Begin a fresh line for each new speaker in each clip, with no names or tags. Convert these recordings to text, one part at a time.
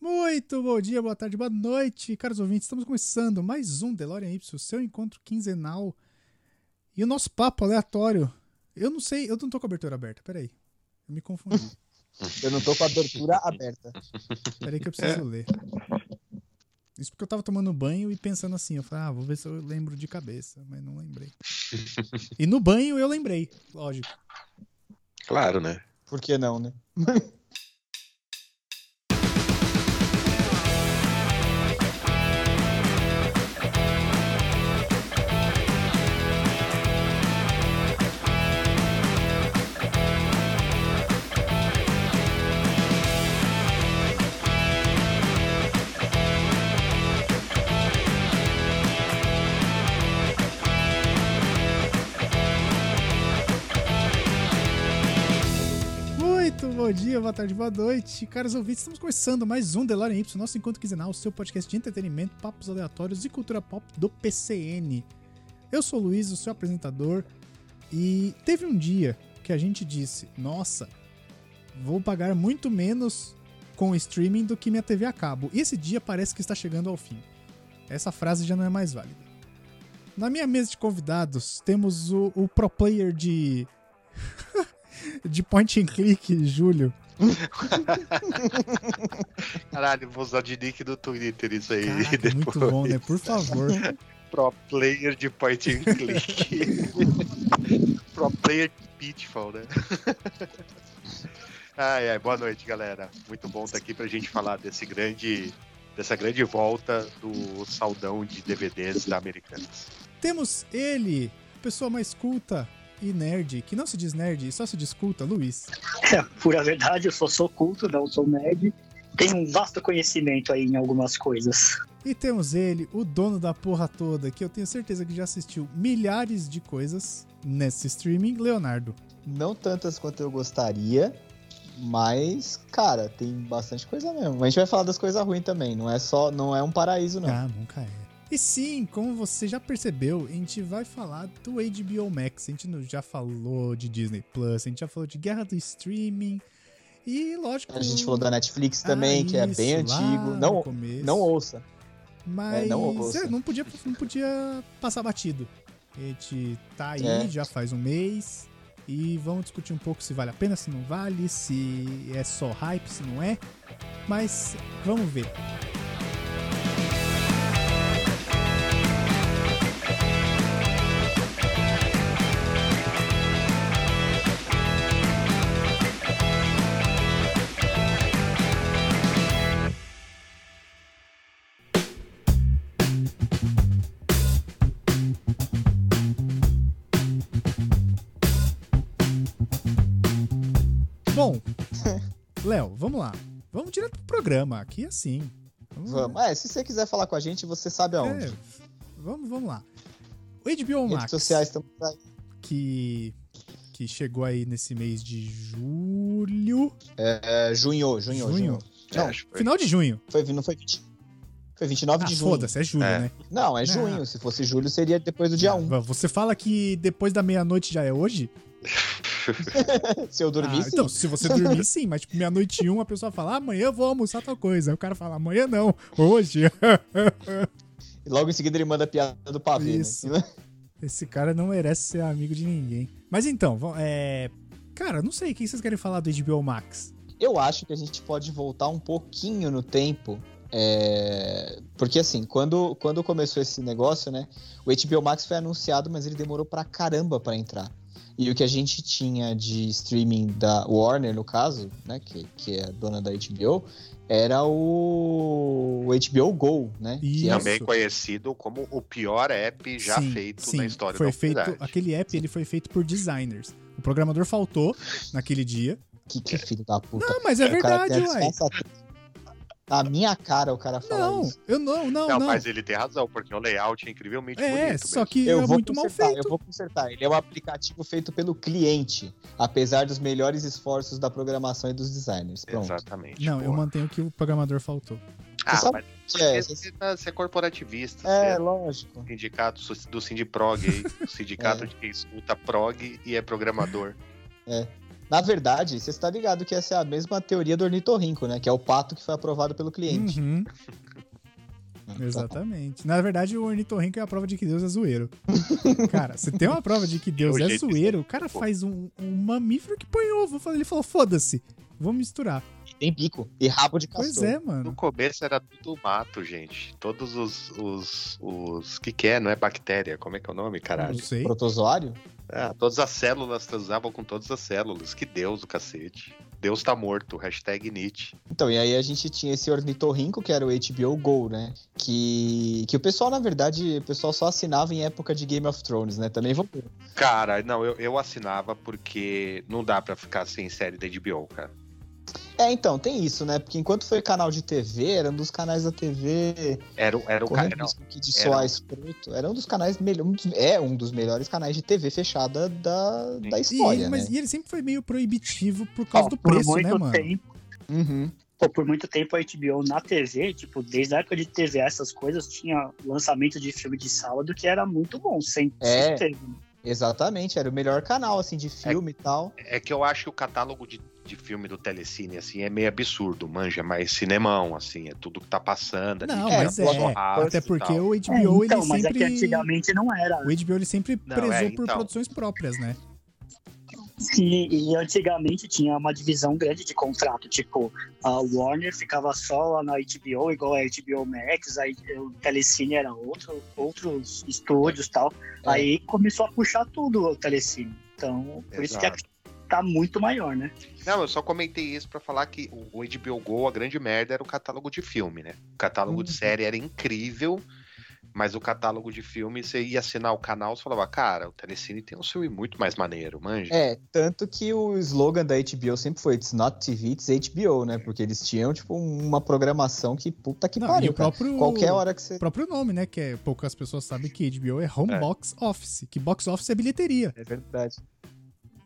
Muito bom dia, boa tarde, boa noite, caros ouvintes. Estamos começando mais um DeLorean Y, seu encontro quinzenal. E o nosso papo aleatório. Eu não sei, eu não tô com a abertura aberta, peraí. Eu me confundi.
Eu não tô com a abertura aberta.
Peraí que eu preciso ler. Isso porque eu tava tomando banho e pensando assim, eu falei, ah, vou ver se eu lembro de cabeça, mas não lembrei. E no banho eu lembrei, lógico.
Claro, né?
Por que não, né?
Muito bom dia, boa tarde, boa noite, caros ouvintes. Estamos começando mais um DeLorean Y, nosso encontro quinzenal, seu podcast de entretenimento, papos aleatórios e cultura pop do PCN. Eu sou o Luiz, o seu apresentador, e teve um dia que a gente disse: Nossa, vou pagar muito menos com o streaming do que minha TV a cabo. E esse dia parece que está chegando ao fim. Essa frase já não é mais válida. Na minha mesa de convidados, temos o, o pro player de. de point and click, Júlio.
Caralho, vou usar de nick do Twitter isso aí.
Caraca,
depois.
muito bom, né? Por favor.
Pro player de point and click. Pro player de pitfall, né? Ai, ai, boa noite, galera. Muito bom estar aqui pra gente falar desse grande. Dessa grande volta do saldão de DVDs da Americanas.
Temos ele, pessoa mais culta e nerd, que não se diz nerd, só se diz culta, Luiz.
É, pura verdade, eu só sou culto, não sou nerd. Tenho um vasto conhecimento aí em algumas coisas.
E temos ele, o dono da porra toda, que eu tenho certeza que já assistiu milhares de coisas nesse streaming, Leonardo.
Não tantas quanto eu gostaria, mas, cara, tem bastante coisa mesmo. A gente vai falar das coisas ruins também, não é só, não é um paraíso, não.
Ah, nunca é. E sim, como você já percebeu, a gente vai falar do HBO Max. A gente não- já falou de Disney Plus, a gente já falou de Guerra do Streaming. E lógico.
A gente falou da Netflix também,
Ah,
que é bem
isso, lá
antigo.
no
Não,
começo.
não ouça.
Mas
É, não ouça.
é, não, podia, não podia passar batido. A gente tá aí,
É.
já faz um mês. E vamos discutir um pouco se vale a pena, se não vale, se é só hype, se não é. Mas vamos ver. Bom, Léo, vamos lá. Vamos direto pro programa, aqui é assim.
Vamos. É, se você quiser falar com a gente, você sabe aonde.
É, vamos, vamos lá. O HBO
Redes
Max,
sociais estamos aí.
que, que chegou aí nesse mês de julho.
É, junho, junho,
Junho?
junho. Não,
É, acho que foi.
Final de junho.
Foi, não foi 20. Foi 29
Ah,
de junho.
foda-se, é julho,
É.
né?
Não, é
Não.
junho. Se fosse julho, seria depois do dia 1.
Ah, Você fala que depois da meia-noite já é hoje?
Se eu dormisse.
Ah, então, se você dormir, sim, mas tipo, meia-noite e um, a pessoa fala, "Ah, amanhã eu vou almoçar tal coisa. Aí o cara fala, amanhã não, hoje.
E Logo em seguida ele manda a piada do pavê. né?
Isso. Esse cara não merece ser amigo de ninguém. Mas então, vamos- é. Cara, não sei, o que vocês querem falar do HBO Max?
Eu acho que a gente pode voltar um pouquinho no tempo. é, Porque assim, quando, quando começou esse negócio, né? O HBO Max foi anunciado, mas ele demorou pra caramba pra entrar. E o que a gente tinha de streaming da Warner, no caso, né? Que, que é a dona da HBO, era o, o HBO Go, né?
Isso.
Que é
Também conhecido como o pior app já
Sim,
feito
sim,
na história
foi
da
feito
humanidade.
Aquele app, ele foi feito por designers. O programador faltou naquele dia.
Que, que filho da puta.
Não, mas é
O cara
verdade,
tem a
uai.
desfaçatez. Na minha cara o cara fala
Não,
isso.
eu não, não,
Não,
não.
mas ele tem razão, porque o layout é incrivelmente bonito.
É, só
mesmo.
que é muito mal
consertar,
feito.
eu vou consertar. Ele é um aplicativo feito pelo cliente, apesar dos melhores esforços da programação e dos designers. Pronto.
Exatamente.
Não, eu
boa.
mantenho que o programador faltou.
Ah,
Você
mas
que é,
você, tá, você é corporativista,
É,
você
lógico.
é sindicato so- é do Sindiprog aí, o sindicato de quem escuta prog e é programador.
Na verdade, você está ligado que essa é a mesma teoria do ornitorrinco, né? Que é o pato que foi aprovado pelo cliente.
Uhum,
né? Então,
exatamente. Na verdade, o ornitorrinco é a prova de que Deus é zoeiro. Cara, se tem uma prova de que Deus
o
é
jeito
zoeiro, o cara faz um, um mamífero que põe ovo. Ele falou, foda-se, vamos misturar.
Tem bico e rabo de castor.
Pois é,
No
mano.
começo era tudo mato, gente. Todos os. os, os que que é, não é bactéria? Como é que é o nome,
Não
caralho?
sei.
Protozoário?
Ah, todas as células transavam com todas as células. Que Deus, o cacete. Deus tá morto. Hashtag Nietzsche.
Então, e aí a gente tinha esse ornitorrinco, que era o HBO Go, né? Que, que o pessoal, na verdade, o pessoal só assinava em época de Game of Thrones, né? Também vamos
Cara, não, eu, eu assinava porque não dá pra ficar sem série da HBO, cara.
É, então, tem isso, né? Porque enquanto foi canal de TV, era um dos canais da TV
Era, o- era o cara.
correndo
não,
risco aqui de
era-
soar escroto, era um dos canais melhor, um dos- é um dos melhores canais de TV fechada da, da
E
história,
ele, mas
né?
e ele sempre foi meio proibitivo por causa
Ó,
do
por
preço, né,
muito
mano?
tempo,
Uhum.
pô, por muito tempo a HBO na TV, tipo, desde a época de TV essas coisas, tinha lançamento de filme de sábado que era muito bom, sem
É.
certeza.
Exatamente, era o melhor canal, assim, de filme e tal.
É que eu acho que o catálogo de, de filme do Telecine, assim, é meio absurdo, manja, mas cinemão, assim, é tudo que tá passando.
Não,
que
mas
tá
é,
borrado
Até
e
porque
tal.
o HBO,
É, então,
ele
mas
sempre...
é que antigamente não era.
O HBO ele sempre
Não,
prezou
é,
por
então.
produções próprias, né?
E, e antigamente tinha uma divisão grande de contrato, tipo, a Warner ficava só lá na HBO, igual a HBO Max, aí o Telecine era outro, outros estúdios e tal.
É.
Aí começou a puxar tudo o Telecine. Então, por isso que
Exato.
a- tá muito maior, né?
Não, eu só comentei isso pra falar que o o HBO Go, a grande merda era o catálogo de filme, né? O catálogo
Uhum.
de série era incrível, mas o catálogo de filme, você ia assinar o canal, você falava, cara, o Telecine tem um filme muito mais maneiro, manja.
É, tanto que o slogan da HBO sempre foi It's not TV, it's HBO, né? Porque eles tinham, tipo, uma programação que puta que
Não, e
pariu,
o
cara.
próprio,
Qualquer hora que
o
você...
próprio nome, né? Que é, poucas pessoas sabem que HBO é Home
É.
Box Office. Que box office é bilheteria,
É verdade.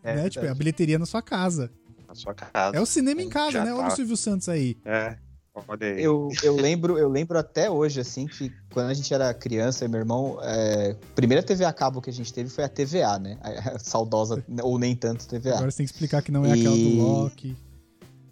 né? Tipo, é a bilheteria na sua casa.
Na sua casa.
É o cinema em
Já
casa, né? Olha o
tá.
Silvio Santos aí.
É, olha aí.
Eu, eu lembro eu lembro até hoje, assim, que quando a gente era criança, eu e meu irmão, é, a primeira TV a cabo que a gente teve foi a TVA, né? A, a saudosa, ou nem tanto TVA.
Agora você tem que explicar que não é aquela do
E-
Loki.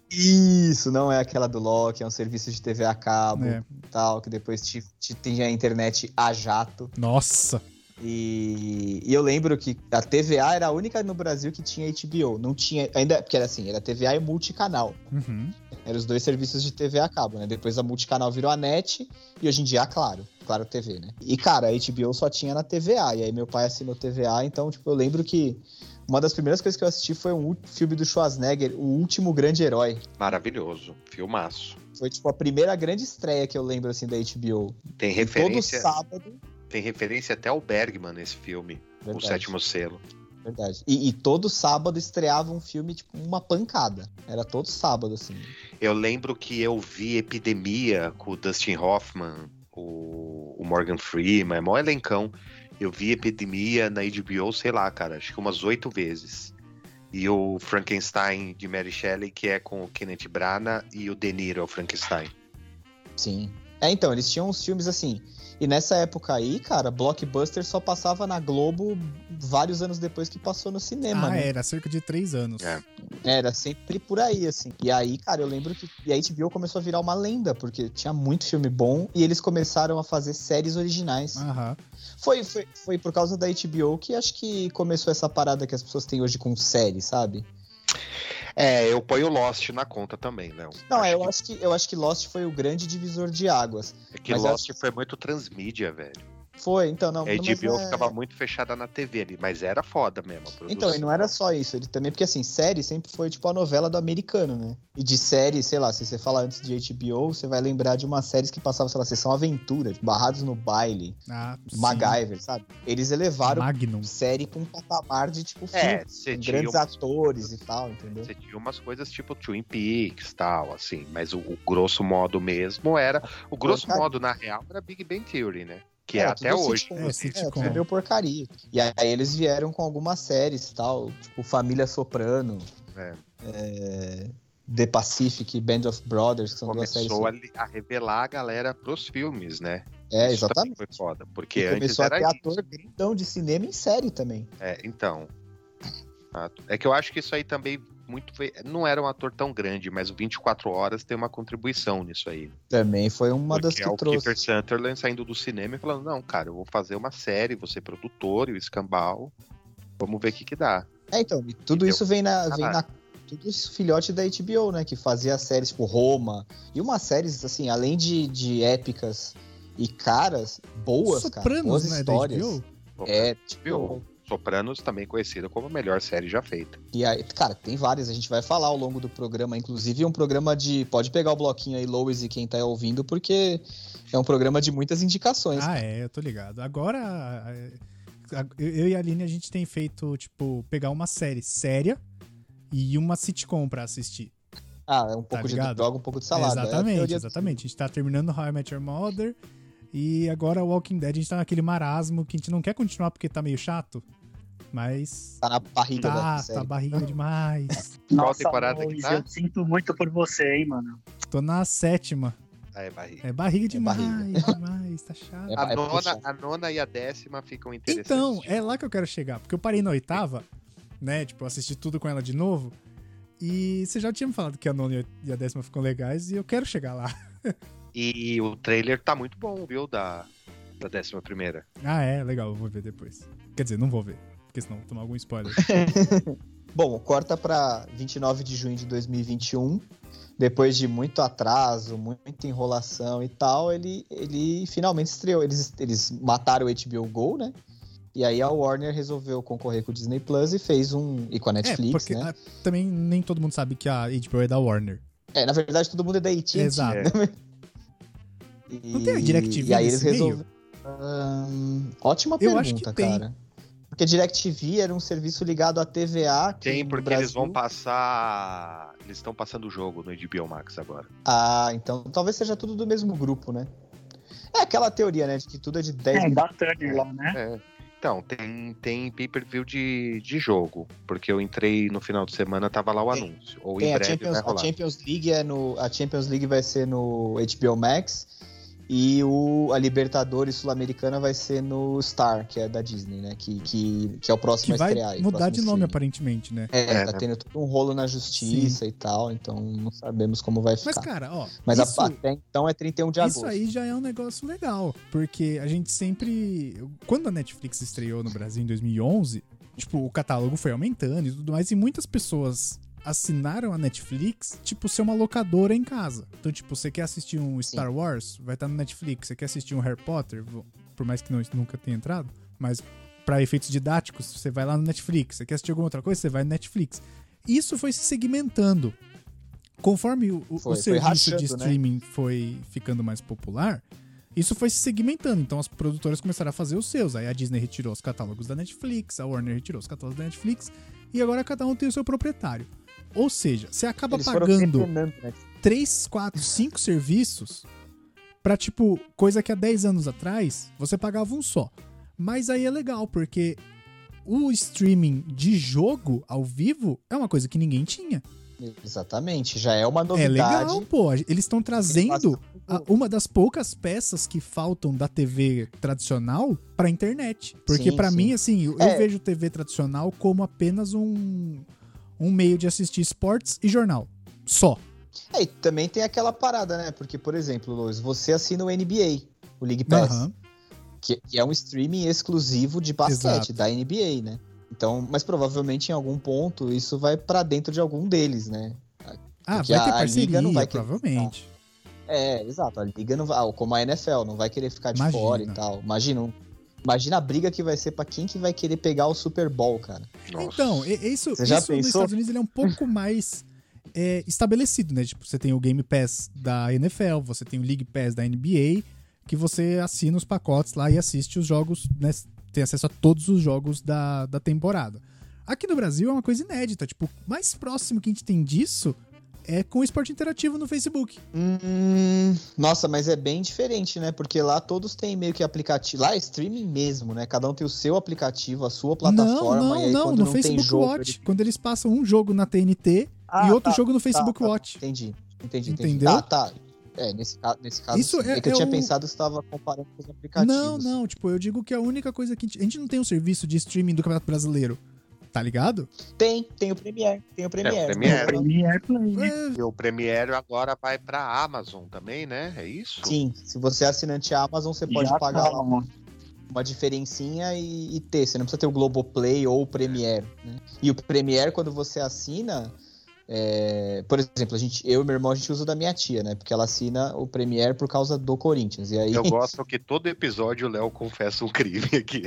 Isso, não é aquela do Loki, é um serviço de TV a cabo
né?
e tal, que depois te, te tem a internet a jato.
Nossa!
E, e eu lembro que a TVA era a única no Brasil que tinha HBO. Não tinha, ainda, porque era assim, era TVA e multicanal.
Uhum.
Eram os dois serviços de TV a cabo, né? Depois a multicanal virou a NET e hoje em dia é a Claro, Claro TV, né? E cara, a HBO só tinha na TVA, e aí meu pai assinou TVA, então tipo, eu lembro que uma das primeiras coisas que eu assisti foi um ú- filme do Schwarzenegger, O Último Grande Herói.
Maravilhoso. Filmaço.
Foi tipo a primeira grande estreia que eu lembro assim da HBO.
Tem
E Todo
referência,
sábado,
tem referência até ao Bergman nesse filme, O
verdade,
Sétimo Selo.
verdade. E, e todo sábado estreava um filme tipo uma pancada. Era todo sábado assim.
Eu lembro que eu vi Epidemia com o Dustin Hoffman, o, o Morgan Freeman, é mó elencão. Eu vi Epidemia na HBO, sei lá, cara, acho que umas oito vezes. E o Frankenstein de Mary Shelley, que é com o Kenneth Branagh e o De Niro, é o Frankenstein.
Sim. É, então, eles tinham uns filmes assim. E nessa época aí, cara, Blockbuster só passava na Globo vários anos depois que passou no cinema,
ah,
né?
era cerca de três anos.
É.
Era sempre por aí, assim. E aí, cara, eu lembro que e a HBO começou a virar uma lenda, porque tinha muito filme bom e eles começaram a fazer séries originais.
Aham.
Foi, foi, foi por causa da HBO que acho que começou essa parada que as pessoas têm hoje com série, sabe?
É, eu ponho Lost na conta também, né? Léo.
Não, é,
Acho
eu acho que, eu acho que Lost foi o grande divisor de águas.
que, é que
mas
Lost
eu-
foi muito transmídia, velho.
Foi, então, não.
A
mas
HBO
é-
ficava muito fechada na TV ali, mas era foda mesmo. a produção.
Então, e não era só isso, ele também, porque assim, série sempre foi tipo a novela do americano, né? E de série, sei lá, se você falar antes de HBO, você vai lembrar de umas séries que passavam, sei lá, Sessão Aventura, tipo, Barrados no Baile,
Ah, sim.
MacGyver, sabe? Eles elevaram
Magnum.
série pra um patamar de tipo
É,
filme,
você
com
tinha
grandes
uma-
atores e tal, entendeu?
Você tinha umas coisas tipo Twin Peaks tal, assim, mas o, o grosso modo mesmo era. O grosso
Porcaria.
modo, na real, era Big Bang Theory, né? Que é,
Era
até
tudo
hoje.
sitcom,
É,
assim,
sitcom.
tudo meio porcaria. E aí eles vieram com algumas séries tal, tipo Família Soprano,
É.
é, The Pacific, Band of Brothers, que são duas séries.
Começou a, li- a revelar a galera pros filmes, né?
É,
Isso também
exatamente.
Foi foda. Porque
E
antes
começou a
era
ter
isso.
ator grandão de cinema em série também.
É, então. Ah, É que eu acho que isso aí também muito. fe- Não era um ator tão grande, mas o 24 Horas tem uma contribuição nisso aí. né?
Também foi uma das
Porque é
que
o
trouxe.
Kiefer Sutherland saindo do cinema e falando: não, cara, eu vou fazer uma série, vou ser produtor e o escambau. Vamos ver o que, que dá.
É, então, e tudo
E
isso vem na, vem na.
caralho.
Tudo isso filhote da HBO, né? Que fazia séries por Roma. E umas séries, assim, além de, de épicas e caras, boas, cara.
Sopranos,
Boas
né? Da
histórias.
HBO.
É,
HBO. Sopranos também conhecida como a melhor série já feita.
E aí, cara, tem várias, a gente vai falar ao longo do programa. Inclusive, é um programa de. Pode pegar o bloquinho aí, Lois e quem tá ouvindo, porque é um programa de muitas indicações.
Ah, é, eu tô ligado. Agora, é, a- a- eu e a Aline, a gente tem feito, tipo, pegar uma série séria e uma sitcom pra assistir.
Ah, é um pouco de
tá ligado?
droga, um pouco de salada. é a
exatamente,
teoria do-
exatamente. A gente tá terminando How I Met Your Mother e agora Walking Dead, a gente tá naquele marasmo que a gente não quer continuar porque tá meio chato, mas
Tá na barriga
tá,
da
tá
série.
barriga demais.
Qual
Nossa,
temporada que
Luiz,
tá?
eu sinto muito por você, hein, mano.
tô na sétima.
Ah, é barriga.
É barriga demais,
barriga.
demais, tá chato.
É
A,
é
nona,
puxado.
a nona e a décima ficam interessantes.
Então, é lá que eu quero chegar, porque eu parei na oitava, né? Tipo, eu assisti tudo com ela de novo. E você já tinha me falado que a nona e a décima ficam legais e eu quero chegar lá.
E o trailer tá muito bom, viu? Da, da décima primeira.
Ah, é, legal, eu vou ver depois. Quer dizer, não vou ver, porque senão eu vou tomar algum spoiler.
Bom, corta pra 29 de junho de 2021. Depois de muito atraso, muita enrolação e tal, ele, ele finalmente estreou. Eles, eles mataram o HBO Go, né? E aí a Warner resolveu concorrer com o Disney Plus e fez um. E com a
é,
Netflix,
porque
né?
ah, também nem todo mundo sabe que a HBO é da Warner.
É, na verdade todo mundo é da AT&T.
Exato. Então,
E-
Não tem a DirecTV
E aí eles
nesse
resolveram. Ahn, ótima
Eu
pergunta,
acho que tem.
cara. Porque DirecTV era um serviço ligado à TVA. aqui
Tem,
no
porque
Brasil.
eles vão passar. Eles estão passando o jogo no HBO Max agora.
Ah, então talvez seja tudo do mesmo grupo, né? É aquela teoria, né? De que tudo é de 10
É,
minutos.
da Turner lá, né?
É. Então, tem, tem pay-per-view de, de jogo. Porque eu entrei no final de semana, tava lá o
Tem-
anúncio. Ou
Tem
em
a
breve né,
Champions,
vai
a
rolar.
Champions League é no. A Champions League vai ser no HBO Max. E o, a Libertadores Sul-Americana vai ser no Star, que é da Disney, né? Que, que, que é o próximo
Que
a
vai
estrear. aí,
mudar
próximo
de nome,
streaming.
aparentemente, né?
É,
É,
tá
né?
tendo todo um rolo na justiça e tal, então não sabemos como vai
Mas,
ficar.
cara, ó.
Tá. Mas, a-
isso-
até então é 31 de agosto.
Isso aí já é um negócio legal, porque a gente sempre. Quando a Netflix estreou no Brasil em 2011, tipo, o catálogo foi aumentando e tudo mais, e muitas pessoas assinaram a Netflix, tipo, ser uma locadora em casa. Então, tipo, você quer assistir um Star Wars? Vai estar no Netflix. Você quer assistir um Harry Potter? Vo- Por mais que não, isso nunca tenha entrado, mas para efeitos didáticos, você vai lá no Netflix. Você quer assistir alguma outra coisa? Você vai no Netflix. Isso foi se segmentando. Conforme o, o-
Foi,
o
foi
serviço
rachando,
de
né?
streaming foi ficando mais popular, isso foi se segmentando. Então as produtoras começaram a fazer os seus. Aí a Disney retirou os catálogos da Netflix, a Warner retirou os catálogos da Netflix, e agora cada um tem o seu proprietário. Ou seja, você acaba
Eles foram
tá pagando
treinando, né?
três, quatro, cinco serviços pra, tipo, coisa que há 10 anos atrás você pagava um só. Mas aí é legal, porque o streaming de jogo ao vivo é uma coisa que ninguém tinha.
Exatamente, já é uma
É
novidade.
legal, pô. Eles estão trazendo a- uma das poucas peças que faltam da TV tradicional pra internet. Porque
Sim,
pra
sim.
mim, assim, eu
É.
vejo TV tradicional como apenas um, um meio de assistir esportes e jornal. Só.
É, e também tem aquela parada, né? Porque, por exemplo, Lois, você assina o NBA, o League Pass,
Aham.
que, que é um streaming exclusivo de basquete,
Exato.
da NBA, né? Então, mas provavelmente em algum ponto isso vai pra dentro de algum deles, né?
Ah,
Porque
vai ter
a- a
parceria,
liga não vai querer
provavelmente.
É, exato. A liga não vai, ah, como a NFL, não vai querer ficar de
Imagina.
fora e tal. Imagina, um- imagina a briga que vai ser pra quem que vai querer pegar o Super Bowl, cara.
Nossa.
Então, e- e isso,
Você já
isso nos
pensou?
Estados Unidos ele é um pouco mais é, estabelecido, né? Tipo, você tem o Game Pass da NFL, você tem o League Pass da NBA, que você assina os pacotes lá e assiste os jogos, né? Tem acesso a todos os jogos da, da temporada. Aqui no Brasil é uma coisa inédita. Tipo, o mais próximo que a gente tem disso é com o esporte interativo no Facebook.
Hum, nossa, mas é bem diferente, né? Porque lá todos têm meio que aplicativo. Lá é streaming mesmo, né? Cada um tem o seu aplicativo, a sua plataforma.
não,
e
não,
aí,
não.
quando
No
não tem
Facebook
jogo,
Watch.
ele-
Quando eles passam um jogo na TNT
Ah,
e outro
tá,
jogo no
tá,
Facebook
tá, tá.
Watch.
Entendi, entendi, entendi.
Entendeu?
Tá, tá. É, nesse, ca- nesse caso,
Isso
sim.
é-
é, que eu
é
tinha
o-
pensado que estava comparando com os aplicativos.
Não, não, tipo, eu digo que a única coisa que a gente, a gente não tem um serviço de streaming do Campeonato Brasileiro. Tá ligado?
Tem, tem o Premiere. Tem o Premiere.
Ah,
Premiere.
Premiere Play. né?
É,
E o Premiere agora vai pra Amazon também, né? É isso?
Sim, se você é assinante Amazon, você pode
Já
pagar
tá,
lá
mano.
uma diferencinha e, e ter. Você não precisa ter o Globoplay ou o Premiere. né? E o Premiere, quando você assina. é, por exemplo, a gente, eu e meu irmão, a gente usa o da minha tia, né? Porque ela assina o Premiere por causa do Corinthians. E aí.
Eu gosto que todo episódio o Léo confessa um crime aqui.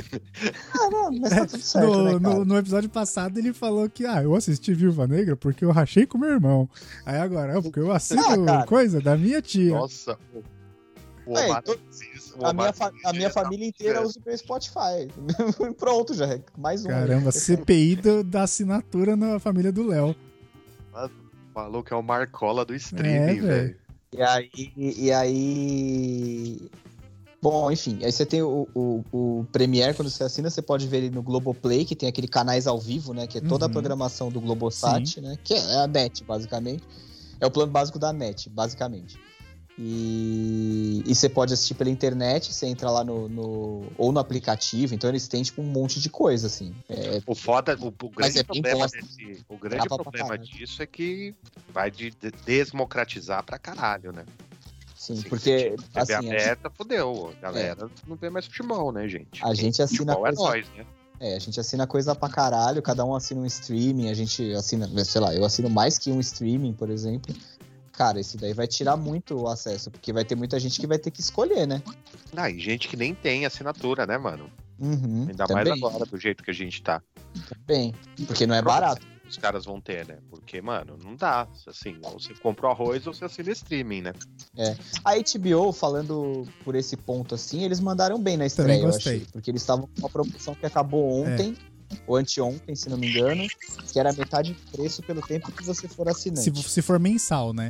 Ah, não, mas tá tudo certo,
no,
né, cara?
no- no episódio passado ele falou que, ah, eu assisti Viúva Negra porque eu rachei com meu irmão. Aí agora, é porque eu assino
Ah, cara.
coisa da minha tia.
Nossa, o, o
É,
Omar
tô-
fez isso, o
A
Omar
minha, fa-
fez
a minha
isso.
família inteira usa o meu Spotify. Pronto, já. é Mais um.
Caramba, CPI do- da assinatura na família do Léo.
Falou que é o Marcola do streaming,
É, velho.
velho.
E aí. E aí... Bom, enfim, aí você tem o, o, o Premiere, quando você assina, você pode ver ele no Globoplay, que tem aquele canais ao vivo, né? Que é toda a
Uhum.
programação do Globosat, né? Que é a NET, basicamente. É o plano básico da NET, basicamente. E, e você pode assistir pela internet, você entra lá no, no- ou no aplicativo, então eles têm, tipo, um monte de coisa, assim. É,
O foda, o, o grande
é bem
problema,
bosta.
desse, o grande
Grava pra né?
problema
caralho.
disso é que vai de de- desmocratizar pra caralho, né?
sim,
Assim,
porque,
se tiver
assim, a gente- É.
aberta, fodeu. A galera não vê mais futebol, né, gente?
a gente assina
Futebol é
coisa
nós, né?
É, a gente assina coisa pra caralho, cada um assina um streaming, a gente assina, sei lá, eu assino mais que um streaming, por exemplo. Cara, isso daí vai tirar muito o acesso, porque vai ter muita gente que vai ter que escolher, né?
Ah, e gente que nem tem assinatura, né, mano?
Uhum,
Ainda
também,
mais agora, do jeito que a gente tá.
Também, porque não é barato.
Os caras vão ter, né? Porque, mano, não dá. Assim, ou você compra o arroz ou você assina streaming, né?
A HBO, falando por esse ponto assim, eles mandaram bem na
Também
estreia, eu
gostei. É.
achei. Porque eles estavam com uma promoção que acabou ontem, ou anteontem, se não me engano, que era metade do preço pelo tempo que você for assinante.
Se, se for mensal, né?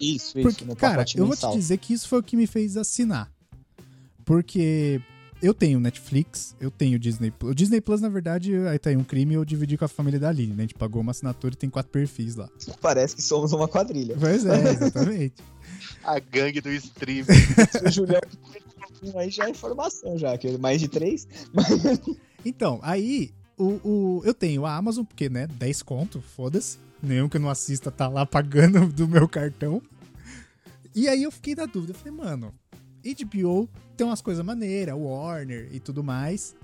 Isso, isso,
Porque,
no
cara,
pacote
eu vou
mensal.
te dizer que isso foi o que me fez assinar. Porque eu tenho Netflix, eu tenho Disney Plus. O Disney Plus, na verdade, aí tá aí um crime, eu dividi com a família da Aline, né? A gente pagou uma assinatura e tem quatro perfis lá.
Parece que somos uma quadrilha.
Pois é, exatamente.
A gangue do streaming.
Se o Julião aí já é informação, já, que mais de três.
Então, aí o, o- eu tenho a Amazon, porque, né, 10 conto, foda-se. Nenhum que eu não assista tá lá pagando do meu cartão. E aí eu fiquei na dúvida, eu falei, mano, HBO tem umas coisas maneiras, Warner e tudo mais.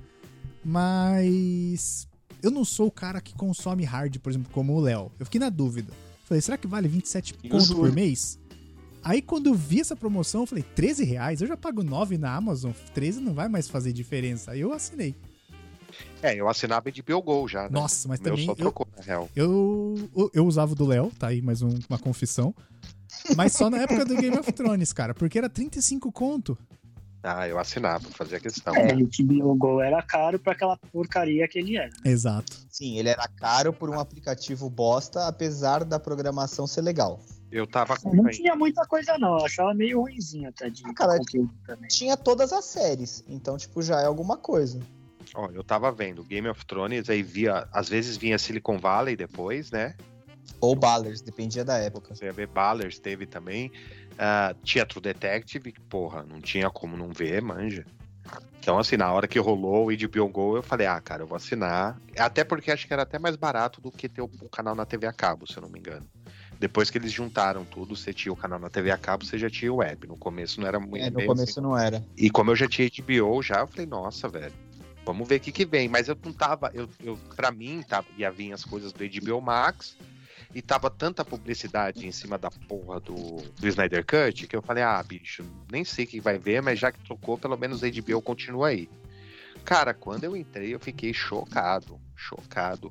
Mas eu não sou o cara que consome hard, por exemplo, como o Léo. Eu fiquei na dúvida. Falei, será que vale 27
Eu
pontos por
juro.
mês? Aí quando eu vi essa promoção, eu falei, 13 reais? Eu já pago 9 na Amazon, 13 não vai mais fazer diferença. Aí eu assinei.
É, eu assinava de Biogol já, né?
Nossa, mas
O meu
também
só
eu,
trocou, na real.
eu, eu- eu usava o do Léo, tá aí mais um- uma confissão. Mas só na época do Game of Thrones, cara, porque era 35 conto.
Ah, eu assinava, fazia questão.
É, o HBO Go era caro pra aquela porcaria que ele é. era.
Exato.
Sim, ele era caro por um aplicativo bosta, apesar da programação ser legal.
Eu tava com
Não tinha muita coisa, não. Eu achava meio ruimzinho até de
Ah, caralho.
conteúdo também.
Tinha todas as séries, então, tipo, já é alguma coisa.
Ó, eu tava vendo Game of Thrones, aí via, às vezes vinha Silicon Valley depois, né?
Ou Ballers, dependia da época.
Você ia ver Ballers teve também. Ah, tinha True Detective, que, porra, não tinha como não ver, manja. Então, assim, na hora que rolou o HBO Go, eu falei, ah, cara, eu vou assinar. Até porque acho que era até mais barato do que ter o, o canal na TV a cabo, se eu não me engano. Depois que eles juntaram tudo, você tinha o canal na TV a cabo, você já tinha o web. No começo não era muito
É, no
bem assim.
começo não era.
E como eu já tinha HBO já, eu falei, nossa, velho, vamos ver o que que vem. Mas eu não tava, eu, eu, pra mim, tava, ia vir as coisas do HBO Max, e tava tanta publicidade em cima da porra do, do Snyder Cut, que eu falei, ah, bicho, nem sei o que vai ver, mas já que trocou, pelo menos a HBO continua aí. Cara, quando eu entrei, eu fiquei chocado, chocado.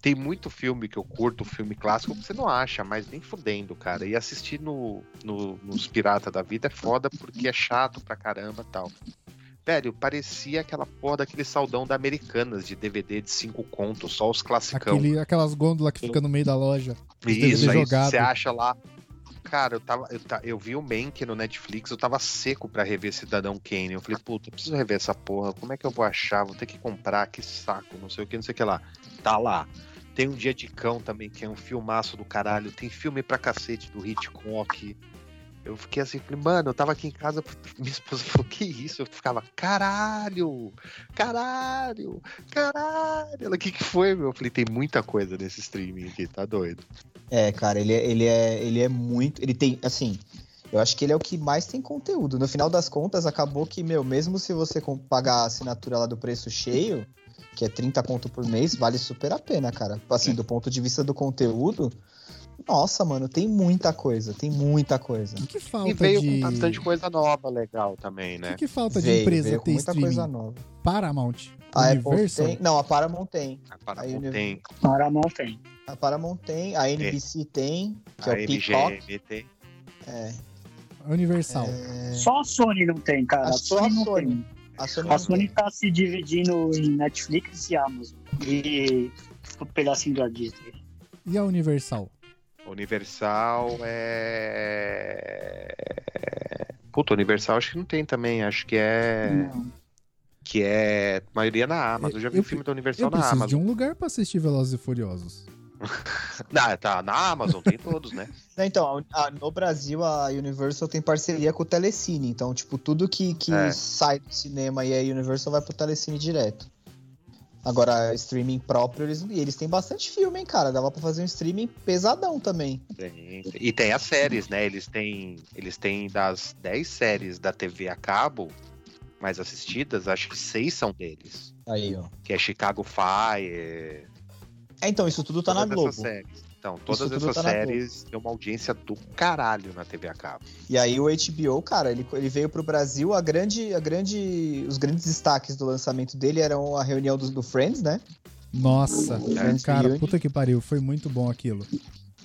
Tem muito filme que eu curto, filme clássico, que você não acha, mas nem fudendo, cara. E assistir no, no- nos Pirata da Vida é foda porque é chato pra caramba e tal. Velho, parecia aquela porra daquele saldão da Americanas de DVD de 5 contos, só os classicão.
Aquele, aquelas gôndolas que fica no meio da loja. Os
Isso,
DVD
aí
jogado.
você acha lá. Cara, eu, tava, eu, ta- eu vi o Mank no Netflix, eu tava seco pra rever Cidadão Kane. Eu falei, puta, eu preciso rever essa porra, como é que eu vou achar? Vou ter que comprar, que saco, não sei o que, não sei o que lá. Tá lá. Tem um Dia de Cão também, que é um filmaço do caralho. Tem filme pra cacete do Hitchcock. Eu Eu fiquei assim, falei, mano, eu tava aqui em casa, minha esposa falou, que isso? Eu ficava, caralho, caralho, caralho. Ela, o que que foi, meu? Eu falei, tem muita coisa nesse streaming aqui, tá doido.
É, cara, ele, é- ele, é, ele é muito. Ele tem, assim. Eu acho que ele é o que mais tem conteúdo. No final das contas, acabou que, meu, mesmo se você com- pagar a assinatura lá do preço cheio, que é 30 conto por mês, vale super a pena, cara.
É.
Assim, do ponto de vista do conteúdo, nossa, mano, tem muita coisa, tem muita coisa.
O que
E
falta
veio
de...
com bastante coisa nova, legal também,
O
né?
que falta de
um Veio-
empresa
veio com
ter
muita
streaming?
coisa nova.
Paramount,
A Apple
Universal,
tem. Não, a Paramount tem.
A Paramount
Aí o nível-
tem,
Paramount tem.
A Paramount tem, a NBC tem, que
a
é o Peacock.
MGM tem.
É,
Universal.
é,
Só a Sony não tem, cara.
Ah,
A
só a
Sony não
Sony.
tem.
a Sony
A
não
Sony
tem.
tá se dividindo em Netflix e Amazon. E o pedacinho da Disney.
E a Universal?
Universal é. Puta, Universal acho que não tem também. Acho que é.
Não.
Que é. Maioria na Amazon. Eu já vi
Eu-
o filme da
Eu
Universal na
preciso
Amazon.
de um lugar pra assistir Velozes e Furiosos.
Ah, tá. Na Amazon tem todos, né?
Não, então, a- a- no Brasil a Universal tem parceria com o Telecine, então, tipo, tudo que, que
É.
sai do cinema e a Universal vai pro Telecine direto. Agora, streaming próprio, eles, e eles têm bastante filme, hein, cara? Dava pra fazer um streaming pesadão também.
Tem, tem. E tem as séries, né? Eles têm, eles têm das 10 séries da TV a cabo mais assistidas, acho que seis são deles.
Aí, ó.
Que é Chicago Fire.
É, então, isso tudo tá na
todas
Globo.
essas séries. Então, todas
Isso tudo
essas
tá na Globo.
séries têm uma audiência do caralho na TV a cabo.
E aí o HBO, cara, ele, ele veio pro Brasil, a grande, a grande, os grandes destaques do lançamento dele eram a reunião do, do Friends, né?
Nossa,
É,
um
Friends
cara,
Reunion.
puta que pariu, foi muito bom aquilo.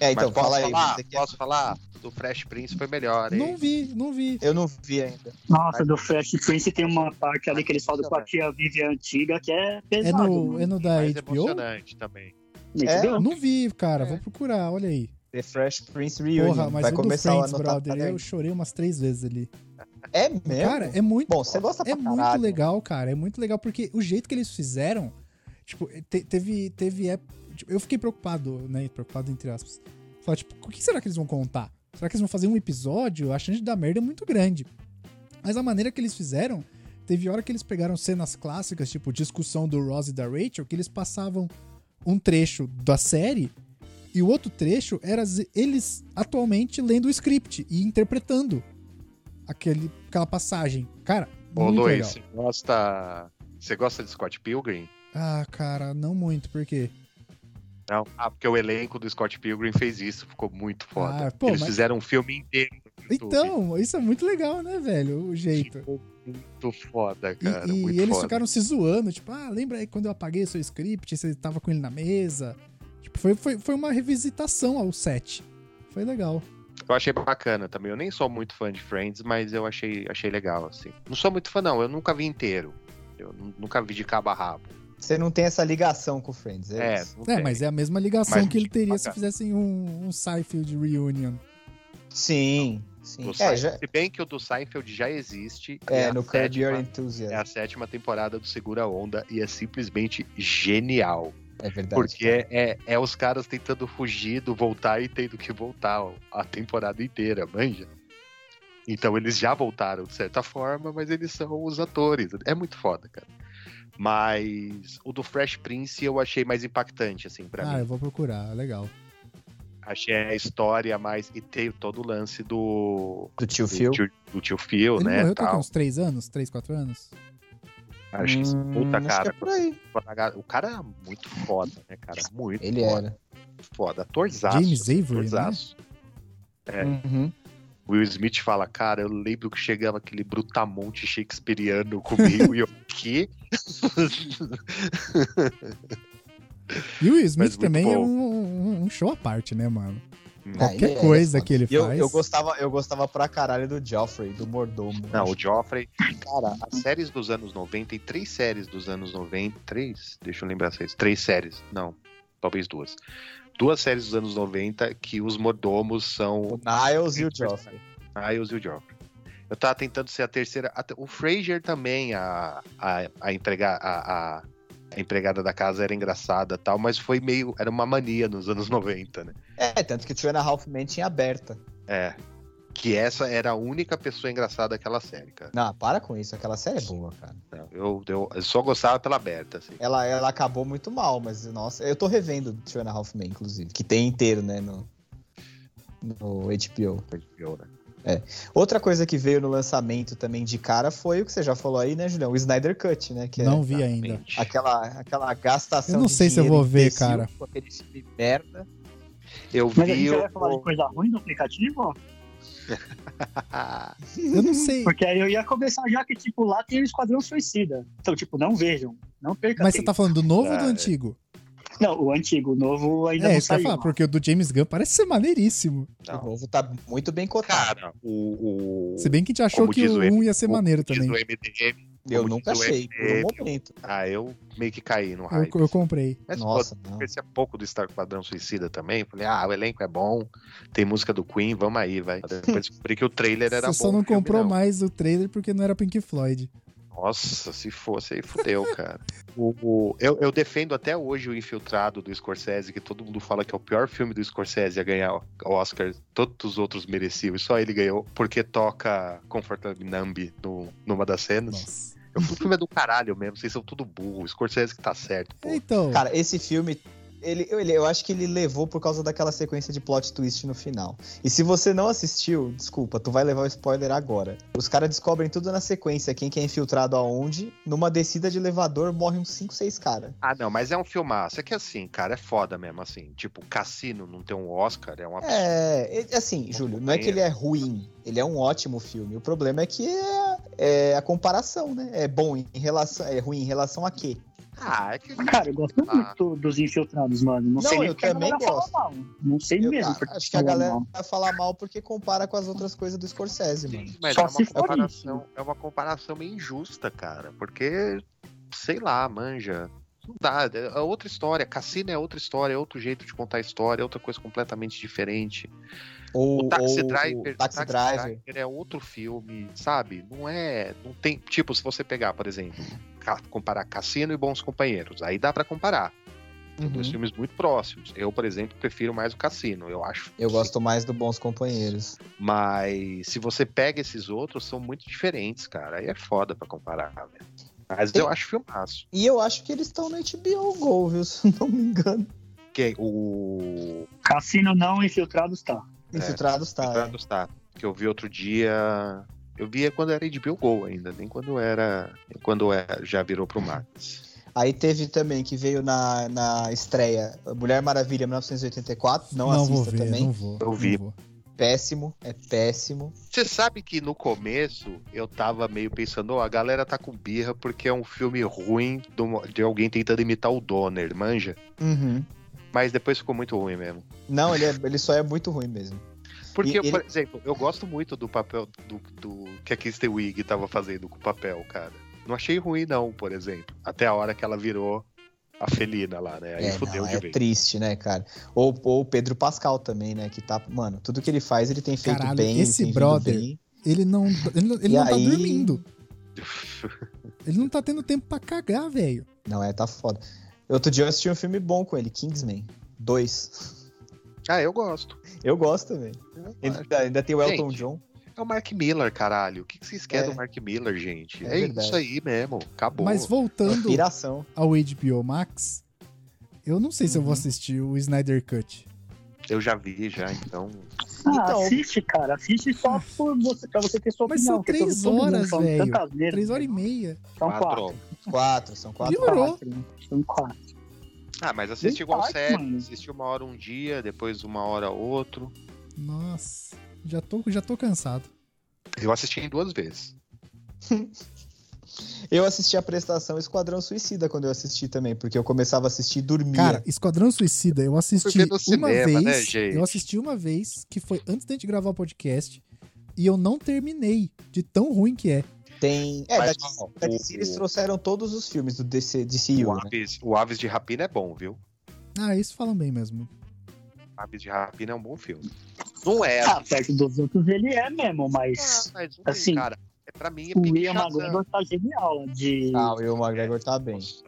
É, então,
Mas posso
fala aí.
falar,
você que é-
posso falar? Do Fresh Prince foi melhor, hein?
Não vi, não vi.
Eu não vi ainda.
Nossa, do Fresh Prince tem uma parte ali que eles falam com a tia Vivian antiga que é
É
pesado.
no, é no da
Mas
HBO?
emocionante também.
É?
Entendeu?
Não vi, cara,
É.
vou procurar, olha aí.
The Fresh Prince Reunion.
Porra, mas
Vai
o do
começar tá, a
Friends,
anotar
brother,
caderno.
eu chorei umas três vezes ali.
É mesmo?
Cara, é muito
Bom, você gosta pra
É muito
caralho. né?
legal, cara. É muito legal porque o jeito que eles fizeram, tipo, te- teve teve ép- tipo, eu fiquei preocupado, né, preocupado entre aspas. Falar, tipo, o que será que eles vão contar? Será que eles vão fazer um episódio? A chance de dar merda é muito grande. Mas a maneira que eles fizeram, teve hora que eles pegaram cenas clássicas, tipo discussão do Ross e da Rachel, que eles passavam um trecho da série e o outro trecho era z- eles atualmente lendo o script e interpretando aquele, aquela passagem. Cara,
Ô,
muito
Luiz,
legal.
você gosta... você gosta de Scott Pilgrim?
Ah, cara, não muito, por quê?
Não. Ah, porque o elenco do Scott Pilgrim fez isso, ficou muito foda.
Ah, pô,
Eles
mas-
fizeram um filme inteiro. no YouTube.
Então, isso é muito legal, né, velho? O jeito.
Ficou muito foda,
E,
cara.
e
muito
eles
foda.
ficaram se zoando, tipo, ah, lembra aí quando eu apaguei o seu script, você tava com ele na mesa? Tipo, foi, foi, foi uma revisitação ao set. Foi legal.
Eu achei bacana também. Eu nem sou muito fã de Friends, mas eu achei, achei legal, assim. Não sou muito fã, não. Eu nunca vi inteiro. Eu nu- nunca vi de cabo a rabo.
Você não tem essa ligação com o Friends, é,
É,
isso?
não
É,
tem.
mas é a mesma ligação
Mas
que ele teria se
bacana.
fizessem um, um Seinfeld Reunion.
Sim, sim.
Do
É,
Seinfeld-
já-
Se bem que o do Seinfeld já existe. e
é,
a
no Curb Your
sétima, É
Enthusiasm.
a sétima temporada do Segura a Onda e é simplesmente genial.
É verdade.
Porque é, é, é os caras tentando fugir do voltar e tendo que voltar ó, a temporada inteira, manja? Então eles já voltaram de certa forma, mas eles são os atores. É muito foda, cara. Mas o do Fresh Prince eu achei mais impactante, assim, pra
Ah,
mim.
eu vou procurar, legal.
Achei a história mais. E tem todo o lance do.
Do tio
Do
Phil.
tio, do tio Phil,
Ele
né?
morreu tem o quê?
tal.
uns 3 anos, 3, 4 anos?
Acho que.
Hum,
Puta,
acho
cara.
que é por aí.
O cara é muito foda, né, cara? Muito
Ele é
foda.
era.
Foda. Atorzaço.
James Avery, né?
atorzaço. É.
Uhum.
Will Smith fala, cara, eu lembro que chegava aquele brutamonte shakespeariano comigo e eu, que?
E o Will Smith
muito
também é
bom.
um, um- um show à parte, né, mano?
Ah,
Qualquer
ele é,
coisa
mano.
que ele
E Eu,
faz.
eu, gostava, eu gostava pra caralho do Joffrey, do Mordomo. Tipo,
Não, o Joffrey.
É,
Cara, as séries dos anos 90, tem três séries dos anos 90, três? Deixa eu lembrar vocês. Três séries, não, talvez duas. Duas séries dos anos 90 que os mordomos
O
são
Niles e o Joffrey.
Niles e o Joffrey. Eu tava tentando ser a terceira. a- O Frasier também, a, a, a, entregar, a, a- a empregada da casa era engraçada tal, mas foi meio. Era uma mania nos anos 90, né?
É, tanto que o Tiana Halfman tinha aberta.
É. que essa era a única pessoa engraçada daquela série, cara.
Não, para com isso, aquela série é boa, cara.
Eu, eu- eu só gostava pela Berta, assim.
Ela, ela acabou muito mal, mas nossa, eu tô revendo Two and a Half Men, inclusive, que tem inteiro, né, no, no HBO.
HBO, né?
Outra coisa que veio no lançamento também de cara foi o que você já falou aí, né, Julião? O Snyder Cut, né? Que
não
é
vi ainda.
Exatamente.
aquela, aquela gastação.
Eu não
de
sei se eu
dinheiro
vou ver,
imbecil
cara.
Com aquele filme merda.
Eu
Mas a gente
vi
vai falar de
o...
coisa ruim do aplicativo?
Eu não sei.
Porque aí eu ia começar já que, tipo, lá tem o Esquadrão Suicida. Então, tipo, não vejam. Não perca
Mas você
tempo.
tá falando do novo ou do
assim, Cara,
antigo?
Não, o antigo, o novo ainda
é,
não
isso que eu ia
saiu.
falar, porque o do James Gunn parece ser maneiríssimo.
Não.
O novo tá muito bem cotado.
Cara, o... o...
Se bem que a gente achou
Como
que
diz
o
o
1 ia ser
o-
maneiro
diz
também.
o MDM,
eu
como
nunca
diz o
achei,
FDM,
por um momento.
ah, eu meio que caí no
Eu,
hype. assim.
eu comprei.
Mas Nossa.
Nossa, não.
Eu conhecia pouco do Star Quadrão Suicida também. Falei, ah, o elenco é bom, tem música do Queen, vamos aí, vai. Depois descobri que o trailer era
Você
bom.
só não
o filme
comprou mais o trailer porque não era Pink Floyd.
Nossa, se fosse aí fudeu, cara. O, o- eu, eu defendo até hoje o Infiltrado do Scorsese, que todo mundo fala que é o pior filme do Scorsese a ganhar o Oscar. Todos os outros mereciam e só ele ganhou, porque toca Comfortable Numb no, numa das cenas.
Nossa.
Eu, o filme é do caralho mesmo, vocês são tudo burro. O Scorsese que tá certo, pô.
Então,
Cara, esse filme, ele, ele- eu acho que ele levou por causa daquela sequência de plot twist no final. E se você não assistiu, desculpa, tu vai levar o spoiler agora. Os caras descobrem tudo na sequência, quem que é infiltrado aonde. Numa descida de elevador, morrem uns 5, 6 caras.
Ah, não, mas é um filmaço. É que assim, cara, é foda mesmo, assim. Tipo, Cassino não ter um Oscar é uma
É, é- assim, Júlio, não é que ele é ruim, ele é um ótimo filme. O problema é que é, é a comparação, né? É bom em relação, é ruim em relação a quê?
Ah, é que...
Cara, eu gosto
Ah.
muito dos infiltrados, mano. Não,
Não,
sei nem
eu
porque a
também
galera fala
gosto.
mal. Não sei
Eu-
mesmo.
a-
porque
acho que a
fala
galera
mal.
vai falar mal porque compara com as outras coisas do Scorsese, mano.
Sim, mas
Só
é
se
uma,
for
comparação, é uma comparação meio injusta, cara. Porque, sei lá, manja. Não dá. É outra história. Cassino é outra história, é outro jeito de contar a história, é outra coisa completamente diferente.
Ou
o Taxi
ou-
Driver,
o Taxi Driver.
é outro filme, sabe? Não é. Não tem. Tipo, se você pegar, por exemplo, ca- comparar Cassino e Bons Companheiros, aí dá pra comparar. São dois
Uhum.
filmes muito próximos. Eu, por exemplo, prefiro mais o Cassino. Eu acho.
Eu gosto mais do Bons Companheiros.
Mas se você pega esses outros, são muito diferentes, cara. Aí é foda pra comparar, velho. Mas eu acho filmaço.
E eu acho que eles estão no HBO Go, viu? Se não me engano.
Que o
Cassino não, infiltrados tá.
É.
Infiltrados tá.
Trados tá, que eu vi outro dia. Eu via quando era de Go ainda, nem quando era. nem Quando era, já virou pro Max.
Aí teve também que veio na, na estreia Mulher Maravilha 1984. Não,
não
assista
vou ver,
também.
não vou.
Eu
não
vi.
vou.
Péssimo, é péssimo.
Você sabe que no começo eu tava meio pensando, ó, a galera tá com birra porque é um filme ruim do- de alguém tentando imitar o Donner, manja?
Uhum.
Mas depois ficou muito ruim mesmo.
Não, ele, é- ele só é muito ruim mesmo.
Porque,
E ele-
por exemplo, eu gosto muito do papel do, do que a Kristen Wiig tava fazendo com o papel, cara. Não achei ruim, não, por exemplo. Até a hora que ela virou a felina lá, né? Aí
é,
fudeu
não,
de
é
vez.
triste, né, cara? Ou ou o Pedro Pascal também, né? Que tá. Mano, tudo que ele faz, ele tem feito
Caralho,
bem. ele
esse
tem vindo
brother-
bem.
Ele não, ele, não- ele
E
não tá
aí-
dormindo. Ele não tá tendo tempo pra cagar, velho.
Não, é, tá foda. Outro dia eu assisti um filme bom com ele, Kingsman 2.
ah, eu gosto.
Eu gosto também.
Eu acho.
Ainda, ainda tem o Elton
Gente,
John.
É o Mark Miller, caralho. O que que vocês querem
É.
do Mark Miller, gente?
É
É,
verdade.
isso aí mesmo. Acabou.
Mas voltando
Inspiração.
ao HBO Max, eu não sei se eu vou
Uhum.
assistir o Snyder Cut.
Eu já vi, já, então.
Ah,
Então-
assiste, cara. Assiste só por você, pra você ter sua
Mas
opinião.
são
porque
três
todo mundo
horas,
falando
velho.
tantas vezes.
Três horas e meia.
São Então quatro.
Quatro.
Quatro, são quó-
E Piorou.
Quatro, São quatro.
Ah, mas assiste
Nem
igual
parte,
série.
mano.
Assiste uma hora um dia, depois uma hora outro.
Nossa, já tô, já tô cansado.
Eu assisti em duas vezes.
Eu assisti a prestação Esquadrão Suicida quando eu assisti também, porque eu começava a assistir e dormia.
Cara, Esquadrão Suicida, eu assisti
Fui ver no
uma
cinema,
vez.
né, gente?
eu assisti uma vez, que foi antes da gente gravar o podcast, e eu não terminei de tão ruim que é.
tem. É,
Mas,
da,
ó,
da
o-
DC eles trouxeram todos os filmes do DC, DCU,
o,
né?
Aves, o Aves de Rapina é bom, viu?
Ah, isso falam bem mesmo.
Aves de Rapina é um bom filme. Não é.
Ah, perto dos outros ele é mesmo, mas.
mas não
assim,
cara. É, pra mim é
O
pique
Ian
Shazam.
McGregor tá genial de.
Ah, o Will McGregor tá bem.
Nossa,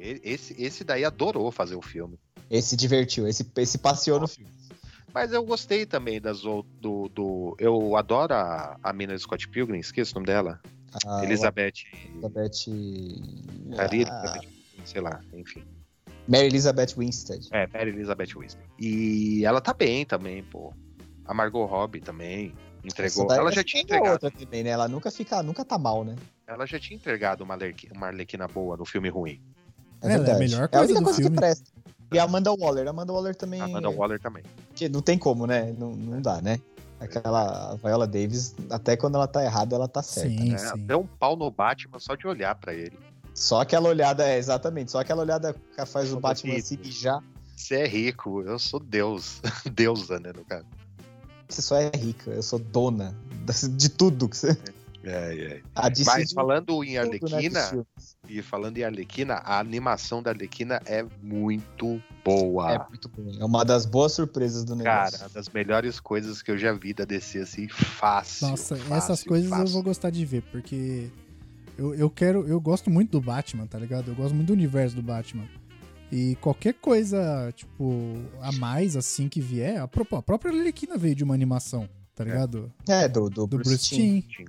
Esse, esse daí adorou fazer o filme.
Esse divertiu, esse, esse passeou no filme.
Mas eu gostei também das ou- do, do. Eu adoro a, a mina do Scott Pilgrim, esqueço o nome dela.
A
Elizabeth.
Ah, Elizabeth.
Carina,
Ah,
Elizabeth- sei lá, enfim.
Mary Elizabeth Winstead.
É, Mary Elizabeth Winstead. E ela tá bem também, pô. A Margot Robbie também entregou.
Essa daí
Ela
é
já tinha
uma
entregado.
outra também, né? Ela nunca fica, nunca tá mal, né?
Ela já tinha entregado uma, Arlequi- uma Arlequina boa no filme ruim.
Ela é a
verdade.
melhor
É a
coisa
única
do
coisa
filme.
que presta. E a Amanda Waller. A Amanda Waller também.
A Amanda Waller também.
que não tem como, né? Não, não dá, né? Aquela a Viola Davis, até quando ela tá errada, ela tá certa.
Sim,
né?
sim.
Até um pau no Batman só de olhar pra ele.
Só aquela olhada, é, exatamente. Só aquela olhada que faz o Batman assim, se mijar.
Você é rico, eu sou Deus. Deusa, né, no caso.
Você só é rica, eu sou dona das- de tudo que você.
É, é.
A DC
Mas
de
falando em
tudo, né,
Arlequina,
dos filmes.
e falando em Arlequina, a animação da Arlequina é muito boa.
É muito bom. É uma das boas surpresas do negócio.
Cara, das melhores coisas que eu já vi da DC, assim, fácil.
Nossa,
fácil,
essas coisas eu
fácil.
vou gostar de ver, porque eu, eu quero. Eu gosto muito do Batman, tá ligado? Eu gosto muito do universo do Batman. E qualquer coisa, tipo, a mais assim que vier, a, pró- a própria Arlequina veio de uma animação, tá ligado?
é, do, do,
Do
Bruce,
Bruce
Timm.
Timm.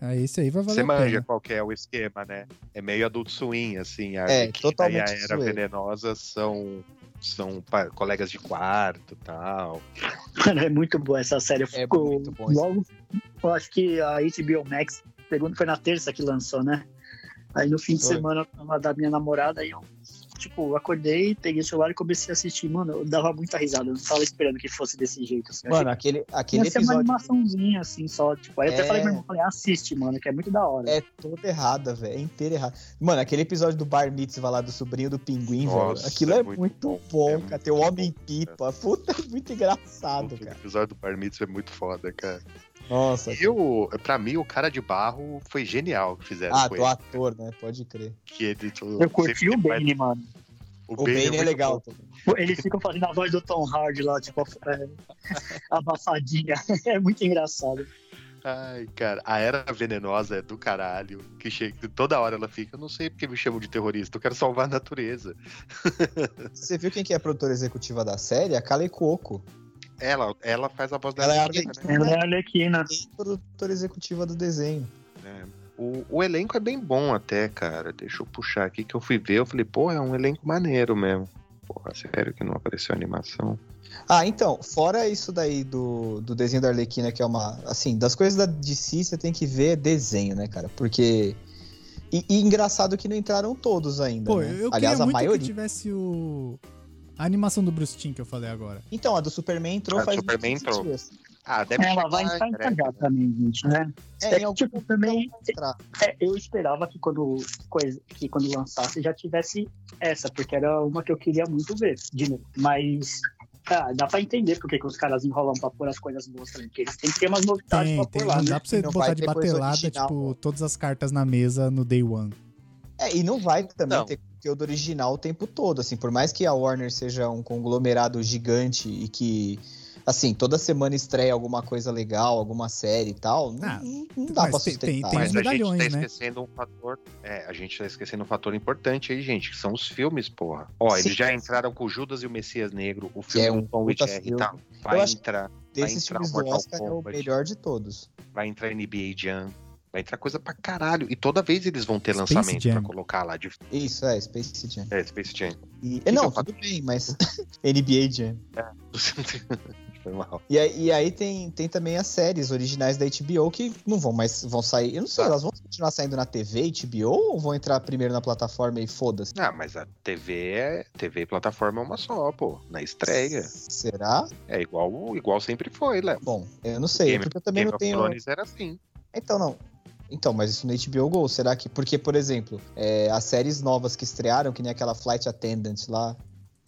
Aí esse aí vai valer
Você
a pena.
manja qual que é o esquema, né? É meio adulto swing, assim.
É,
A Arlequina e a
totalmente
Era
zoeiro.
Venenosa são, são pa- colegas de quarto e tal.
Cara, é muito boa essa série. Eu
É
fico
muito bom isso.
logo. Eu acho que a HBO Max, segundo foi na terça que lançou, né? Aí no fim de
Foi.
semana, uma da minha namorada, aí eu, tipo, acordei, peguei o celular e comecei a assistir. Mano, eu dava muita risada. Eu não tava esperando que fosse desse jeito. Assim. Eu
Mano, aquele,
achei
aquele
que ia ser uma
episódio
animaçãozinha, assim, só. Tipo, aí eu
É.
até falei pra meu irmão, falei, assiste, mano, que é muito da hora.
é toda errada, velho. É inteira errada. Mano, aquele episódio do Bar Mitzvah lá do sobrinho do pinguim, velho.
Nossa,
Aquilo é,
é
muito,
muito
bom,
bom. É muito
cara. Tem o
bom,
homem pipa. Puta, é muito engraçado,
o
cara.
episódio do Bar Mitzvah é muito foda, cara.
Nossa.
E o, pra mim, o cara de barro foi genial que fizeram
Ah,
com
do
ele.
ator, né? Pode crer.
Que ele, tipo,
Eu curti
sempre
o
faz-
Bane, mano.
O Bane é
muito
legal.
bom.
também.
Eles ficam fazendo a voz do Tom Hardy lá, tipo, é, abafadinha. É muito engraçado.
Ai, cara, a Era Venenosa é do caralho. Que chega, toda hora ela fica, eu não sei porque me chamam de terrorista, eu quero salvar a natureza.
Você viu quem que é a produtora executiva da série? A Kale Cuoco.
Ela, ela faz a voz da
Ela é a
Arlequina, né?
Ela é a Arlequina.
E produtora executiva do desenho.
O, o elenco é bem bom até, cara. Deixa eu puxar aqui que eu fui ver, eu falei, pô, é um elenco maneiro mesmo. Porra, sério que não apareceu animação?
Ah, então, fora isso daí do, do desenho da Arlequina, que é uma. Assim, das coisas da DC, você tem que ver desenho, né, cara? Porque. E, e engraçado que não entraram todos ainda.
Pô,
né?
eu, eu queria
Aliás, a
muito que
maioria.
tivesse o. A animação do Bruce Timm que eu falei agora.
Então, a do Superman entrou
A do
faz
Superman
15
entrou.
dias.
Ah, deve
Ela
chegar,
vai entrar em
cara. é
cagada também, gente, né?
tá É,
É,
em algum
tipo, também
Entrar.
é, eu esperava que quando, coisa- que quando lançasse já tivesse essa, porque era uma que eu queria muito ver, de novo. Mas ah, dá pra entender porque que os caras enrolam pra pôr as coisas boas também, porque eles têm que ter umas
Tá,
novidades
Tem,
pra
tem. Não
pôr lá,
dá
né?
pra você
Não vai
botar de
ter coisa
batelada,
original.
tipo, todas as cartas na mesa no day one.
É, e não vai também
Não.
ter conteúdo original o tempo todo, assim, por mais que a Warner seja um conglomerado gigante e que, assim, toda semana estreia alguma coisa legal, alguma série e tal, não,
Ah,
não- não dá
mas
pra
tem-
sustentar.
tem os
Mas a gente
medalhões,
tá
né?
esquecendo um fator. É, a gente tá esquecendo um fator importante aí, gente, que são os filmes, porra. Ó,
Sim.
eles já entraram com o Judas e o Messias Negro, o
Que
filme
é um
do Tom
puta
Jerry e
filme.
tal. Vai
acho que
entrar,
Desses
entrar o
filmes do
Mortal
Oscar é o
Kombat.
melhor de todos.
vai entrar NBA Jam, vai entrar coisa pra caralho. E toda vez eles vão ter
Space
lançamento
Jam.
pra colocar lá de
Isso, é, Space Jam.
é, Space Jam.
E-
que
não,
eu
tudo bem, mas NBA Jam.
Foi mal.
E aí, e aí tem, tem também as séries originais da HBO que não vão mais vão sair. Eu não sei,
Tá.
elas vão continuar saindo na TV, HBO, ou vão entrar primeiro na plataforma e foda-se?
Ah, mas a TV é. TV e plataforma é uma só, pô. Na estreia.
Será?
É igual, igual sempre foi, Léo.
Bom, eu não sei, é porque eu também
Game
não um
of
tenho.
Thrones era assim.
Então, não. Então, mas isso no HBO Go, será que. Porque, por exemplo, é, as séries novas que estrearam, que nem aquela Flight Attendant lá,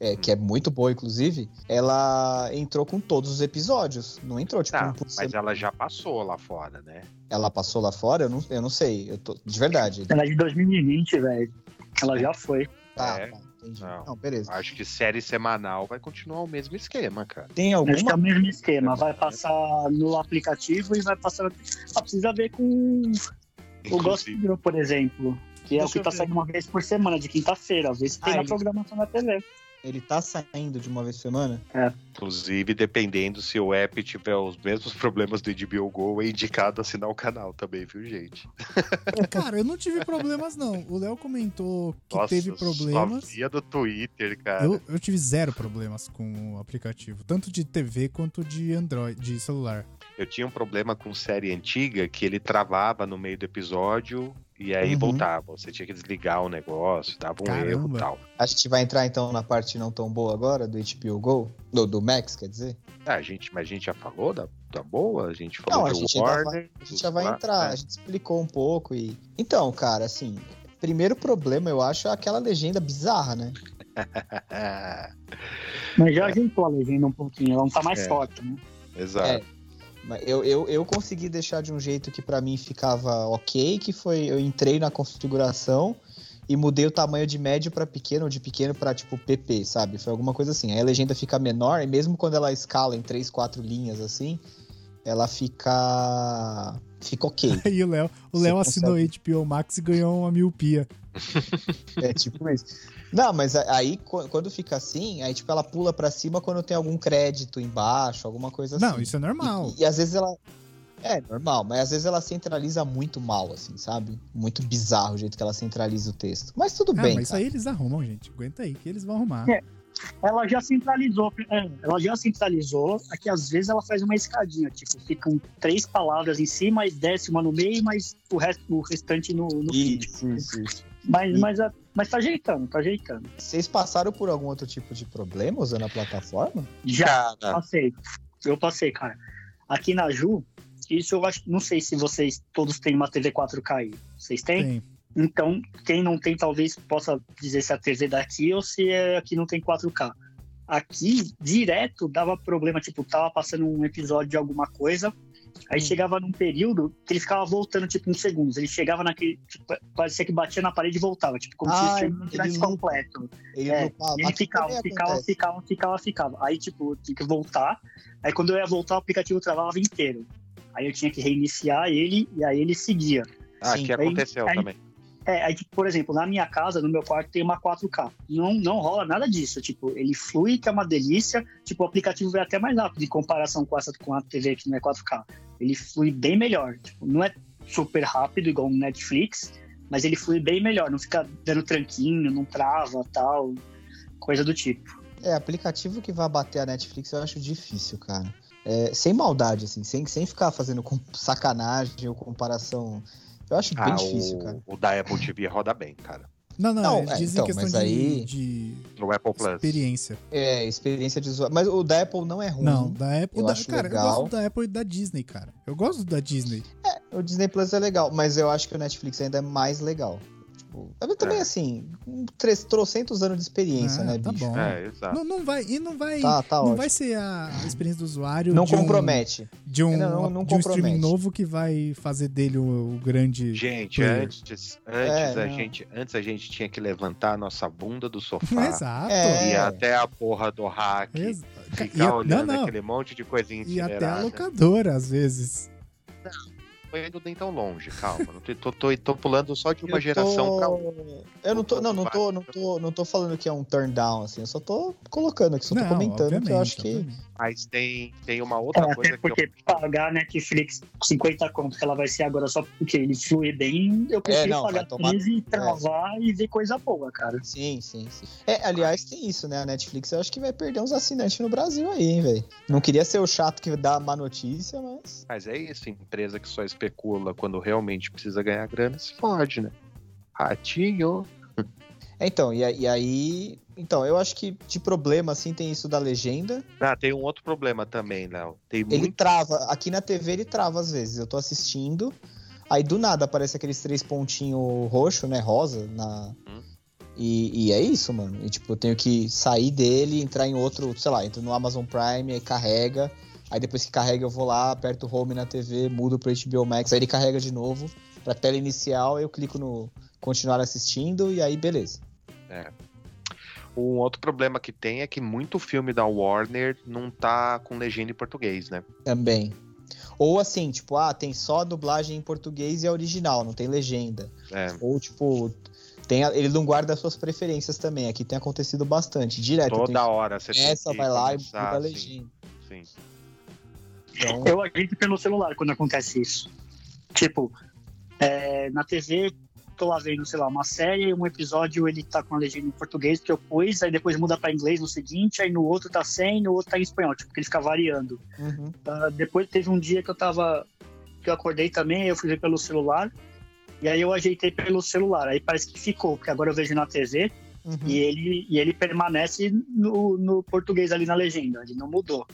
é, que é muito boa, inclusive, ela entrou com todos os episódios. Não entrou, tipo,
Tá,
um por
mas
semana.
ela já passou lá fora, né?
Ela passou lá fora, eu não, eu não sei. Eu tô... De verdade.
Ela é de 2020, velho. Ela já foi.
Tá,
É.
tá, entendi. Não,
Não.
beleza.
Acho que série semanal vai continuar o mesmo esquema, cara.
Tem alguma.
Acho que é o mesmo esquema. Vai passar no aplicativo e vai passar. Ah, precisa ver com o Gossip Girl, por exemplo. Que é o
Deixa
que
eu
tá
ver.
saindo uma vez por semana, de quinta-feira. Às vezes tem
Ah,
na
ele-
programação da TV.
Ele tá saindo de uma vez por semana?
Inclusive, dependendo se o app tiver os mesmos problemas do HBO Go, é indicado assinar o canal também, viu, gente?
Cara, eu não tive problemas, não. O Léo comentou que teve
só
problemas.
via do Twitter, cara.
Eu, eu tive zero problemas com o aplicativo, tanto de TV quanto de Android, de celular.
Eu tinha um problema com série antiga que ele travava no meio do episódio e aí
Uhum.
voltava. Você tinha que desligar o negócio, dava um
Caramba.
erro e tal.
A gente vai entrar então na parte não tão boa agora do HBO Go? Do, do Max, quer dizer?
Ah, a gente, mas a gente já falou da, da boa, a gente falou
Não, a
do
gente ainda
Warner.
A gente já vai entrar, a gente explicou um pouco e. Então, cara, assim, primeiro problema eu acho é aquela legenda bizarra, né?
Ah,
Mas
É.
já juntou a legenda um pouquinho, ela não tá mais
É.
forte, né?
Exato.
Mas Eu, eu, eu consegui deixar de um jeito que pra mim ficava ok, que foi eu entrei na configuração e mudei o tamanho de médio pra pequeno, ou de pequeno pra tipo PP, sabe? Foi alguma coisa assim. Aí a legenda fica menor e mesmo quando ela escala em três, quatro linhas assim, ela fica fica ok.
Aí o Léo, o
Você
Léo assinou
consegue.
HBO Max e ganhou uma miopia.
É tipo isso. Não, mas a- aí qu- quando fica assim, aí tipo ela pula pra cima quando tem algum crédito embaixo, alguma coisa assim.
Não, isso é normal.
E, e às vezes ela. É normal, mas às vezes ela centraliza muito mal, assim, sabe? Muito bizarro o jeito que ela centraliza o texto. Mas tudo
Ah,
bem.
mas isso
cara.
aí eles arrumam, gente. Aguenta aí, que eles vão arrumar.
É. Ela já centralizou, é, ela já centralizou, aqui às vezes ela faz uma escadinha, tipo, ficam três palavras em cima, mais desce uma no meio, mas o, resto, o restante no, no fim.
Isso, isso, isso.
Mas,
E-
mas, a- mas tá ajeitando, tá ajeitando.
Vocês passaram por algum outro tipo de problema usando a plataforma?
Já,
Ah,
Tá.
passei. Eu passei, cara. Aqui na Ju, isso eu acho, não sei se vocês todos têm uma TV 4K aí. Vocês têm?
Tem.
Então, quem não tem, talvez possa dizer se a TV daqui ou se é aqui não tem 4K. Aqui, direto, dava problema, tipo, tava passando um episódio de alguma coisa, aí chegava num período que ele ficava voltando, tipo, uns segundos. Ele chegava naquele, tipo, parecia que batia na parede e voltava, tipo, como
Ah,
se o filme não
ele
tivesse
lupa.
completo.
Ele
É,
lupava.
Ele
Aqui
ficava,
Ah, também
ficava,
acontece.
ficava, ficava, ficava. Aí, tipo, eu tinha que voltar. Aí, quando eu ia voltar, o aplicativo travava inteiro. Aí eu tinha que reiniciar ele e aí ele seguia.
Ah,
Sim,
que
aí-
aconteceu
aí-
também.
É, aí, tipo, por exemplo, na minha casa, no meu quarto, tem uma 4K. Não, não rola nada disso. Tipo, ele flui, que é uma delícia. Tipo, o aplicativo vai até mais rápido em comparação com essa com a TV que não é 4K. Ele flui bem melhor. Tipo, não é super rápido, igual um Netflix, mas ele flui bem melhor. Não fica dando tranquinho, não trava tal. Coisa do tipo.
É, aplicativo que vai bater a Netflix eu acho difícil, cara. É, sem maldade, assim, sem, sem ficar fazendo com sacanagem ou comparação. Eu acho bem
Ah,
difícil, cara.
o, o da Apple TV roda bem, cara.
Não, não,
Não,
eles
é,
dizem
então,
questão
mas
de,
aí-
de
No Apple Plus.
experiência.
É, experiência de usuário. Mas o da Apple não é ruim.
Não, da Apple.
Eu
da-
acho
cara, eu
legal.
gosto da Apple e da Disney, cara. Eu gosto da Disney.
O Disney Plus é legal, mas eu acho que o Netflix ainda é mais legal. Tipo, mas também,
É.
assim, um tres- trocentos anos de experiência,
Ah,
né,
tá
bicho?
bom.
É, exato.
Não, não vai. E não vai.
Tá, tá
não
ótimo.
vai ser a a experiência do usuário.
Não
de um-
compromete.
de um,
Não, não, não
de um
compromete.
streaming novo que vai fazer dele o, o grande.
Gente,
Hum.
antes, antes,
É,
a
não.
gente, antes a gente tinha que levantar a nossa bunda do sofá.
Exato.
É.
E até a porra do hack.
Exa- E
Ficar
a-
olhando
não, não.
aquele monte de coisinha
E até a
itinerada.
locadora, às vezes.
Foi indo nem tão longe, calma. Não te- tô, tô, tô pulando só de
Eu
uma geração,
tô-
calma.
Eu não tô, não, não tô, não tô, não tô falando que é um turn down, assim. Eu só tô colocando aqui, só tô
não,
comentando que eu
obviamente,
acho que.
obviamente.
Mas tem, tem uma
É,
outra
até
coisa que eu
porque pagar Netflix 50 conto que ela vai ser agora só porque ele flui bem, eu prefiro
É, não, vai
pagar
tomar- é.
15 e travar e ver coisa boa, cara.
Sim, sim, sim. É, aliás, tem isso, né? A Netflix eu acho que vai perder uns assinantes no Brasil aí, hein, velho. Não queria ser o chato que dá má notícia, mas.
Mas é isso, empresa que só especula quando realmente precisa ganhar grana, se fode, né? Ratinho.
É, Então, e, a- e aí. Então, eu acho que de problema, assim, tem isso da legenda.
Ah, tem um outro problema também, Léo. Tem
Ele
muito.
trava. Aqui na TV ele trava às vezes. Eu tô assistindo. Aí do nada aparece aqueles três pontinhos roxo, né? Rosa. Na...
Hum.
E, e é isso, mano. E tipo, eu tenho que sair dele, entrar em outro, sei lá, entro no Amazon Prime, aí carrega. Aí depois que carrega, eu vou lá, aperto home na TV, mudo pro HBO Max, aí ele carrega de novo pra tela inicial, eu clico no continuar assistindo e aí beleza.
Um outro problema que tem é que muito filme da Warner não tá com legenda em português, né?
Também. Ou assim, tipo, ah, tem só a dublagem em português e a original, não tem legenda.
É.
Ou, tipo, Tem a- ele não guarda as suas preferências também. Aqui tem acontecido bastante, direto. É, tem
Toda hora você assim. tem
essa
que
vai lá e
começar,
muda a
sim,
legenda.
Sim,
Então,
Eu agito pelo celular quando acontece isso. Tipo, é, na TV, tô lá vendo, sei lá, uma série, um episódio ele tá com a legenda em português que eu pus, aí depois muda pra inglês no seguinte, aí no outro tá sem, no outro tá em espanhol, tipo, porque ele fica variando.
uhum.
Ah, depois teve um dia que eu tava. que eu acordei também, eu fui ver pelo celular, e aí eu ajeitei pelo celular, aí parece que ficou, porque agora eu vejo na TV
Uhum.
Hum.
e, ele, e ele permanece no, no português ali na legenda, ele não mudou.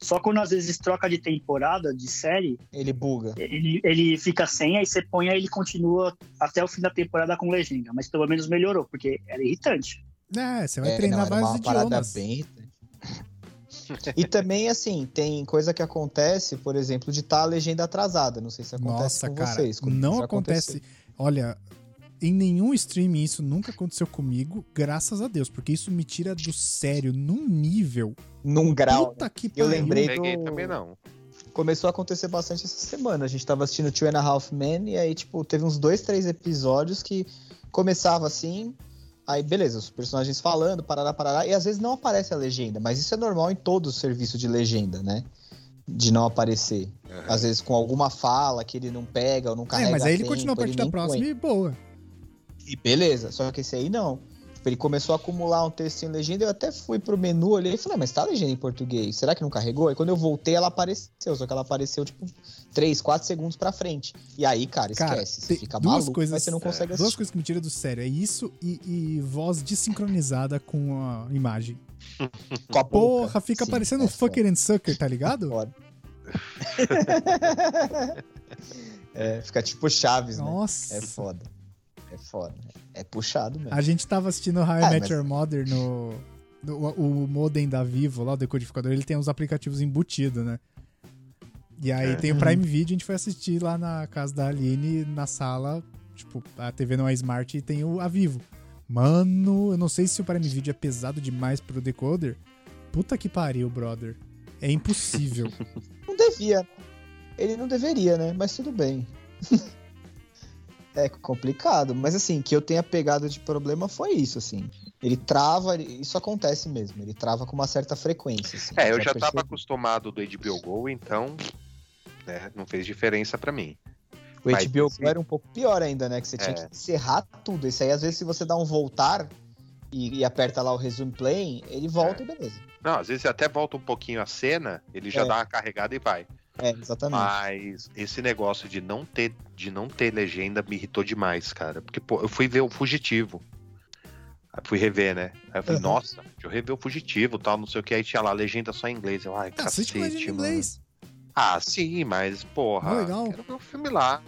Só quando às vezes troca de temporada, de série,
ele buga.
ele, ele fica sem, aí você põe, aí ele continua até o fim da temporada com legenda. Mas pelo menos melhorou, porque era irritante.
É, você vai
É,
treinar
não, era
vários
uma parada
idiomas.
bem irritante. E também, assim, tem coisa que acontece, por exemplo, de estar a legenda atrasada. Não sei se acontece
Nossa,
com
cara,
vocês. comigo
não
já aconteceu.
acontece. Olha, em nenhum streaming isso nunca aconteceu comigo, graças a Deus, porque isso me tira do sério num nível.
Num grau.
Puta que pariu.
Eu
É,
lembrei
não peguei
do-
também não.
Começou a acontecer bastante essa semana. A gente tava assistindo Two and a Half Men e aí, tipo, teve uns dois, três episódios que começava assim. Aí, beleza, os personagens falando, parará, parará. E às vezes não aparece a legenda, mas isso é normal em todo o serviço de legenda, né? De não aparecer.
Aham.
Às vezes com alguma fala que ele não pega ou não carrega.
É, mas aí ele
tempo,
continua a partir da
nem põe.
próxima e boa.
E beleza, só que esse aí não. Tipo, Ele começou a acumular um texto em legenda, eu até fui pro menu ali e falei, mas tá a legenda em português, será que não carregou? Aí quando eu voltei, ela apareceu, só que ela apareceu, tipo, 3, 4 segundos pra frente. E aí, cara, esquece,
Cara,
você
tem
fica
duas
maluco,
coisas- é,
mas você não consegue
Duas
assistir.
coisas que me tiram do sério, é isso e, e voz desincronizada com a imagem.
Com a boca.
Porra, fica
Sim,
parecendo
é
um fucker and sucker, tá ligado?
foda. É, fica tipo Chaves, né?
Nossa.
É foda. É foda. É puxado mesmo.
A gente tava assistindo How I
Ah,
Met
mas-
Your Mother no, no- o, o modem da Vivo, lá o decodificador, ele tem uns aplicativos embutidos, né? E aí
É.
tem
Uhum.
o Prime Video, a gente foi assistir lá na casa da Aline, na sala, tipo, a TV não é Smart e tem o a Vivo. Mano, eu não sei se o Prime Video é pesado demais pro decoder. Puta que pariu, brother. É impossível.
Não devia. né? Ele não deveria, né? Mas tudo bem. é complicado. Mas assim, que eu tenha pegado de problema foi isso, assim. Ele trava, ele- isso acontece mesmo. Ele trava com uma certa frequência. assim,
É, eu já tava
percebi.
acostumado do HBO Go, então né, não fez diferença pra mim.
O
mas
HBO
assim-
era um pouco pior ainda, né? Que você tinha
É.
que encerrar tudo. Isso aí, às vezes, se você dá um voltar e, e aperta lá o resume play, ele
É.
volta e beleza.
Não, às vezes até volta um pouquinho a cena, ele já
É.
dá uma carregada e vai.
É, exatamente.
Ah, Mas esse negócio de não ter de não ter legenda me irritou demais, cara. Porque pô, eu fui ver o Fugitivo. Aí fui rever, né? Aí eu falei,
Uhum.
nossa, deixa eu rever o Fugitivo, tal, não sei o que. Aí tinha lá a legenda só em inglês. Eu, ai,
Ah, Assiste
cacete,
com legenda em
mano.
inglês.
Ah, sim, mas porra.
Não, legal.
Quero ver o filme lá.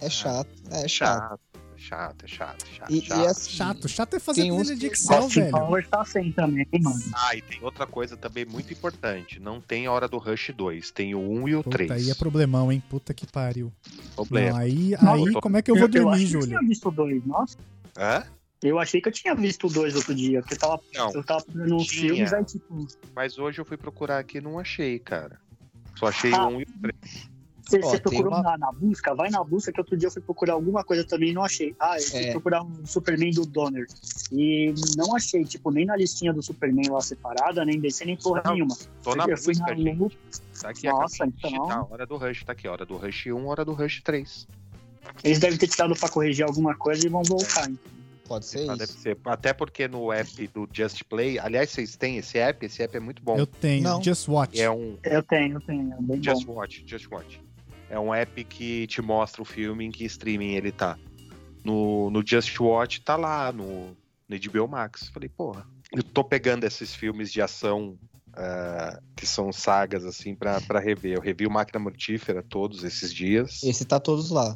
É chato. É
É
chato.
chato, chato, é chato, chato.
E, e
chato.
assim,
Chato, chato é fazer
Tem uns
planilha de
que-
Excel,
Austin
um
velho.
Powers tá sem também, hein, mano.
Ah, e tem outra coisa também muito importante. Não tem a hora do Rush 2, tem o 1 e o
Puta,
3.
aí é problemão, hein? Puta que pariu. Não,
Problema.
aí,
Não,
aí
eu tô-
como é que eu vou dormir,
achei que
Júlio?
Eu tinha visto dois, nossa.
Hã?
Eu achei que eu tinha visto dois outro dia, porque eu tava,
Não,
eu tava vendo uns
tinha.
filmes, aí tipo,
Mas hoje eu fui procurar aqui e não achei, cara. Só achei
Ah.
um e o três.
Você,
Ó,
você
tem
procurou
uma-
na, na busca? Vai na busca que outro dia eu fui procurar alguma coisa também e não achei. Ah, eu fui
É.
procurar um Superman do Donner. E não achei, tipo, nem na listinha do Superman lá separada, nem descer, nem porra
Não,
nenhuma.
Tô na
eu fui
busca,
na
gente.
Lu,
Tá aqui
Nossa,
a capinha,
então.
tá a hora do Rush, tá aqui. a Hora do Rush 1, hora do Rush 3.
eles devem ter tirado pra corrigir alguma coisa e vão voltar. hein?
pode ser
Tá,
isso.
deve ser. Até porque no app do Just Play, aliás, vocês têm esse app? Esse app é muito bom.
Eu tenho,
Não.
Just Watch.
É um
Eu tenho, eu tenho. é Bem
Just
bom.
Watch, Just Watch. É um app que te mostra o filme em que streaming ele tá. No, no Just Watch tá lá, no, no HBO Max. Falei, porra, eu tô pegando esses filmes de ação ah, que são sagas, assim, pra, pra rever. Eu revi o Máquina Mortífera todos esses dias,
Esse tá todos lá.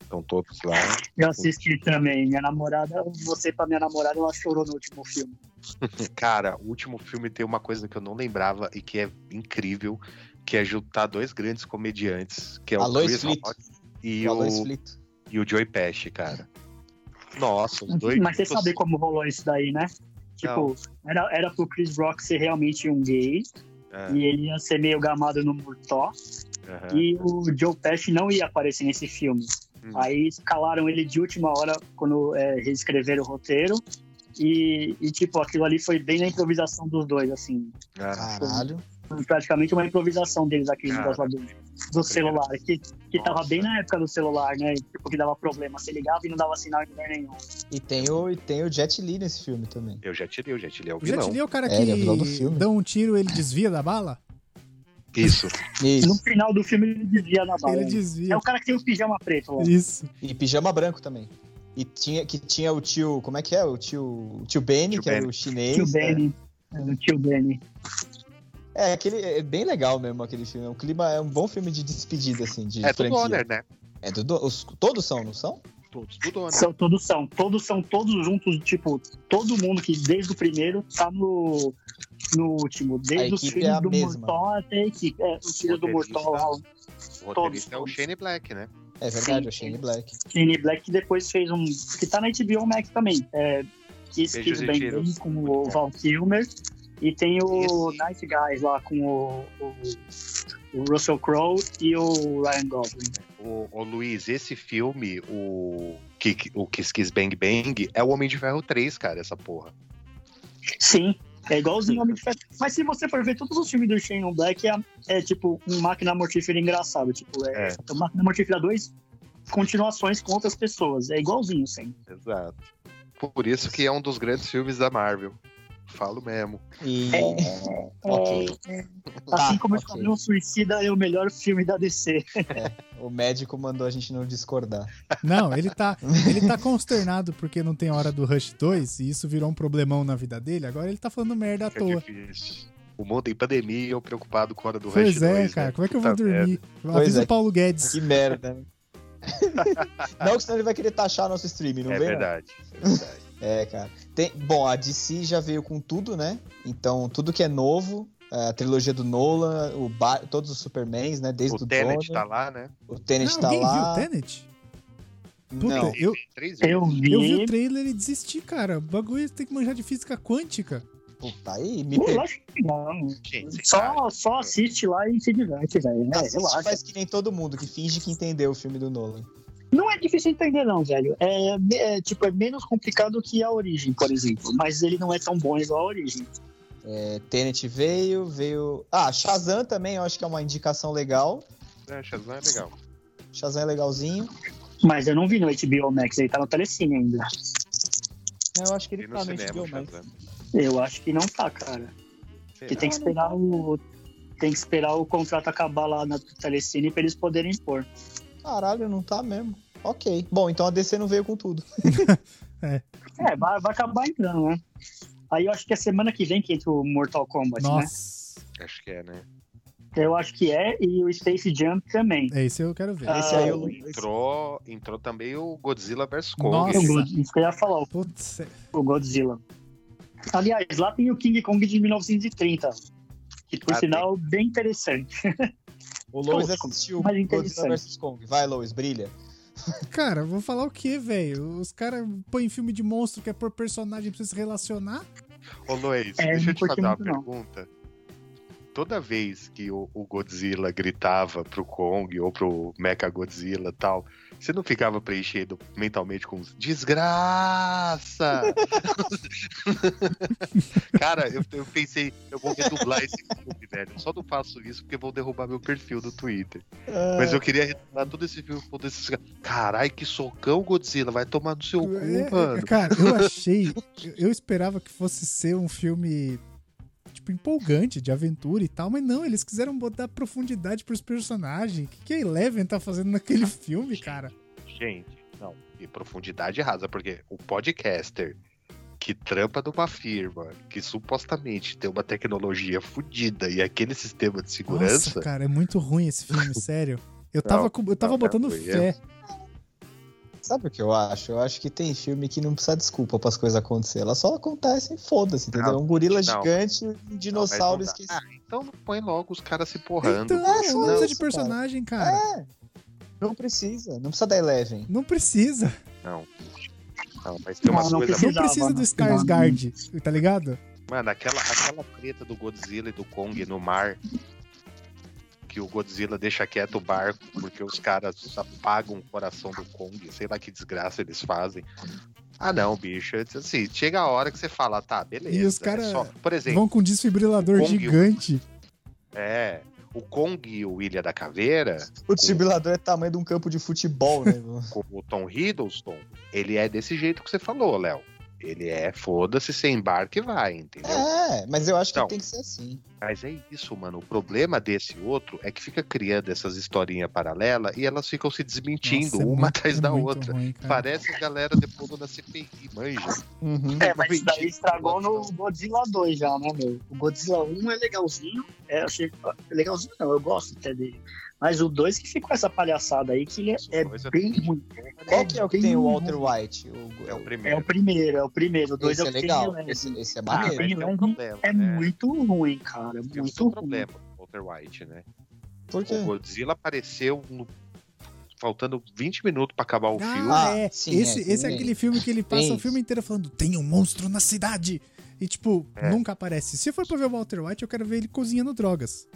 estão todos lá.
Eu assisti também. Minha namorada, você pra minha namorada, ela chorou no último filme.
Cara, o último filme tem uma coisa que eu não lembrava e que é incrível, que é juntar dois grandes comediantes, que é o
Alois
Chris
Flito.
Rock e
o Aloys
o
Flito.
e o Joey Pesci, cara. Nossa, os dois.
Mas você
juntos-
sabe como rolou isso daí, né? Tipo, era, era pro Chris Rock ser realmente um gay
É,
e ele ia ser meio gamado no Murtó.
aham.
E o Joe Pesci não ia aparecer nesse filme.
Hum.
Aí escalaram ele de última hora quando é, reescreveram o roteiro. E, e, tipo, aquilo ali foi bem na improvisação dos dois, assim.
Ah,
Caralho.
Foi Praticamente uma improvisação deles aqui
Cara.
do, gravador, do celular, que, que tava
Nossa.
bem na época do celular, né? Tipo, que dava problema. Você ligava e não dava sinal em lugar nenhum.
E tem o, e tem o Jet Li nesse filme também.
eu já tirei, eu já tirei o
O Jet
vilão.
Li é o cara
É,
que
ele é o vilão do filme.
dá um tiro, ele desvia da bala?
Isso.
No
Isso.
final do filme ele dizia na bala.
Ele
né?
desvia.
É
um
o cara que tem o pijama preto lá.
Isso.
E Pijama Branco também. E tinha, que tinha o tio. Como é que é? O tio. O tio Benny,
Tio
que era
Benny.
o chinês.
Tio
né?
Benny. É, O tio Benny.
É, aquele, é bem legal mesmo aquele filme. É um clima, é um bom filme de despedida, assim, de
É do
franquia.
Donner, né?
É do Don- os- todos são, não são?
Todos do Donner.
São, todos são. Todos são todos juntos, tipo, todo mundo que desde o primeiro tá no, no último. Desde os
equipe
filhos
é a
do
mesma.
Murtó até a equipe. É, os filhos do
Roteirista.
Murtó lá, o
O roteirista é o
todos.
Shane Black, né?
É verdade,
Sim,
o Shane
sim.
Black.
Cine Black, que depois fez um. que tá na HBO Max também. É, que
Beijos
Skills
e
Bang
Tiros.
Bang com
Muito
o
bom.
Val Kilmer. E tem o
Esse.
Nice Guys lá com o, o, o Russell Crowe e o Ryan Gosling.
O, o Luiz, esse filme, o, que, o Kiss Kiss Bang Bang, é o Homem de Ferro 3, cara, essa porra.
Sim, é igualzinho Homem de Ferro. Mas se você for ver todos os filmes do Shane Black, é, é tipo um máquina mortífera engraçado. Tipo,
É.
é, é. uma máquina mortífera 2, continuações com outras pessoas. É igualzinho, sim.
Exato. Por isso que é um dos grandes filmes da Marvel. Falo mesmo.
E.
É,
Ok.
assim
Tá,
como o
ok.
Esquadrão Suicida é o melhor filme da DC.
O médico mandou a gente não discordar.
Não, ele tá, ele tá consternado porque não tem hora do Rush 2 e isso virou um problemão na vida dele. Agora ele tá falando merda à
Fica
toa.
difícil. O mundo em pandemia e eu preocupado com a hora do
Pois
Rush
é,
2,
cara,
né?
como é que eu vou
Puta
dormir?
merda.
Pois
Avisa
é.
o Paulo Guedes.
Que merda. né? não, que senão ele vai querer taxar nosso stream, não
É
vem? não?
verdade. É verdade.
É, cara. Tem, bom, a DC já veio com tudo, né? Então, tudo que é novo, a trilogia do Nolan, o Ba- todos os Supermans, né? Desde
o
o
Tenet
Donner,
tá lá, né?
o Tenet
Não,
tá
alguém
lá.
viu o Tenet? Puta,
Não,
eu,
Três vezes.
Eu vi.
eu vi o trailer e desisti, cara. O bagulho tem que manjar de física quântica.
puta, aí me
Pô,
pegou.
lógico que não.
Gente, cara,
Só, só assiste lá e se diverte, velho. É,
Ah, você
relaxa.
faz que nem todo mundo que finge que entendeu o filme do Nolan.
Não é difícil entender, não, velho. É, é, tipo, é menos complicado que a origem, por exemplo. Mas ele não é tão bom igual a origem.
É, Tenet veio, veio. Ah, Shazam também, eu acho que é uma indicação legal.
né, Shazam é legal.
Shazam é legalzinho.
Mas eu não vi no HBO Max, ele tá no Telecine ainda.
Eu acho que
E
ele
no
tá no
cinema,
HBO Max.
Shazam.
Eu acho que não tá, cara. Porque
Será?
tem que esperar o. Tem que esperar o contrato acabar lá na Telecine pra eles poderem pôr.
Caralho, não tá mesmo. Ok. Bom, então a DC não veio com tudo.
É, vai, vai acabar entrando, né? Aí eu acho que é semana que vem que entra o Mortal Kombat, né?
Nossa,
Acho que é, né?
Eu acho que é, e o Space Jump também.
é isso eu quero ver.
Ah,
Esse aí eu.
Entrou, entrou também o Godzilla vs.
Nossa.
Kong.
O God- Isso que eu ia falar, o-
Putz, é-
o Godzilla. Aliás, lá tem o King Kong de 1930. Que por
Ah,
sinal, bem interessante.
O Lois
Tosco,
assistiu
mas
Godzilla
interessante.
vs Kong. Vai, Lois, brilha.
Cara, vou falar o que, velho? Os caras põem filme de monstro que é por personagem pra você se relacionar?
Ô Luiz,
É,
deixa
não
eu te
curti
fazer uma
muito, não.
pergunta. Toda vez que o, o Godzilla gritava pro Kong ou pro Mecha Godzilla e tal, você não ficava preenchido mentalmente com uns, desgraça! Cara, eu, eu pensei, eu vou redublar esse filme, velho. Eu só não faço isso porque vou derrubar meu perfil do Twitter. Mas eu questionei queria redublar todo esse filme com todos esses caras. Carai, que socão, Godzilla, vai tomar no seu
É,
cu, um, mano.
cara, eu achei. eu- Eu esperava que fosse ser um filme, tipo, empolgante, de aventura e tal, mas não, eles quiseram botar profundidade pros personagens. O que, que a Eleven tá fazendo naquele filme, cara?
Gente, não. E profundidade rasa, porque o podcaster que trampa numa firma que supostamente tem uma tecnologia fodida e aquele sistema de segurança.
Nossa, cara, é muito ruim esse filme, sério. Eu tava,
Não,
com- eu tava
não, é
botando
tranquilo.
fé.
Sabe o que eu acho? Eu acho que tem filme que não precisa desculpa para as coisas acontecerem. Elas só acontecem, foda-se, entendeu?
Não,
um gorila
não.
gigante, um dinossauro
Não, mas não dá.
esquecido.
Ah, então não põe logo os caras se porrando.
Então, não precisa de
cara.
personagem, Ah, cara.
É, Não precisa, não precisa da Eleven.
Não precisa.
Não. Não, mas tem umas
Não, não
coisas.
Não
Precisava,
precisa do
né?
Skarsgård, tá ligado?
Mano, aquela, aquela treta do Godzilla e do Kong no mar. Que que o Godzilla deixa quieto o barco porque os caras apagam o coração do Kong, sei lá que desgraça eles fazem. Ah não, bicho, assim, chega a hora que você fala, tá, beleza.
E os cara
é só- por exemplo,
Vão com um desfibrilador
Kong,
gigante.
é, o Kong e o Ilha da Caveira,
O desfibrilador é tamanho de um campo de futebol, né? mano?
como o Tom Hiddleston, ele é desse jeito que você falou, Léo. Ele é foda-se, você embarca e vai, entendeu?
é, mas eu acho que
Não.
tem que ser assim.
Mas é isso, mano. O problema desse outro é que fica criando essas historinhas paralelas e elas ficam se desmentindo
Nossa, é
uma
muito,
atrás da
muito É.
outra.
ruim, cara.
Parece a galera depois da CPI, manja.
Uhum.
É, mas isso daí estragou no Godzilla 2 já, né, meu? O Godzilla 1 é legalzinho, é, eu achei legalzinho não, eu gosto até dele. Mas o 2 que ficou essa palhaçada aí, que ele é, é
Coisa
bem ruim.
Qual que é o que
bem
tem o
ruim.
Walter White? O-
É o
É o
primeiro.
primeiro, é o primeiro. O 2
esse
é o
é
que
legal.
tem, né?
Esse, esse é
Ah,
maneiro.
bem-
Esse é
vilão
o problema,
É
né?
muito ruim, cara.
Tem o
Muito
seu
ruim.
problema, Walter White, né?
Por quê?
O Godzilla apareceu no- faltando 20 minutos pra acabar o um filme.
Ah,
Ah,
é.
sim,
esse
é,
esse é
tem.
aquele filme que ele passa
Tem.
o filme inteiro falando: tem um monstro na cidade. E, tipo,
É.
nunca aparece. Se for pra ver o Walter White, eu quero ver ele cozinhando drogas.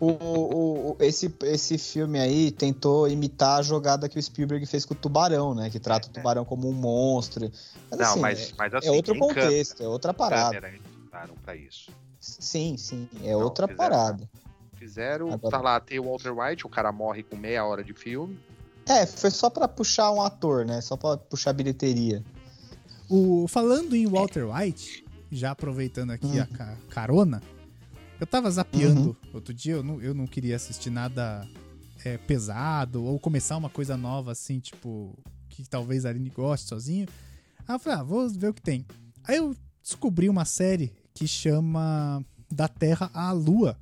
O, o- o- esse, esse filme aí tentou imitar a jogada que o Spielberg fez com o Tubarão, né? Que trata o Tubarão como um monstro. Mas,
Não,
assim,
mas, mas
é,
assim,
é outro
em câmera-
contexto, é outra parada.
câmera eles usaram pra isso.
Sim, sim, é
Não,
outra
fizeram-
parada.
Fizeram,
Agora-
tá lá, tem o Walter White, o cara morre com meia hora de filme.
É, foi só pra puxar um ator, né? Só pra puxar bilheteria.
O, falando em Walter White, já aproveitando aqui a ca- carona, eu tava zapeando outro dia, eu não, eu não queria assistir nada é, pesado ou começar uma coisa nova assim, tipo, que talvez a Aline goste sozinho. Aí eu falei, ah, vou ver o que tem. Aí eu descobri uma série que chama Da Terra à Lua.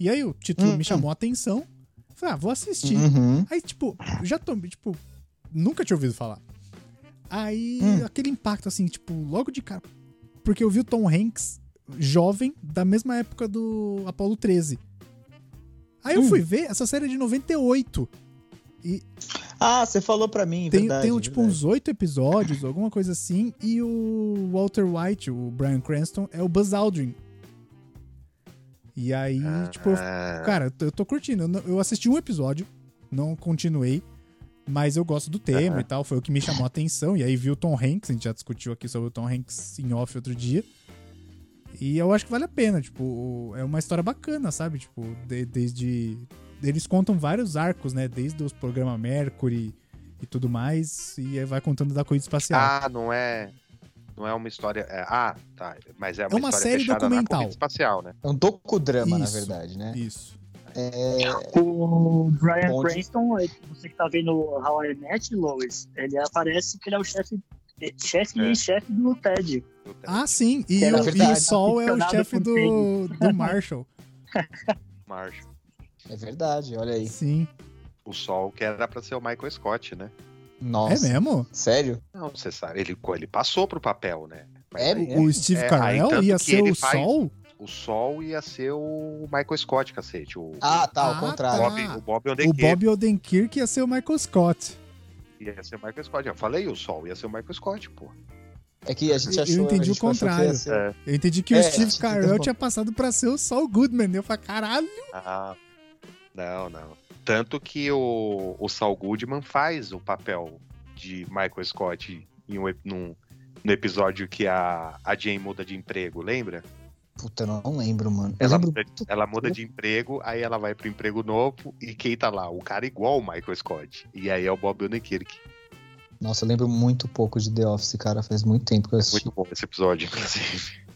E aí o título
Uhum.
me chamou a atenção. Falei, ah, vou assistir.
Uhum.
Aí, tipo, já tomei, tipo, nunca tinha ouvido falar. Aí,
Hum.
aquele impacto, assim, tipo, logo de cara. Porque eu vi o Tom Hanks jovem, da mesma época do Apollo 13. Aí eu
Hum.
fui ver, essa série é de 98.
Ah, você falou pra mim,
Tem,
verdade. é
tem tipo,
verdade.
uns oito episódios, alguma coisa assim. E o Walter White, o Brian Cranston, é o Buzz Aldrin. E aí, tipo, eu
Ah,
Cara, eu tô- eu tô curtindo. Eu não- Eu assisti um episódio, não continuei, mas eu gosto do tema
Aham.
e tal. Foi o que me chamou a atenção. E aí vi o Tom Hanks, a gente já discutiu aqui sobre o Tom Hanks em off outro dia. E eu acho que vale a pena, tipo, o- é uma história bacana, sabe? Tipo, de- desde. Eles contam vários arcos, né? Desde os programas Mercury e tudo mais. E aí vai contando da corrida espacial.
Ah, não é. Não é uma história. é- ah, tá. Mas é uma,
É uma
história
série
fechada
documental.
na corrida espacial, né?
É um docudrama, na
Isso.
verdade, né?
é.
É,
Isso.
O Brian
Onde-
Cranston, é que você que tá vendo How I Met, Lois, ele aparece que ele é o chefe chefe
É.
e chefe do Ted.
Eu tenho
Ah, sim. E,
É
o- e o
verdade.
Sol é o
Aficionado
chefe
por
do, do Marshall. Ah.
Marge,
É verdade, olha aí.
Sim.
O Sol, que era pra ser o Michael Scott, né?
Nossa.
É mesmo?
Sério?
Não, você sabe. Ele, ele passou pro papel, né? Mas
É
aí
mesmo?
O Steve
É, aí
Carell
tanto
ia
que
ser
ele
o
faz-
Sol?
o Sol ia ser o Michael Scott, cacete. O,
Ah, tá,
Ah,
ao
o
contrário.
tá.
Bob, o Bob
O
Odenkirk
Bob Odenkirk ia ser o Michael Scott.
ia ser o Michael Scott. Eu falei o Sol, ia ser o Michael Scott, pô.
É que a gente
tá. Eu
achou...
entendi
a gente
o
achou que ia
contrário.
ser-
Eu entendi que
É,
o Steve
acho que
Carell
tá
deu.
tinha passado pra ser o Sol Goodman. Eu falei, caralho.
Ah, não, não. Tanto que o, o Saul Goodman faz o papel de Michael Scott em um, ep- num- no episódio que a, a Jane muda de emprego, lembra?
Puta, eu não lembro, mano. Eu
Ela,
lembro...
muda- ela muda de emprego, aí ela vai pro emprego novo e quem tá lá? O cara igual o Michael Scott. E aí é o Bob Odenkirk.
Nossa, eu lembro muito pouco de The Office, cara. Faz muito tempo que eu assisti.
Muito bom esse episódio, inclusive.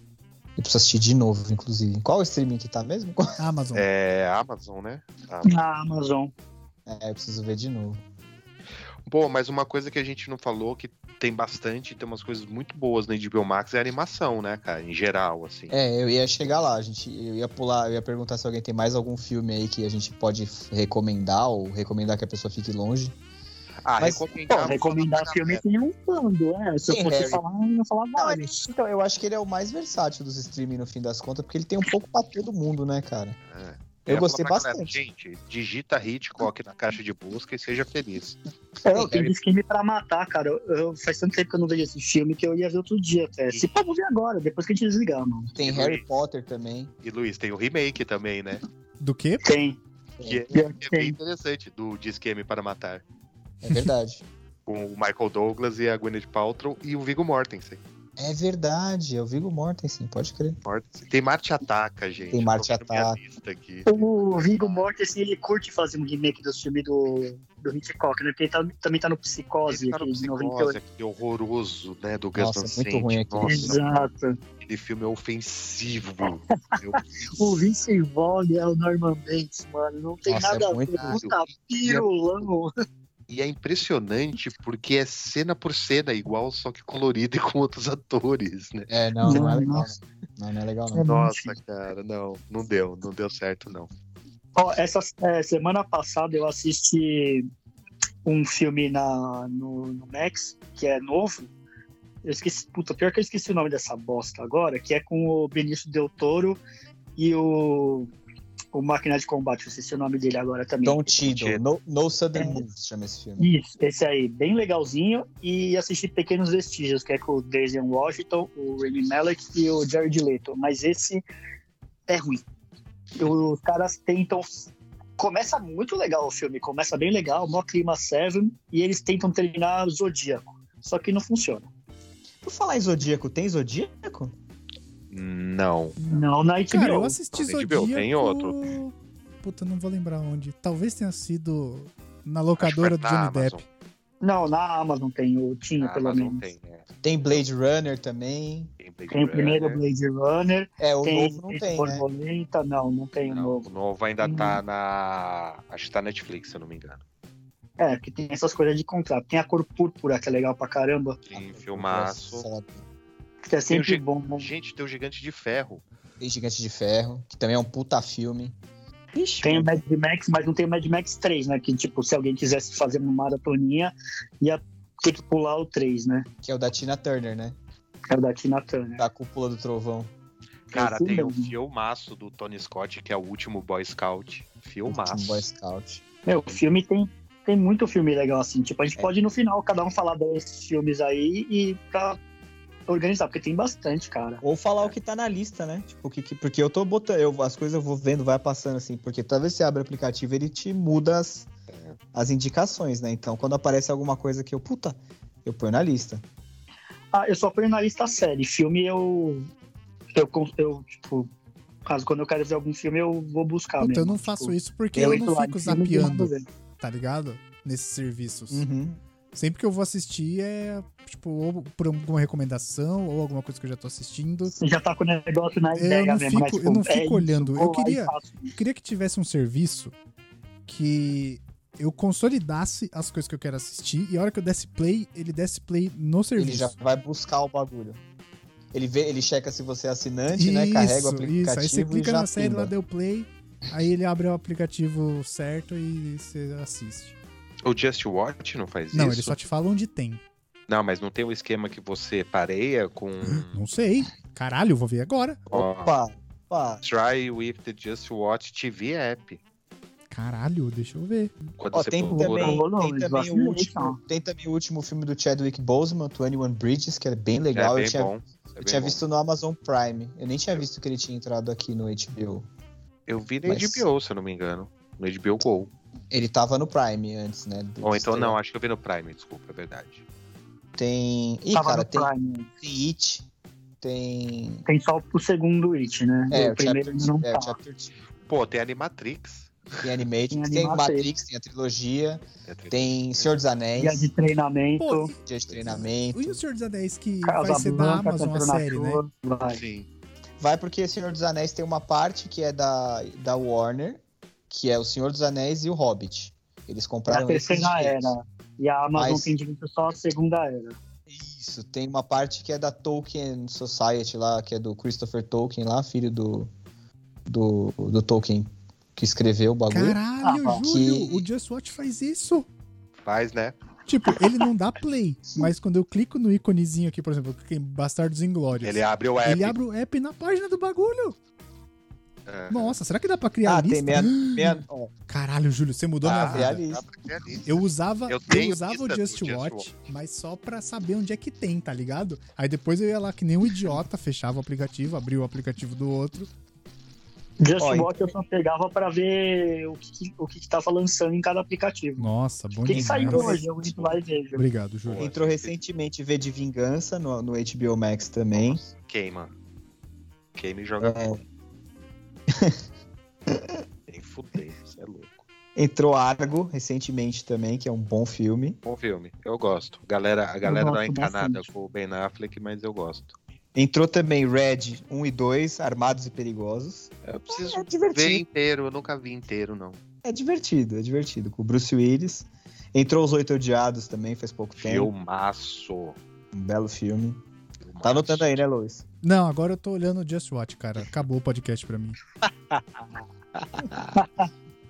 Eu preciso assistir de novo, inclusive. Qual o streaming que tá mesmo?
Amazon.
É Amazon, né? Ah,
Na Amazon.
É, eu preciso ver de novo.
Pô, mas uma coisa que a gente não falou, que tem bastante, tem umas coisas muito boas na HBO Max, é a animação, né, cara? Em geral, assim.
É, eu ia chegar lá, a gente. Eu ia pular, eu ia perguntar se alguém tem mais algum filme aí que a gente pode f- recomendar ou recomendar que a pessoa fique longe.
Ah,
Mas,
recomendar,
Pô, recomendar filme tem um bando, né? Se
Sim,
eu fosse
Harry.
falar, eu ia falar
Não,
vários.
Então, eu acho que ele é o mais versátil dos streaming no fim das contas, porque ele tem um pouco pra todo mundo, né, cara?
É.
Eu
ia
gostei
falar pra galera,
bastante.
gente, digita Hitchcock na caixa de busca e seja feliz.
É, eu
Harry.
tenho filme pra matar, cara. Eu, eu- faz tanto tempo que eu não vejo esse filme que eu ia ver outro dia até. Se pô, vou ver agora, depois que a gente desligar, mano.
Tem
E
Harry
Luiz?
Potter também.
E Luiz, tem o remake também, né?
Do quê?
Tem.
Que é,
Pior
que
que
é bem
tem.
interessante, do Disque M para Matar.
É verdade.
Com o Michael Douglas e a Gwyneth Paltrow e o Viggo Mortensen.
é verdade, é o Viggo Mortensen, pode crer.
Mortensen. Tem Marte Ataca, gente.
Tem Marte
Tô vendo minha
Ataca. um
lista aqui.
O Viggo Mortensen, ele curte fazer um remake dos filmes do, do Hitchcock, né? Porque ele tá- também tá no Psicose,
Ele tá no
aquele de
Psicose,
98.
aquele horroroso, né, do Gus
Nossa, é
Van
muito
Sant.
ruim aquele
Nossa,
Exato.
aquele filme é ofensivo. É
O Vincent Vaughn é o Norman Bates, mano. Não tem
Nossa,
nada
é
a
muito
ver.
errado.
Puta pirulão.
E é impressionante porque é cena por cena igual, só que colorida e com outros atores, né?
É, não, não, é legal.
Nossa.
Não. não, não é legal, não.
Nossa, cara, não, não deu, não deu certo, não.
Ó, essa é, semana passada eu assisti um filme na, no, no Max, que é novo. Eu esqueci, puta, pior que eu esqueci o nome dessa bosta agora, que é com o Benício Del Toro e o, o Máquina de Combate, eu esqueci o nome dele agora também.
Don Tido, No, no Southern
É.
Moves chama esse filme.
Isso, esse aí, bem legalzinho. E assisti Pequenos Vestígios, que é com o Daisy Washington, o Remy Malek e o Jared Leto. Mas esse é ruim. Os caras tentam. Começa muito legal o filme, começa bem legal, mó clima Seven, e eles tentam terminar Zodíaco. Só que não funciona.
Por falar em Zodíaco, tem Zodíaco?
Não.
Não na HBO.
Cara, eu assisti
Não,
Zodíaco...
HBO, tem outro.
Puta, não vou lembrar onde. Talvez tenha sido na
Acho que foi
locadora do
na
Johnny
Amazon.
Depp.
Não, na Amazon tem, o tinha
Na
pelo
Amazon
menos.
tem, né?
Tem Blade Runner também.
Tem, Blade
Tem o primeiro
Runner. né?
Blade Runner,
É, o
tem,
novo não
Efeito
tem, né?
Borboleta, não, não tem o
Não,
novo.
o novo ainda tá na. Acho que tá na Netflix, se eu não me engano.
É, que tem essas coisas de contrato. Tem a cor púrpura, que é legal pra caramba.
Tem filmaço.
Foda.
Que é sempre
Tem o G-
bom, né?
Gente, tem o Gigante de Ferro.
Tem Gigante de Ferro, que também é um puta filme. Ixi,
Tem o Mad Max, mas não tem o Mad Max 3, né? Que, tipo, se alguém quisesse fazer uma maratoninha, ia ter que pular o 3, né?
que é o da Tina Turner, né?
É o da Tina Turner.
Da Cúpula do Trovão.
Cara,
sim,
tem um- o
mesmo.
filmaço do Tony Scott, que é o último Boy Scout.
Um
Filmaço.
Boy Scout.
Meu, o filme tem, tem muito filme legal, assim. Tipo, a gente
É.
pode, no final, cada um falar desses filmes aí e pra organizar, porque tem bastante, cara.
Ou
É.
falar o que tá na lista, né? Tipo, o que, que- porque eu tô botando. eu- as coisas eu vou vendo, vai passando assim. Porque toda vez que você abre o aplicativo, ele te muda as,
É.
as indicações, né? Então, quando aparece alguma coisa que eu. Puta, eu ponho na lista.
Ah, eu só ponho na lista série. Filme eu. Eu, con- eu tipo. Caso quando eu quero ver algum filme, eu vou buscar.
Puta, eu
mesmo,
não
tipo,
faço isso porque
eu
eu
entro
não
lá
fico
em filme e
zapeando,
mando ver.
tá ligado? Nesses serviços.
Hum.
Uhum.
Sempre que eu vou assistir é, tipo, ou por alguma recomendação ou alguma coisa que eu já tô assistindo.
Você já tá com o negócio na
É, Eu
ideia
não
mesmo,
fico-
né? Tipo,
eu não
é
fico
isso,
olhando. Eu
vou lá e
queria-
faço.
Eu queria que tivesse um serviço que eu consolidasse as coisas que eu quero assistir e a hora que eu desse play, ele desse play no serviço.
Ele já vai buscar o bagulho. Ele vê, ele checa se você é assinante,
isso,
né? Carrega o aplicativo
isso. Aí você
e
clica
já
na série,
pimba.
lá deu play, aí ele abre o aplicativo certo e você assiste.
O Just Watch não faz
Não,
isso?
ele só te fala onde tem.
Não, mas não tem um esquema que você pareia com.
Não sei. Caralho, eu vou ver agora.
Ó,
Opa, opa.
Try with the Just Watch TV app.
Caralho, deixa eu ver.
Quando
Ó,
você
tem
procura-
também,
Não, não,
tem
eles
também
gostam
o
muito,
último,
não.
tem também o último filme do Chadwick Boseman, 21 Bridges, que é bem legal.
É
eu
bem
tinha,
bom. é
eu
bem
tinha
bom.
visto no Amazon Prime. Eu nem tinha visto que ele tinha entrado aqui no HBO.
Eu vi no
mas-
HBO, se eu não me engano. No HBO Go.
Ele tava no Prime antes, né? do-
Ou então não, acho que eu vi no Prime, desculpa, é verdade.
Tem. Ih,
Tava
cara,
no
tem,
Prime.
tem It. Tem.
Tem só pro segundo It, né?
É,
o primeiro ainda não
é,
tá.
o Chapter Two.
Pô, tem Animatrix.
Tem Animatrix,
Tem
tem
Animatrix.
Matrix, tem a trilogia,
É tri-
tem Senhor dos
Dia
Anéis,
de treinamento,
Pô,
dia de treinamento.
e o Senhor dos Anéis que vai
Casa
ser da
Blanca,
Amazon a
Pedro na
série, né?
Chuva, vai.
Sim.
Vai porque Senhor dos Anéis tem uma parte que é da, da Warner, que é o Senhor dos Anéis e o Hobbit. Eles
É a
compraram esses
terceira
direitos.
era. E a Amazon
Mas-
tem direito só a segunda era.
Isso, tem uma parte que é da Tolkien Society lá, que é do Christopher Tolkien lá, filho do do, do Tolkien que escreveu o bagulho.
Caralho,
Ah,
Júlio,
que-
o Just Watch faz isso.
Faz, né?
Tipo, ele não dá play, mas quando eu clico no íconezinho aqui, por exemplo, eu cliquei em Bastardos Inglórios,
Ele abre o app.
abre o app na página do bagulho.
É.
Nossa, será que dá pra criar
ah,
lista?
tem meia, meia, ó,
Caralho, Júlio, você mudou
Ah,
minha vida.
é a lista.
Dá pra criar lista.
Eu usava,
Eu
eu
tenho
usava o
lista do
Just,
Just
Watch, mas só pra saber onde é que tem, tá ligado? Aí depois eu ia lá que nem um idiota, fechava o aplicativo, abria o aplicativo do outro.
Just
Ó,
Watch eu só pegava pra ver o que, que- o que, que tava lançando em cada aplicativo.
Nossa, bom
O que, que
demais.
saiu
Nossa.
hoje? Eu entro lá e vejo.
Obrigado, Júlio.
Entrou recentemente V de Vingança no, no HBO Max também.
Queima. Queima e joga
É.
fora. Nem fudei, isso é louco.
Entrou Argo recentemente também, que é um bom filme.
Bom filme, eu gosto. Galera, a galera
gosto
dá uma encanada
bastante.
com o Ben Affleck, mas eu gosto.
Entrou também Red 1 e 2, Armados e Perigosos.
Eu preciso
É
ver
divertido.
inteiro, eu nunca vi inteiro, não.
É divertido, é divertido. Com o Bruce Willis. Entrou Os Oito Odiados também, faz pouco tempo.
Filmaço.
Um belo filme.
Filmaço.
Tá anotando aí, né, Luiz?
Não, agora eu tô olhando o Just Watch, cara. Acabou o podcast pra mim.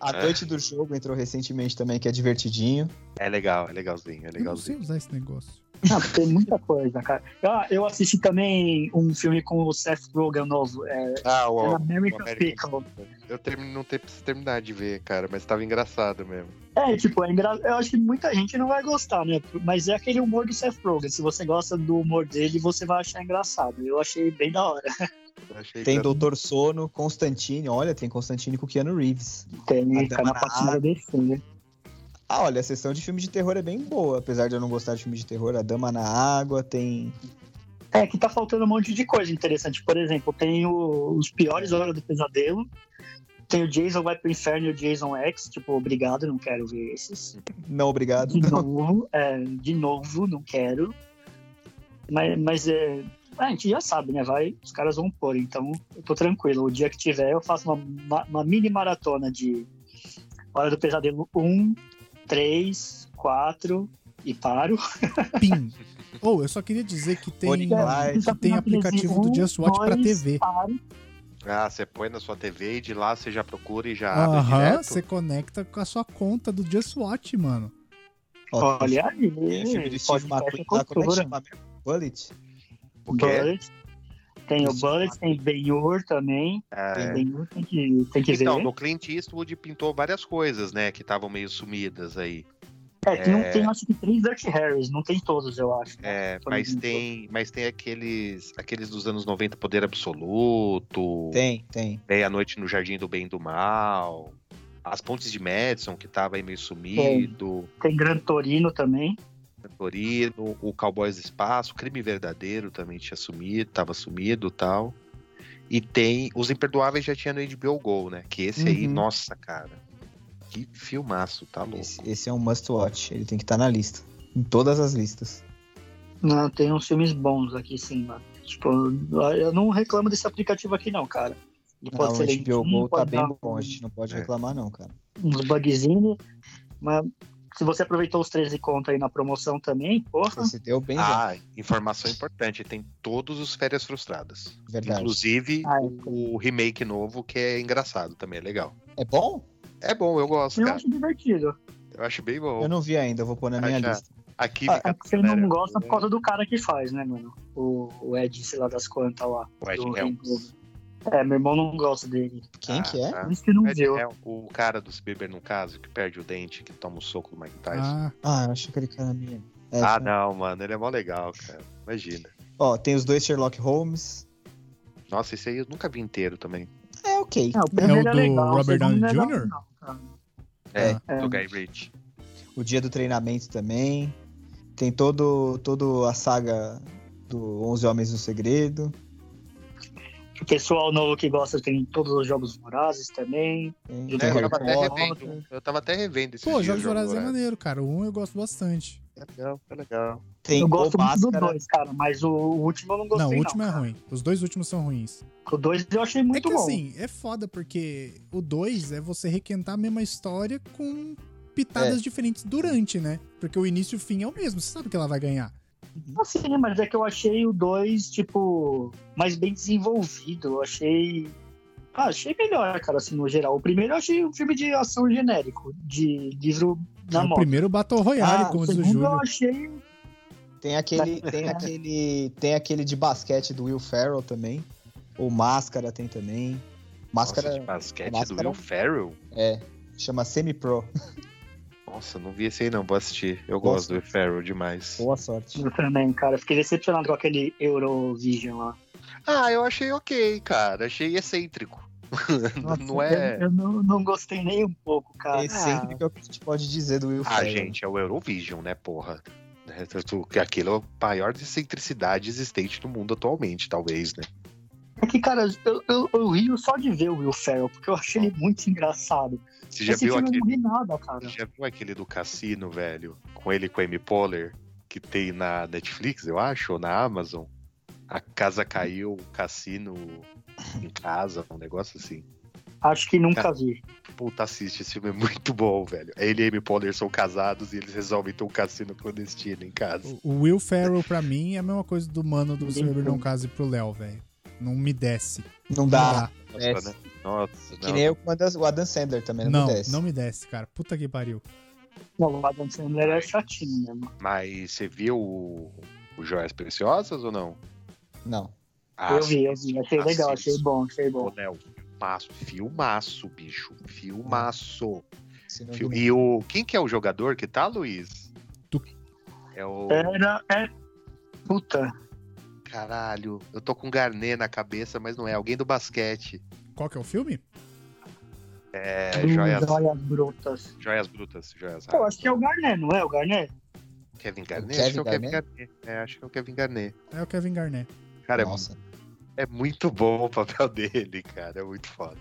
A Noite do Jogo entrou recentemente também, que é divertidinho.
É legal, é legalzinho, é
Eu não sei
legalzinho.
usar esse negócio.
Ah, tem muita coisa, cara. Ah, eu assisti também um filme com o Seth Rogen novo. É,
Ah, o,
American,
o American
Pickle.
eu termino, não ter, preciso terminar de ver, cara, mas tava engraçado mesmo.
É, tipo, é engra... eu acho que muita gente não vai gostar, né? Mas é aquele humor do Seth Rogen. Se você gosta do humor dele, você vai achar engraçado. Eu achei bem da hora.
Eu Achei
Tem
engraçado.
Doutor Sono, Constantine. Olha, tem Constantine com Keanu Reeves.
Tem,
Até
tá na
uma-
partida desse, né?
Ah, olha, a sessão de filme de terror é bem boa, apesar de eu não gostar de filme de terror. A Dama na Água, tem.
É que tá faltando um monte de coisa interessante. Por exemplo, tem o- os piores Hora do Pesadelo. Tem o Jason vai pro inferno e o Jason X. Tipo, obrigado, não quero ver esses.
Não, obrigado.
De novo, é, de novo, não quero. Mas, mas é, a gente já sabe, né? Vai, os caras vão pôr, então eu tô tranquilo. O dia que tiver, eu faço uma, ma- uma mini maratona de Hora do Pesadelo 1, 3, 4 e paro.
Pim. Ou, eu só queria dizer que tem.
Bonnie Clyde.
tá
que tem aplicativo
um
do Just Watch pra
dois,
TV.
paro.
Ah, você põe na sua TV e de lá você já procura e já abre
Aham,
direto.
você conecta com a sua conta do Just Watch, mano.
Ó, tem
Olha aí,
Tem filme do Steve McQueen
podcast é
lá, como é que
cultura.
chama mesmo? Bullet?
O quê?
Bullet. Tem o
Isso.
Bullet, tem Ben-Hur também.
É.
Ben-Hur tem que, tem que
Então,
ver.
no Clint Eastwood pintou várias coisas, né, que estavam meio sumidas aí.
É, tem, um, tem acho que três Dirty Harrys, não tem todos, eu acho. né?
É,
Por
mas
exemplo.
tem, mas tem aqueles, aqueles dos anos 90, Poder Absoluto,
Tem, tem.
tem A Noite no Jardim do Bem e do Mal, As Pontes de Madison, que tava aí meio sumido,
Tem Gran Torino também.
Torino, o Cowboys do Espaço, Crime Verdadeiro também tinha sumido, tava sumido e tal. E tem Os Imperdoáveis já tinha no HBO Go, né? Que esse aí,
Uhum.
nossa, cara. Que filmaço, tá louco.
Esse, esse é um must watch. Ele tem que estar na lista. Em todas as listas.
Não, tem uns filmes bons aqui, sim, mano. Tipo, eu não reclamo desse aplicativo aqui, não, cara. Ele
Ah,
pode
o
ser
HBO
lentinho,
Go tá
pode
bem
dar um
bom, a gente não pode
É.
reclamar não, cara.
uns bugzinhos, mas se você aproveitou os 13 conto aí na promoção também, é um porra,
Você deu bem, já,
Ah, informação importante, tem todos os Férias Frustradas.
verdade.
Inclusive
Ah,
o, o remake novo, que é engraçado também, é legal.
É bom?
É bom, eu gosto,
eu
cara.
acho divertido.
Eu acho bem bom.
Eu não vi ainda, eu vou pôr na
Ah,
minha
já.
lista.
A química
É
do
que você
cara
não gosta por
é boa.
causa do cara que faz, né, mano? O, o Ed, sei lá das quantas lá.
O Ed
do
Helms.
Rainbow. É, meu irmão não gosta dele.
Quem
Ah,
que é?
tá.
Por isso que não
O Ed
viu.
Helms, o cara do Bieber, no caso, que perde o dente, que toma o soco do Mike Tyson.
Ah,
Ah, eu achei aquele cara minha. É, tá.
Ah, não, mano, ele é mó legal, cara. Imagina.
Ó, tem os dois Sherlock Holmes.
Nossa, esse aí eu nunca vi inteiro também.
É ok.
É, o primeiro é,
do
legal. o
Robert
segundo
Downey
não é
Jr.?
legal, cara.
É,
Ah.
do Guy Ritchie.
O dia do treinamento também. Tem todo, todo a saga do 11 Homens no Segredo.
O pessoal novo que gosta tem todos os jogos vorazes também.
Tem
Eu
É, eu,
Harry
tava até
Potter.
revendo, eu tava até revendo esse
pô,
filme.
Jogos Vorazes é maneiro, cara. O um eu gosto bastante.
É legal, é legal.
Tem
eu
o
gosto muito do
Máscara.
dois, cara, mas o, o último eu não gostei.
Não, o último é
cara.
ruim. Os dois últimos são ruins.
O dois eu achei muito
é que
bom.
assim, é foda, porque o dois é você requentar a mesma história com
É.
pitadas diferentes durante, né? Porque o início e o fim é o mesmo, você sabe que ela vai ganhar.
Assim, mas é que eu achei o 2, tipo, mais bem desenvolvido. Eu achei. Ah, achei melhor, cara, assim, no geral. O primeiro eu achei um filme de ação genérico, de livro na
É o
moto.
primeiro Battle Royale,
Ah,
como
O
diz o
segundo eu
Júlio.
achei.
Tem aquele, tem aquele, tem aquele de basquete do Will Ferrell também. O Máscara tem também. Máscara
Nossa, de basquete
Máscara.
do Will Ferrell?
é, chama Semi Pro.
Nossa, não vi esse aí não, vou assistir. Eu
Nossa.
gosto do Will Ferrell demais.
Boa sorte.
Eu também, cara. Fiquei decepcionado com aquele Eurovision lá.
Ah, eu achei ok, cara. Achei excêntrico.
Nossa,
não é.
Eu, eu não, não gostei nem um pouco, cara.
Esse sempre que é o que a gente pode dizer do Will
Ah,
Ferrell.
gente, é o Eurovision, né, porra? É, tu- que Aquilo é a maior excentricidade existente no mundo atualmente, talvez, né?
É que, cara, eu, eu, eu rio só de ver o Will Ferrell, porque eu achei ele muito engraçado.
Você já
Esse
viu
filme eu
aquele.
não vi nada, cara.
Já viu aquele do Cassino, velho? Com ele e com a Amy Poehler, que tem na Netflix, eu acho, ou na Amazon. A casa caiu, o cassino em casa, um negócio assim.
Acho que nunca
Cara,
vi.
Puta, assiste, esse filme é muito bom, velho. Ele e a Amy Poehler são casados e eles resolvem ter um cassino clandestino em casa.
O Will Ferrell, pra mim, é a mesma coisa do mano do
Ninguém
Silver
come.
Não Case pro Léo, velho. Não me desce.
Não
Não
dá.
dá.
Nossa,
Desce.
né? Nossa,
É, Que
não.
nem eu com o Adam- o Adam Sandler também, não,
Não,
acontece.
não me desce, cara. Puta que pariu.
Não, o Adam Sandler é chatinho mesmo.
Mas você viu o, o Joias Preciosas ou não?
Não.
Ah,
eu vi, eu vi. Achei
assiste.
legal, achei bom, achei
Ô,
bom.
Léo, filmaço, filmaço, bicho. Filmaço.
Se não
Fio- E o quem que é o jogador que tá, Luiz?
Tu-
É o
Era. É. Puta.
caralho. Eu tô com um Garnet na cabeça, mas não é alguém do basquete.
Qual que é o filme?
É
do
joias,
Uhum. joias brutas.
joias brutas, joias. Ah,
Eu acho que é o Garnet, não é o Garnet?
Kevin Garnet.
Kevin
acho que é o Kevin
Garnett?
Garnet. É, acho que é o Kevin Garnet.
É o Kevin Garnett.
Cara, é,
Nossa.
é muito bom o papel dele, cara. É muito foda.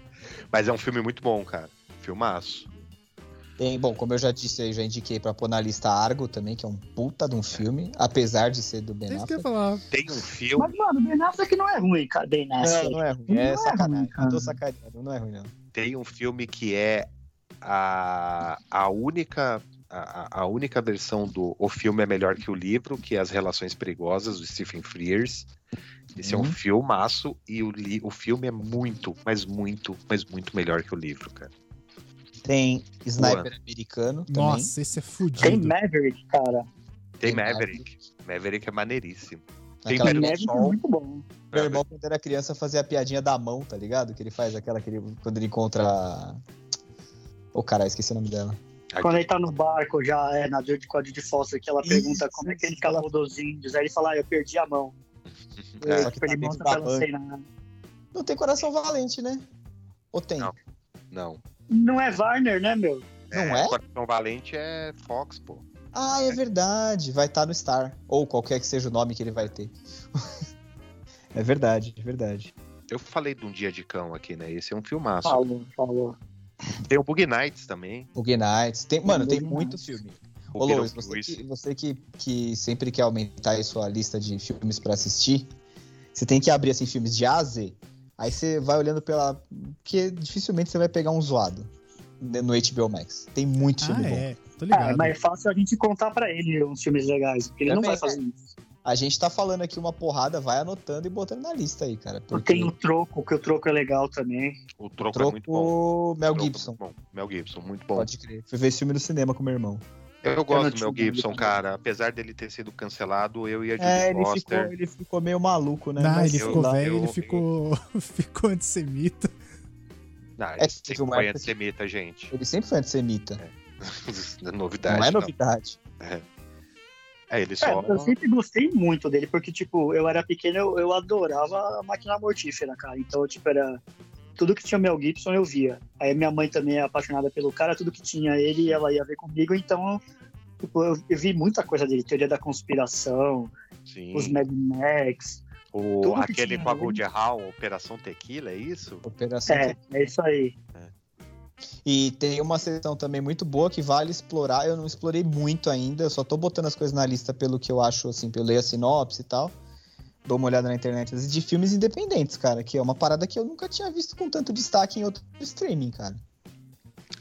Mas é um filme muito bom, cara. Filmaço.
Tem, bom, como eu já disse, eu já indiquei pra pôr na lista Argo também, que é um puta de um filme, apesar de ser do Ben
É isso que eu ia
Affleck.
falar.
Tem um filme,
Mas, mano, Ben Affleck não é ruim, cara. Ben
Não,
Affleck.
não é ruim, é
Não é ruim,
sacanagem.
cara.
eu tô sacaneando, não é ruim, não.
tem um filme que é a, a única a, a- a única versão do O Filme é Melhor que o Livro, que é As Relações Perigosas, do Stephen Frears. Esse é um
Uhum.
filmaço e o, li, o filme é muito, mas muito, mas muito melhor que o livro, cara.
Tem Sniper Americano também.
Nossa, esse é
Tem
fudido.
Maverick, cara.
Tem
Tem Maverick. Maverick é maneiríssimo. Tem
Aquela-
Maverick.
Maverick é muito bom.
Meu irmão, quando era criança, fazia a piadinha da mão, tá ligado? Que ele faz aquela que ele, quando ele encontra. a- Ô, caralho, esqueci o nome dela.
Quando ele tá no barco já, é, na Jodie Código de Foster, que ela pergunta
Isso,
como é que ele
isso, ela-
acabou dos índios. Aí ele fala, ah, eu perdi a mão.
É,
É,
só que
tipo,
tá
ele
dentro
mostra pra
da
ela sem nada.
Não tem coração valente, né? Ou tem?
Não. Não.
Não é Warner, né, meu?
Não é?
Coração Valente é Fox, pô.
Ah, é verdade. Vai estar no Star. Ou qualquer que seja o nome que ele vai ter. é verdade, é verdade.
Eu falei de um dia de cão aqui, né? Esse é um filmaço.
Falou, falou.
Tem o Bug Nights também.
O Knights. Tem, mano, tem
Bug
muito
Nights.
filme.
O
Ô, Lois,
Beetlejuice.
você, que, você que, que sempre quer aumentar aí sua lista de filmes pra assistir, você tem que abrir assim filmes de A a Z. Aí você vai olhando pela. Porque dificilmente você vai pegar um zoado né, no HBO Max. Tem muito filme
Ah,
bom.
é. Tô
Ah,
ligado.
mas é fácil a gente contar pra ele uns filmes legais, porque ele não
Também,
vai fazer isso.
A gente tá falando aqui uma porrada, vai anotando e botando na lista aí, cara. Porque
Tem o Troco, que o Troco é legal também.
O troco, é muito bom.
troco Mel
Troco é
Gibson.
muito bom. Mel Gibson, muito bom.
Pode crer. Fui ver esse filme no cinema com meu irmão.
Eu gosto do
Eu não
Mel
tinha
Gibson,
ouvido
cara. Apesar dele ter sido cancelado, eu ia de
É, ele ficou,
Foster.
ele ficou meio maluco, né?
Ah,
Mas
ele
eu-
ficou
lá-
velho, ele
eu-
ficou, ficou antissemita.
Não,
É
ele
que
sempre
teve uma
Ah, foi
época que-
antissemita, tá, gente.
Ele sempre foi antissemita.
novidade.
não é
não.
novidade.
É, ele
É,
só.
eu sempre gostei muito dele, porque, tipo, eu era pequeno, eu, eu adorava a máquina mortífera, cara. Então, tipo, era. Tudo que tinha Mel Gibson eu via. Aí minha mãe também é apaixonada pelo cara, tudo que tinha ele ela ia ver comigo, então tipo, eu, eu vi muita coisa dele, teoria da conspiração,
Sim.
os Mad Max.
O,
tudo que
aquele
tinha
com a
ele.
Gold Hall, Operação Tequila, é isso?
Operação
É, é isso aí.
E tem uma sessão também muito boa que vale explorar. Eu não explorei muito ainda, eu só tô botando as coisas na lista pelo que eu acho, assim, pelo ler a sinopse e tal. Dou uma olhada na internet às vezes, de filmes independentes, cara, que é uma parada que eu nunca tinha visto com tanto destaque em outro streaming, cara.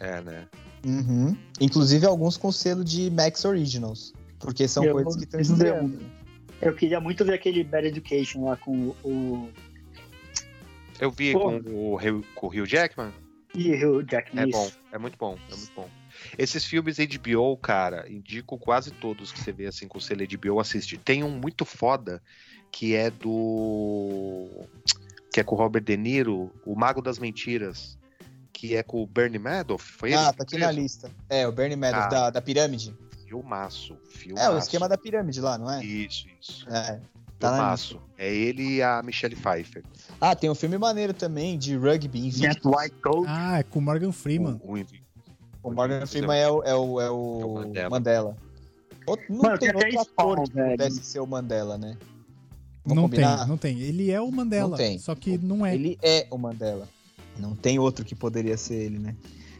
É, né?
Uhum. Inclusive alguns com selo de Max Originals, porque são
Eu
coisas
vou-
que estão
preciso ver
estreando.
Eu queria muito ver aquele Bad Education lá com o.
Eu vi
Porra.
com o, Hugh- com o Hugh Jackman.
E o Jack
É
Nicholson.
bom, é muito bom, é muito bom. Esses filmes HBO, cara, indico quase todos que você vê assim com o selo HBO, assiste. Tem um muito foda que é do que é com o Robert De Niro, O Mago das Mentiras, que é com o Bernie Madoff, foi ele?
Ah,
que
tá aqui
fez?
na lista. É, o Bernie Madoff
Ah.
da, da pirâmide.
Filmaço, filmaço.
É, o esquema da pirâmide lá, não é?
Isso, isso.
É. Tá na
Filmaço. É ele e a Michelle Pfeiffer.
Ah, tem um filme maneiro também de rugby invicto.
That White Coat.
Ah, é com o Morgan Freeman.
O, o Invi-
O Morgan Freeman é o, é o, é o
É o Mandela.
Mandela. Outro- não
Mano,
tem
tem até
outro ator
Spawn,
que
velho.
pudesse ser o Mandela, né?
não tem,
combinar?
não tem. Ele é o Mandela,
Não tem.
só que não é.
Ele é o Mandela. Não tem outro que poderia ser ele, né?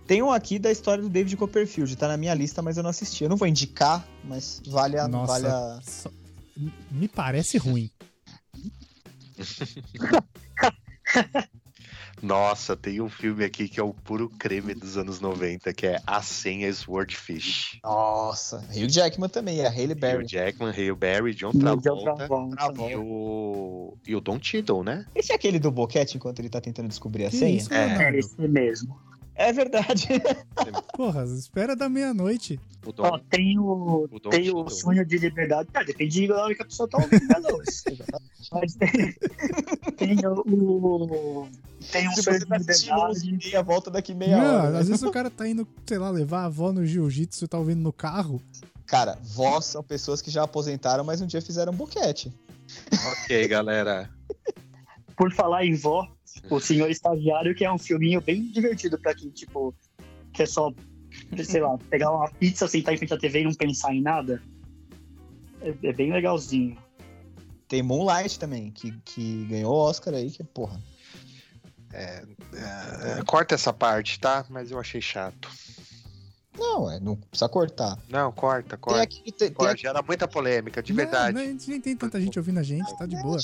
Tem um aqui da história do David Copperfield, tá na minha lista, mas eu não assisti. Eu não vou indicar, mas vale a.
Nossa.
Vale a...
Só- Me parece ruim.
Nossa, tem um filme aqui que é o puro creme dos anos 90, que é A Senha Swordfish.
Nossa. Hugh Jackman também, é a Haley
Hugh
Berry.
Jackman, Hale Berry, John
John
Travolta.
Travolta.
E o, e o Don Tiddle, né?
Esse é aquele do boquete enquanto ele tá tentando descobrir a
Que
senha?
isso,
É.
É
Leonardo?
esse mesmo.
É verdade.
Porra, espera da meia-noite.
O Don,
Ó, tem o,
O Dom
tem o
Tito.
sonho de liberdade. Ah, depende da hora que a pessoa tá ouvindo, né, Luz? Mas tem, tem o. Tem um
Se
sonho
você
de
tá assistindo
liberdade.
11 e meia, volta daqui meia hora. né?
Não, às vezes o cara tá indo, sei lá, levar a avó no jiu-jitsu e tá ouvindo no carro.
Cara, vós são pessoas que já aposentaram, mas um dia fizeram boquete.
ok, galera.
Por falar em vó, O
Uhum.
Senhor Estagiário, que é um filminho bem divertido pra quem, tipo, quer só, sei lá, pegar uma pizza, sentar em frente à TV e não pensar em nada. É, é bem legalzinho.
Tem Moonlight também, que, que ganhou o Oscar aí, que porra.
É, corta essa parte, tá? Mas eu achei chato.
Não, é, não precisa cortar.
Não, corta,
Tem
corta.
aqui, tem, tem
corta.
aqui-
Gera muita polêmica, de verdade.
Não, não, a gente nem tem tanta gente ouvindo a gente, tá de boa.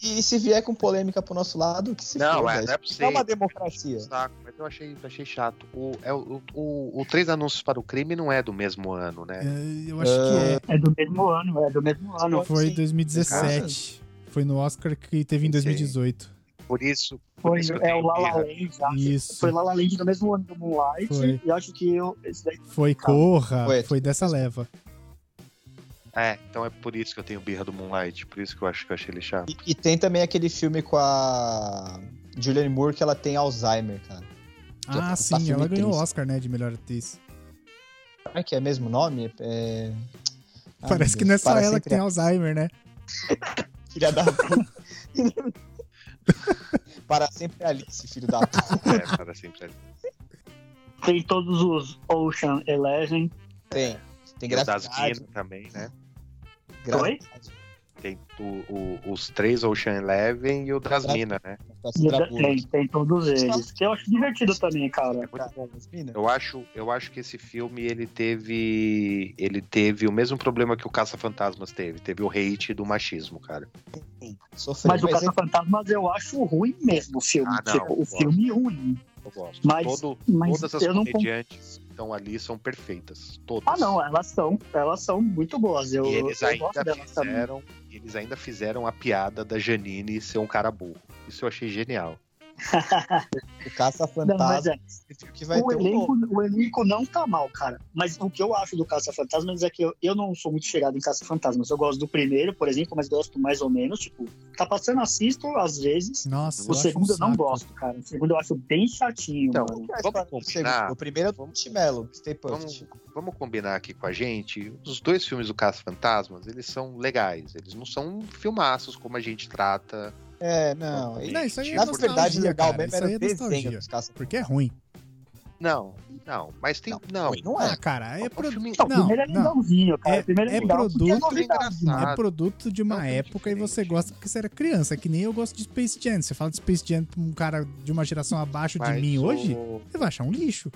e se vier com polêmica pro nosso lado, que se
Não,
foda.
é, não é pra
Isso é uma
você.
democracia.
Saco, mas eu achei, achei chato. O, é, o, o, o Três Anúncios para o Crime não é do mesmo ano, né?
É, Eu acho que
É do mesmo ano, é do mesmo ano.
é. Foi
sim.
2017. Foi no Oscar que teve em 2018.
Por isso. por
Foi,
isso que eu
é o
tenho
La La
birra.
Land, acho.
Isso.
Foi La La Land do mesmo ano do Moonlight.
Foi.
E acho que eu, esse daí
Foi Corra,
Foi.
foi dessa leva.
É, então é por isso que eu tenho birra do Moonlight. Por isso que eu acho que eu achei ele chato.
E, e tem também aquele filme com a Julianne Moore que ela tem Alzheimer, cara.
Ah,
tá
sim,
filme
ela ganhou o
triste.
Oscar, né, de melhor atriz.
Como é que é mesmo o nome? É... Ah,
Parece
meu
que
Deus,
não é só
para
ela que
sempre
tem Alzheimer, né?
a- Filha da puta. Para sempre é Alice, filho da puta.
É, para sempre.
tem todos os Ocean Eleven.
Tem. Tem
Tem o das é?
gravidade.
Guinas também, né?
gravidade.
Tem o- o- os três Ocean Eleven e o das
Tá.
Minas, né?
Cassandra Bullock.
Tem, tem todos eles. Que eu acho divertido também, cara.
Eu acho, eu acho que esse filme ele teve, ele teve o mesmo problema que o Caça Fantasmas teve, teve o hate do machismo, cara.
Sofreu,
Mas
mas,
o Caça
é-
Fantasmas eu acho ruim mesmo o filme.
Ah, não,
tipo,
eu
o filme ruim.
Eu gosto.
Mas-
Todo-
Mas
todas as
eu não con-
comediantes que estão ali são perfeitas, todas.
Ah, não, elas são, elas são muito boas. Eu,
E eles
eu gosto
ainda
delas também.
fizeram, eles ainda fizeram a piada da Janine ser um cara burro. Isso eu achei genial.
o Caça
Não, mas
Fantasma
é,
que vai
o,
ter um
elenco,
novo.
o elenco não tá mal, cara. Mas o que eu acho do Caça Fantasmas é que eu, eu não sou muito chegado em Caça Fantasmas. Eu gosto do primeiro, por exemplo, mas gosto mais ou menos. Tipo, tá passando, assisto às vezes.
Nossa,
O
eu acho um
segundo eu não
saco.
gosto, cara. O segundo eu acho bem chatinho,
Então,
mano.
Qual é a
Vamos
história do
combinar?
segundo? O primeiro é do
Vamos-
Marshmallow, Stay
Vamos,
Puft.
vamos combinar aqui com a gente. Os dois filmes do Caça Fantasmas, eles são legais. Eles não são filmaços como a gente trata.
É, não.
Vamos-
Não, isso aí é
Na
nostalgia,
verdade, legal
cara.
mesmo
isso
era
aí é
o desenho
nostalgia.
dos Caça
Porque é ruim.
Não, não. Mas tem. Não,
Não, não é.
Ah, cara, é,
É um
pro-
filme-
Não, o
Não,
primeiro é
não.
legalzinho, cara.
É-
o primeiro é,
é
legal. porque é
produto-
novidade,
engraçado.
Ah,
né?
é produto de uma
Não, é
época e você
diferente.
gosta porque você era criança. É que nem eu gosto de Space Jam. Você fala de Space Jam pra um cara de uma geração abaixo de
mas
mim
o-
hoje, você vai achar um lixo.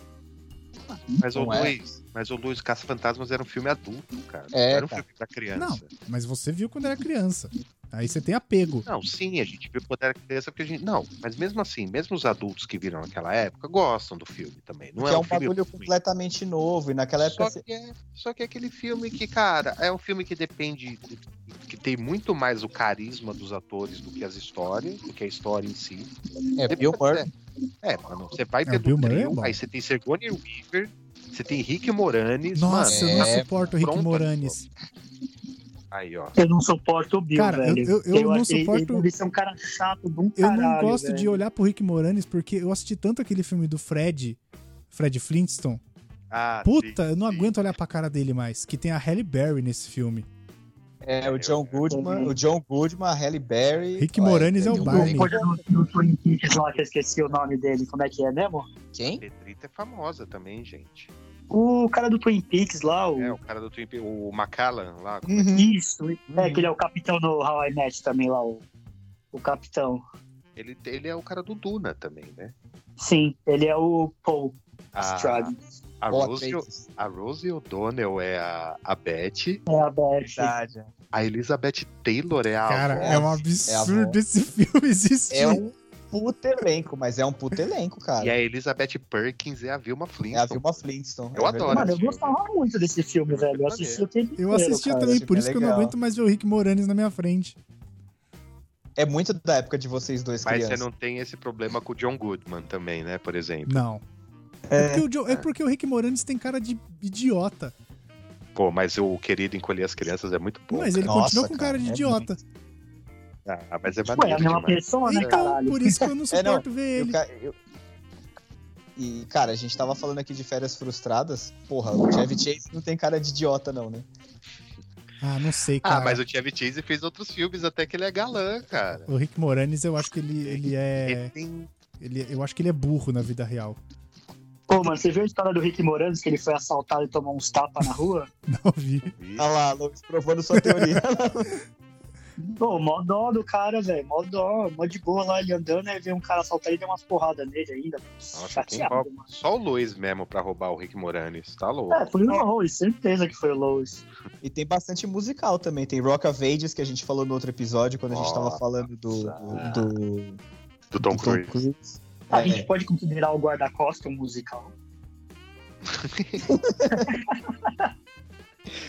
Mas o
Não é.
Luiz, mas o Luiz Caça Fantasmas era um filme adulto, cara.
É,
não era um
cara.
filme pra criança.
Mas você viu quando era criança. Aí você tem apego.
Não. sim, a gente viu quando era criança porque a gente. Não, mas mesmo assim, mesmo os adultos que viram naquela época gostam do filme também. Não
Porque
é
é
um,
um
filme
bagulho
ruim.
completamente novo. E naquela época.
Só que, é, só que é aquele filme que, cara, é um filme que depende. Que tem muito mais o carisma dos atores do que as histórias, do que a história em si.
É, Bill Murray.
É, mano, você vai
É, o
pelo
Bill Murray é
trio,
bom.
aí você tem Sergone Weaver, você tem Rick Moranis,
Nossa,
mano.
eu não
é,
suporto o Rick
pronto,
Moranis.
Aí, ó.
Eu não suporto o Bill,
Cara, eu-
velho.
eu- eu não
acho- ele-
suporto-
Ele, é um cara chato de um
Eu
caralho,
não gosto
velho.
de olhar pro Rick Moranis porque eu assisti tanto aquele filme do Fred, Fred Flintstone.
Ah,
Puta, eu não
sim.
aguento olhar pra cara dele mais. Que tem a Halle Berry nesse filme.
É, o John Goodman, o John Goodman, a Halle Berry.
Rick
Ué,
Moranis é o
tem
Barney.
Depois do Twin Peaks lá que eu esqueci o nome dele, como é que é mesmo?
Quem?
Petrita é famosa também, gente.
O cara do Twin Peaks lá, o.
É, o cara do Twin Peaks, o Macallan lá. como é que-
Uhum.
Isso, é que ele é o capitão do How I Met também lá, o, o capitão.
Ele, ele é o cara do Duna também, né?
Sim, ele é o Paul
A,
Strug.
a,
Boa
Rose,
Tracy.
a Rose O'Donnell é a, a Beth.
É a
Tá,
Beth.
Verdade.
A Elizabeth Taylor é a
Cara,
avó.
é um
Ah, É a
absurdo
voz.
esse filme existir.
É um puto elenco, mas é um puto elenco, cara.
E é a Elizabeth Perkins é a Vilma
É a
Flintstone.
Vilma Flintstone.
Eu
é
adoro.
verdade.
Mano, eu gostava muito desse filme,
Muito
velho. Eu assisti o tempo
Eu
inteiro,
assistia
cara.
também,
esse
por
filme é
isso que eu não
legal.
aguento mais ver o Rick Moranis na minha frente.
É muito da época de vocês dois,
Mas você
crianças.
não tem esse problema com o John Goodman também, né? Por exemplo.
Não. É porque o, Joe- é porque o Rick Moranis tem cara de idiota.
Pô, mas o Querido Encolher as Crianças é muito bom.
mas ele
Nossa,
continua com cara,
cara,
de
é
idiota.
cara. Ah, mas é
Ué, é
maneiro
a mesma
demais.
pessoa, né,
então,
caralho?
por isso que eu não
É, não.
suporto ver
E o
ele.
ca- eu- E, cara, a gente tava falando aqui de férias frustradas. Porra, o Chevy Chase não tem cara de idiota, não, né?
Ah, não sei, cara.
Ah, mas o Chevy Chase fez outros filmes até que ele é galã, cara.
O Rick Moranis, eu acho que ele, ele
Ele
é.
tem...
Ele, eu acho que ele é burro na vida real.
Pô, mano, você viu a história do Rick Moranis, que ele foi assaltado e tomou uns tapas na rua?
Não vi.
Olha lá, Lucas provando sua teoria.
Pô, mó dó do cara, velho. Mó dó, mó de boa lá, ele andando, aí vê um cara assaltar e deu umas porradas nele ainda.
Nossa, quem
Chateado,
rouba?
mano.
Só o Luiz mesmo pra roubar o Rick Moranis. Tá louco.
É, foi o Lois, certeza que foi o Lois.
e tem bastante musical também. Tem Rock of Ages, que a gente falou no outro episódio, quando a gente tava
Nossa.
falando do. do, do-
do
do
Tom
Tom
Cruise.
Cruise.
A
É,
gente pode considerar o guarda-costa um musical.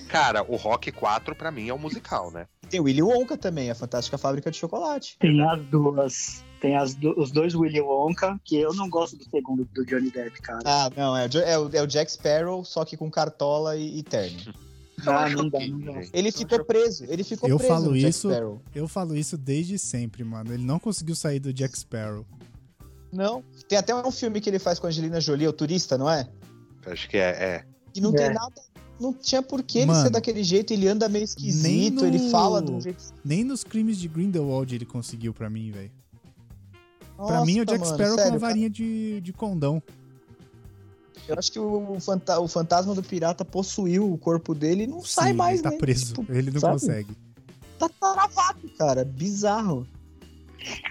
Cara, o Rock 4 pra mim é um musical, né?
tem Willy Wonka também, a Fantástica Fábrica de Chocolate.
Tem as duas. Tem as du- os dois Willy Wonka, que eu não gosto do segundo do Johnny Depp, cara.
Ah, não, é, o Jo- é o, é o Jack Sparrow, só que com cartola e, e terno.
Ah,
acho
não dá,
ok,
não dá.
gente.
Ele ficou preso, ele ficou
Eu
preso
falo
no Jack
isso-
Sparrow.
Eu falo isso desde sempre, mano. Ele não conseguiu sair do Jack Sparrow.
Não. Tem até um filme que ele faz com a Angelina Jolie, o turista, não é?
Acho que é. é.
E não
É.
tem nada. Não tinha por que ele
Mano.
ser daquele jeito, ele anda meio esquisito,
Nem no-
ele fala de um jeito.
Nem nos crimes de Grindelwald ele conseguiu pra mim, velho. Pra
Nossa,
mim, o Jack
mano,
Sparrow
sério,
com uma
cara.
varinha de, de condão.
Eu acho que o, fanta- o fantasma do pirata possuiu o corpo dele e não sai
Sim,
mais,
ele tá
né?
preso.
Tipo,
ele não
sabe?
consegue.
tá travado, cara. Bizarro.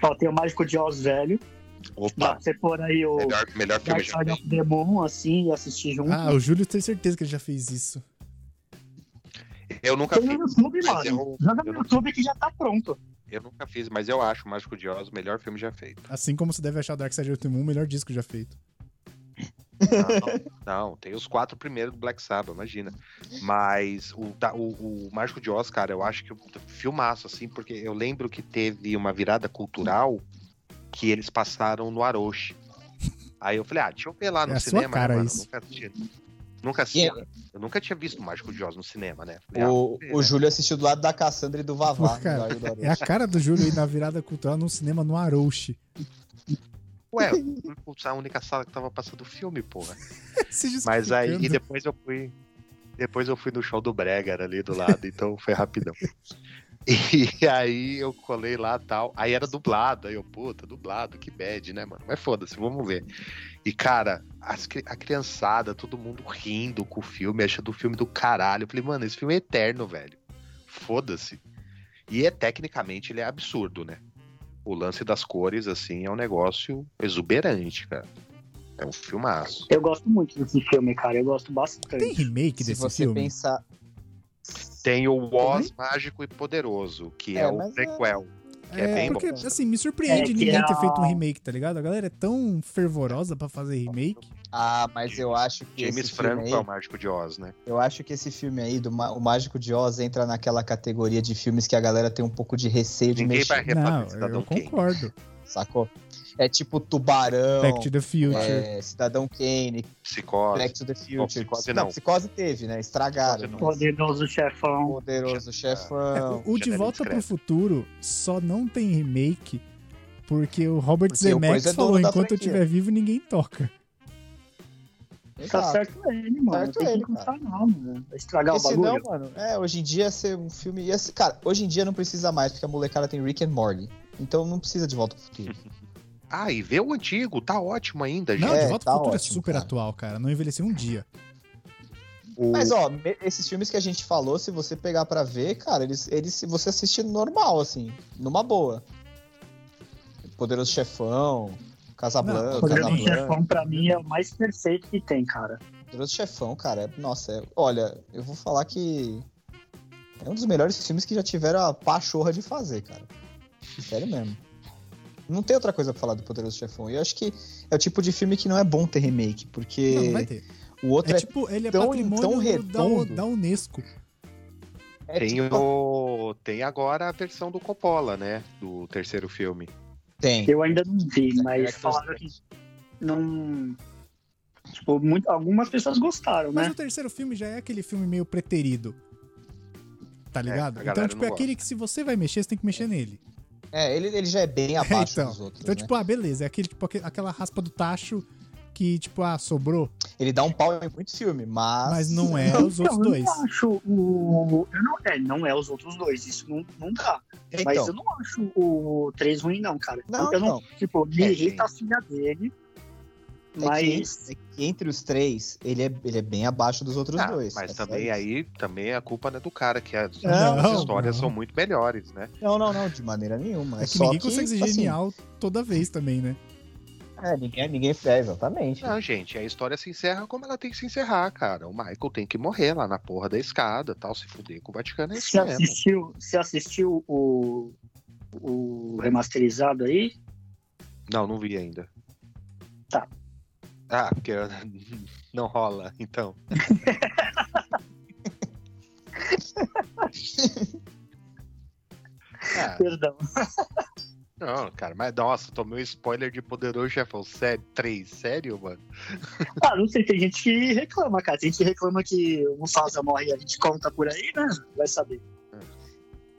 Ó, tem o Mágico de Oz velho. Dá
Opa,
pra você pôr aí o
melhor, melhor filme
Dark
já
Side
tem.
of the Moon, assim, e assistir junto.
Ah, o Júlio tem certeza que ele já fez isso.
Eu nunca
tem no
fiz.
YouTube,
mas
mano.
eu-
Joga no
eu não-
YouTube que já tá pronto.
Eu nunca fiz, mas eu acho o Mágico de Oz o melhor filme já feito.
Assim como você deve achar o Dark Side of the Moon o melhor disco já feito.
Não, não, tem os quatro primeiros do Black Sabbath, imagina. Mas o, da- o, o Mágico de Oz, cara, eu acho que um filmaço, assim, porque eu lembro que teve uma virada cultural que eles passaram no Aroche. Aí eu falei, ah, deixa eu ver lá no
É a sua
cinema. né,
cara
mano?
isso.
Nunca, assisti- nunca assisti- Eu nunca tinha visto o Mágico de Oz no cinema, né? Falei, ah,
O,
é,
o
né?
Júlio assistiu do lado da Cassandra e do Vavá.
Pô, cara,
do Eduardo
É a cara do Júlio aí na virada cultural num cinema no Arouche.
Ué, putz, a única sala que tava passando o filme, porra.
Se
Mas aí e
justificando.
depois eu fui. Depois eu fui no show do Brega ali do lado, então foi rapidão. E aí eu colei lá tal. Aí era dublado. Aí eu, puta, dublado, que bad, né, mano? Mas foda-se, vamos ver. E, cara, as cri- a criançada, todo mundo rindo com o filme, achando o filme do caralho. Eu falei, mano, esse filme é eterno, velho. Foda-se. E é tecnicamente ele é absurdo, né? O lance das cores, assim, é um negócio exuberante, cara. É um filmaço.
Eu gosto muito desse filme, cara. Eu gosto bastante.
Tem remake
Se
desse
você
filme?
pensar.
Tem o Oz Mágico e Poderoso, que é,
É,
o
mas é-
prequel. que é bem
porque,
bom.
assim, me surpreende
É que
ninguém ter
a-
feito um remake, tá ligado? A galera é tão fervorosa pra fazer remake.
Ah, mas eu acho que.
James
esse filme
Franco
aí-
é o Mágico de Oz, né?
Eu acho que esse filme aí, do Ma- O Mágico de Oz, entra naquela categoria de filmes que a galera tem um pouco de receio de
Ninguém
mexer,
vai reparar
Não,
em
eu
Cidadão Kane.
concordo.
sacou? É tipo Tubarão,
Back to the Future.
é, Cidadão Kane,
Psicose.
Back to the Future.
Psicose
não,
não.
Psicose teve, né? Estragaram.
Psicose
mas
não.
Poderoso chefão.
Poderoso Chefão.
É, o De
Janela
Volta
Indiscreta.
pro Futuro só não tem remake porque o Robert
Porque o
Zemeckis
Coisa é dono
falou,
da
enquanto eu
franquia."
estiver vivo, ninguém toca.
Tá
Exato.
certo ele, mano.
Certo
tem
ele,
que encontrar não, mano. Vai estragar
Porque
o
senão,
bagulho.
mano, é, hoje em dia ia ser um filme. Ia ser- cara, hoje em dia não precisa mais, porque a molecada tem Rick and Morty. Então não precisa de volta pro futuro.
Ah, e vê o antigo, tá ótimo ainda,
Não,
gente.
É,
De Volta
tá
ao Futuro é
ótimo,
super
cara.
atual, cara. Não envelheceu um dia.
O-
é, Mas, ó, me- esses filmes que a gente falou, se você pegar pra ver, cara, eles, eles se você assiste normal, assim, numa boa. Poderoso Chefão, Casablanca,
Não,
Poderoso
Caramba.
Casablanca.
Chefão, pra mim, é o mais perfeito que tem, cara.
Poderoso Chefão, cara, é- nossa, é- olha, eu vou falar que é um dos melhores filmes que já tiveram a pachorra de fazer, cara. Sério mesmo. Não tem outra coisa pra falar do Poderoso Chefão. E eu acho que é o tipo de filme que não é bom ter remake, porque
Não, não vai ter.
o outro
É
é,
tipo, ele é
tão- tão
patrimônio da,
redondo.
da Unesco.
é
tem,
tipo-
o... tem agora a versão do Coppola, né? Do terceiro filme.
Tem.
Eu ainda não vi,
Zack
mas
Snyder.
falaram que não. Tipo, muito, algumas pessoas gostaram,
Mas
né?
o terceiro filme já é aquele filme meio preterido. Tá ligado?
a
então,
galera
tipo,
não
é aquele que se você vai mexer, você tem que mexer nele.
É, ele, ele já é bem abaixo
então.
dos outros.
Então,
né?
tipo, ah, beleza. É aquele, tipo, aque- aquela raspa do tacho que, tipo, ah, sobrou.
Ele dá um pau em muito filme, mas.
Mas não é os outros
Então,
dois.
tá.
Eu não acho o. Eu não, é, não é os outros dois, isso não, não dá. Mas eu
Então,
não acho o 3 ruim, não, cara.
Não,
eu não,
então.
tipo, me
É,
irrita a filha dele,
é que,
mas.
é que entre os três, ele é, ele é bem abaixo dos outros
Ah,
dois.
mas
tá
também
certo?
aí também a culpa não é do cara, que as,
Não,
as histórias
não.
são muito melhores, né?
Não, não, não, de maneira nenhuma. É,
É que
só
ninguém consegue ser
assim,
genial toda vez também, né?
É, ninguém, ninguém é, exatamente.
Não, gente, a história se encerra como ela tem que se encerrar, cara. O Michael tem que morrer lá na porra da escada, tal, se fuder com o Vaticano é
Você
isso mesmo.
assistiu, você assistiu o, o remasterizado aí?
Não, não vi ainda.
Tá.
Ah, porque eu- não rola, então. Ah,
Perdão.
não, cara, mas nossa, tomei um spoiler de Poderoso Chefão sério, 3, sério, mano?
Ah, não sei, tem gente que reclama, cara. Tem gente que reclama que o Mufasa morre e a gente conta por aí, né? Vai saber.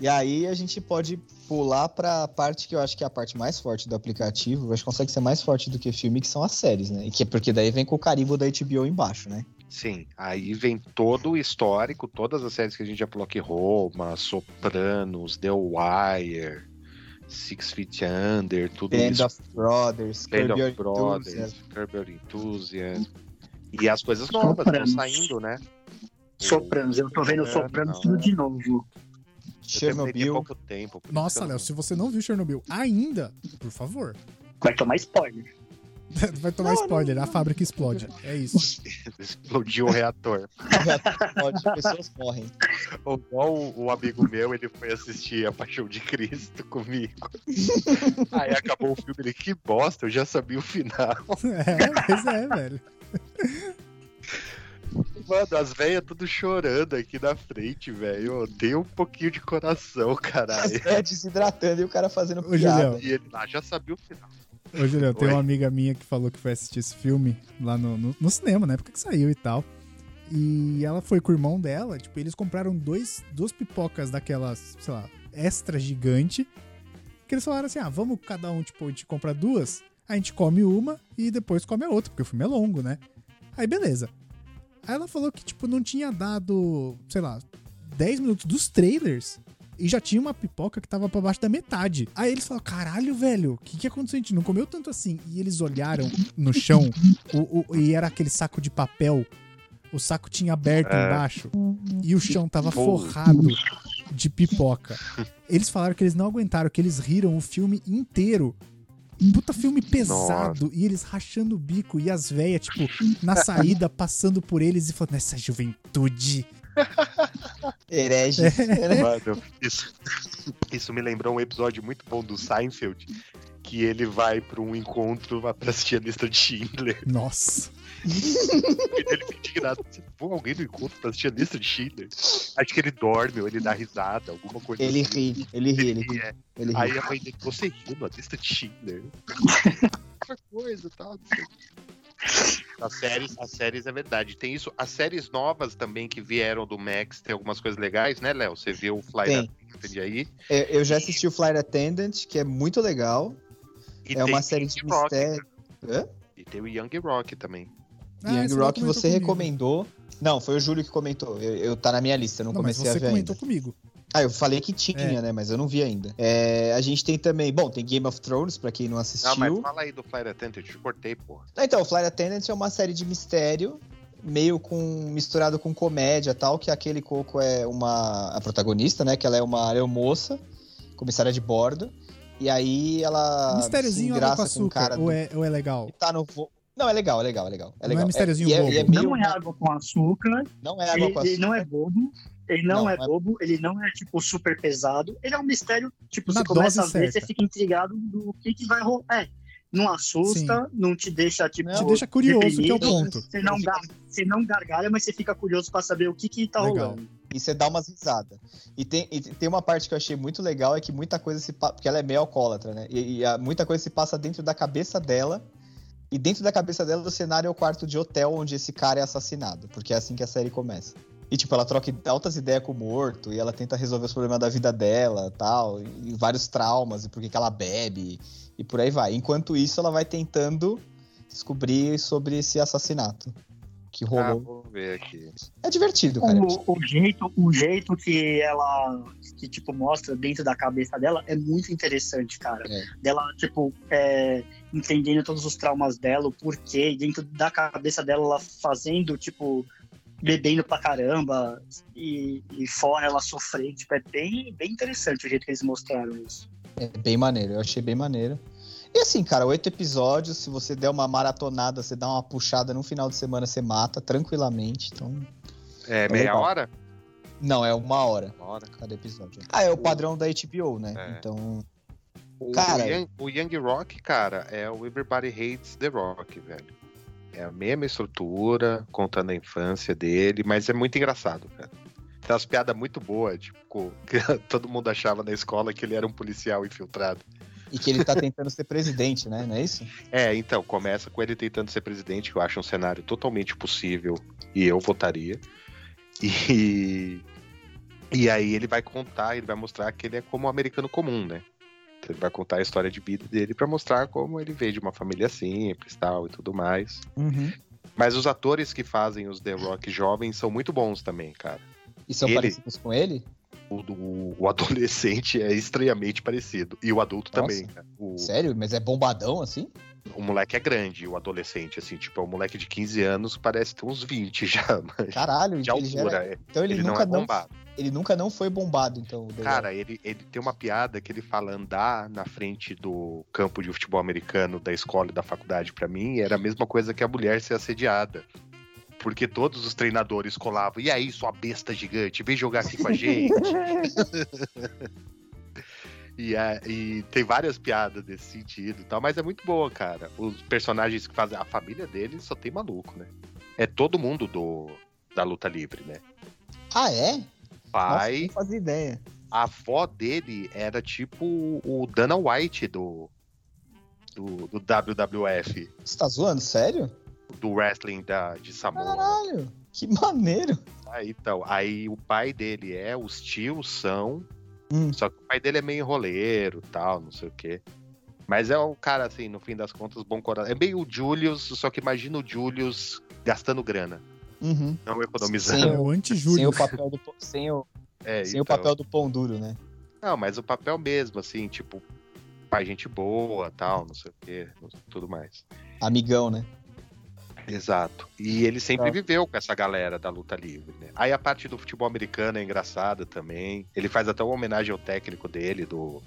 E aí a gente pode pular pra parte que eu acho que é a parte mais forte do aplicativo. Eu acho que consegue ser mais forte do que filme, que são as séries, né? E que, porque daí vem com o carimbo da HBO embaixo, né?
Sim, aí vem todo o histórico, todas as séries que a gente já falou aqui, Roma, Sopranos, The Wire, Six Feet Under, tudo
Band
isso.
of Brothers,
Band
Curb
of
Your
Brothers,
Enthusiasm.
Curb Your Enthusiasm. E as coisas novas estão
Sopranos.
saindo, né?
Sopranos, eu tô vendo
Sopranos,
Sopranos
não,
tudo
é.
de novo.
Eu terminei tem
Chernobyl.
pouco tempo. por isso que
Nossa,
eu
Léo,
Então, não-
se você não viu Chernobyl ainda, por favor,
Vai tomar spoiler.
vai tomar
Não,
spoiler. A fábrica explode. É isso.
Explodiu o reator.
Pode, pessoas morrem.
Ou igual o, o amigo meu, ele foi assistir A Paixão de Cristo comigo. Aí acabou o filme, ele, que bosta, eu já sabia o final.
É, pois é, velho.
Mano, as velhas tudo chorando aqui na frente, velho. Eu odeio um pouquinho de coração, caralho.
É, desidratando e o cara fazendo
Ô,
piada.
Julião,
E ele lá já sabia o final.
Ô, Julião, tem
Oi.
uma amiga minha que falou que foi assistir esse filme lá no, no, no cinema, na época que saiu e tal. E ela foi com o irmão dela, tipo, eles compraram dois, duas pipocas daquelas, sei lá, extra gigante. Que eles falaram assim: ah, vamos cada um, tipo, a gente compra duas, a gente come uma e depois come a outra, porque o filme é longo, né? Aí beleza. Aí ela falou que, tipo, não tinha dado, sei lá, 10 minutos dos trailers e já tinha uma pipoca que tava pra baixo da metade. Aí eles falaram, caralho, velho, o que, que aconteceu? A gente não comeu tanto assim. E eles olharam no chão o- o- e era aquele saco de papel. O saco tinha aberto
É.
embaixo e o chão tava
Pô.
forrado de pipoca. Eles falaram que eles não aguentaram, que eles riram o filme inteiro. Um Puta filme pesado. E eles rachando o bico. E as velhas, tipo, na saída, passando por eles e falando, nessa juventude.
Herege.
É.
Mano, isso, isso me lembrou um episódio muito bom do Seinfeld. Que ele vai pra um encontro vai pra assistir a lista de Schindler.
Nossa.
E ele fica indignado. Se for alguém do encontro pra assistir a lista de Schindler, acho que ele dorme ou ele dá risada, alguma coisa
Ele
assim.
ri, ele ri, ele ri.
É,
Ele ri.
Aí a mãe dele, você riu na lista de Schindler? Outra coisa, tá? As séries, as séries é verdade. Tem isso. As séries novas também que vieram do Max, tem algumas coisas legais, né, Léo? Você viu o Flight
Tem.
Attendant aí.
Eu, É, eu já assisti o Flight Attendant, que é muito legal.
E
é
tem
uma
o
série
Young
de
Rock,
mistério. Hã?
E tem o Young Rock também.
Ah,
Young
esse lá
Rock
comentou
você
comigo.
recomendou. Não, foi o Júlio que comentou. Eu, eu- tá na minha lista, eu não,
Não, mas
comecei
você
a ver
comentou
ainda.
comigo.
Ah, eu falei que tinha, né? Mas eu não vi ainda. É, a gente tem também. Bom, tem Game of Thrones, pra quem não assistiu.
Não, Ah, mas fala aí do Fire Attendant, eu te cortei, porra.
Ah, Então, Flight Attendant é uma série de mistério, meio com misturado com comédia e tal, que aquele coco é uma a protagonista, né, que ela é uma aeromoça, comissária de bordo, e aí ela
Mistériozinho água com
se engraça Ah, com o
açúcar.
cara
Ou,
do-
é, ou é legal?
que tá no voo. Não, é legal, é legal, é legal. É
Não
legal.
é mistériozinho
e é,
bobo.
e é meio
Não é água com açúcar,
não é água
ele,
com
ele
açúcar.
não é bobo, ele não,
Não,
é
não é-
bobo, ele não é, tipo, super pesado. Ele é um mistério, tipo,
Na
você começa a
dose
ver,
certa.
você fica intrigado do que, que vai rolar. É, não assusta, não te deixa, tipo...
Te deixa curioso, que é o
deprimido,
ponto.
Você não, gar... você não gargalha, mas você fica curioso pra saber o que que tá
Legal.
rolando.
E você dá umas risadas. E tem, e tem uma parte que eu achei muito legal, é que muita coisa se passa. Porque ela é meio alcoólatra, né? E, e a- muita coisa se passa dentro da cabeça dela. E dentro da cabeça dela, o cenário é o quarto de hotel onde esse cara é assassinado. Porque é assim que a série começa. E, tipo, ela troca altas ideias com o morto, e ela tenta resolver os problemas da vida dela tal, e vários traumas, e por que que ela bebe, e por aí vai. Enquanto isso, ela vai tentando descobrir sobre esse assassinato que
Ah,
rolou.
vou ver aqui.
É divertido, cara.
O, o jeito, o jeito que ela que, tipo, mostra dentro da cabeça dela é muito interessante, cara.
É.
Dela, tipo, é, entendendo todos os traumas dela, o porquê, e dentro da cabeça dela, ela fazendo, tipo, bebendo pra caramba, e, e fora ela sofrendo. Tipo, é bem, bem interessante o jeito que eles mostraram isso.
É bem maneiro, eu achei bem maneiro. E assim, cara, oito episódios, se você der uma maratonada, você dá uma puxada no final de semana, você mata tranquilamente. Então,
É,
Tá
meia
legal.
hora?
não, é uma hora
Uma hora.
cada episódio. Ah, é o padrão da HBO, né?
É.
Então,
O,
Cara.
Young, o Young Rock, cara, é o Everybody Hates The Rock, velho. É a mesma estrutura, contando a infância dele, mas é muito engraçado, cara. Tem umas piadas muito boas, tipo, que todo mundo achava na escola que ele era um policial infiltrado.
e que ele tá tentando ser presidente, né? Não é isso?
É, então, começa com ele tentando ser presidente, que eu acho um cenário totalmente possível e eu votaria. E, e aí ele vai contar, ele vai mostrar que ele é como um americano comum, né? Então Ele vai contar a história de vida dele pra mostrar como ele veio de uma família simples tal e tudo mais.
Uhum.
Mas os atores que fazem os The Rock jovens são muito bons também, cara.
E são
Ele-
parecidos com ele?
O, do- o adolescente é estranhamente parecido. E o adulto
Nossa.
também, cara. O,
Sério? Mas é bombadão assim?
o moleque é grande, o adolescente, assim, tipo, é um moleque de 15 anos, parece ter uns 20 já, mas
Caralho,
de
então ele já era-
altura. é.
Então ele,
Ele não
nunca
é
não,
bombado.
ele nunca não foi bombado, então. o The
Cara, ele, ele tem uma piada que ele fala andar na frente do campo de futebol americano da escola e da faculdade pra mim era a mesma coisa que a mulher ser assediada. Porque todos os treinadores colavam, e aí, sua besta gigante, vem jogar aqui com a gente. e, a- e tem várias piadas nesse sentido e tal, mas é muito boa, cara. Os personagens que fazem. A família dele só tem maluco, né? É todo mundo do, da luta livre, né?
Ah, é? Nossa,
Pai,
não fazia ideia.
a avó dele era tipo o Dana White do, do, do WWF,
Você tá zoando? Sério?
do wrestling da, de Samoa.
Caralho, que maneiro.
Ah, então, aí o pai dele é, os tios são,
Hum.
só que o pai dele é meio enroleiro tal, não sei o quê. Mas é um cara, assim, no fim das contas, bom coração. É meio o Julius, só que imagina o Julius gastando grana,
Uhum.
não economizando.
Sim.
É o
Sem
anti-Júlio.
o papel do, sem o,
É,
sem o
então.
papel do pão duro, né?
Não, mas o papel mesmo, assim, tipo, pai, gente boa tal, não sei o quê, tudo mais.
Amigão, né?
Exato. E ele sempre
Tá.
viveu com essa galera da luta livre, né? Aí a parte do futebol americano é engraçada também. Ele faz até uma homenagem ao técnico dele, do,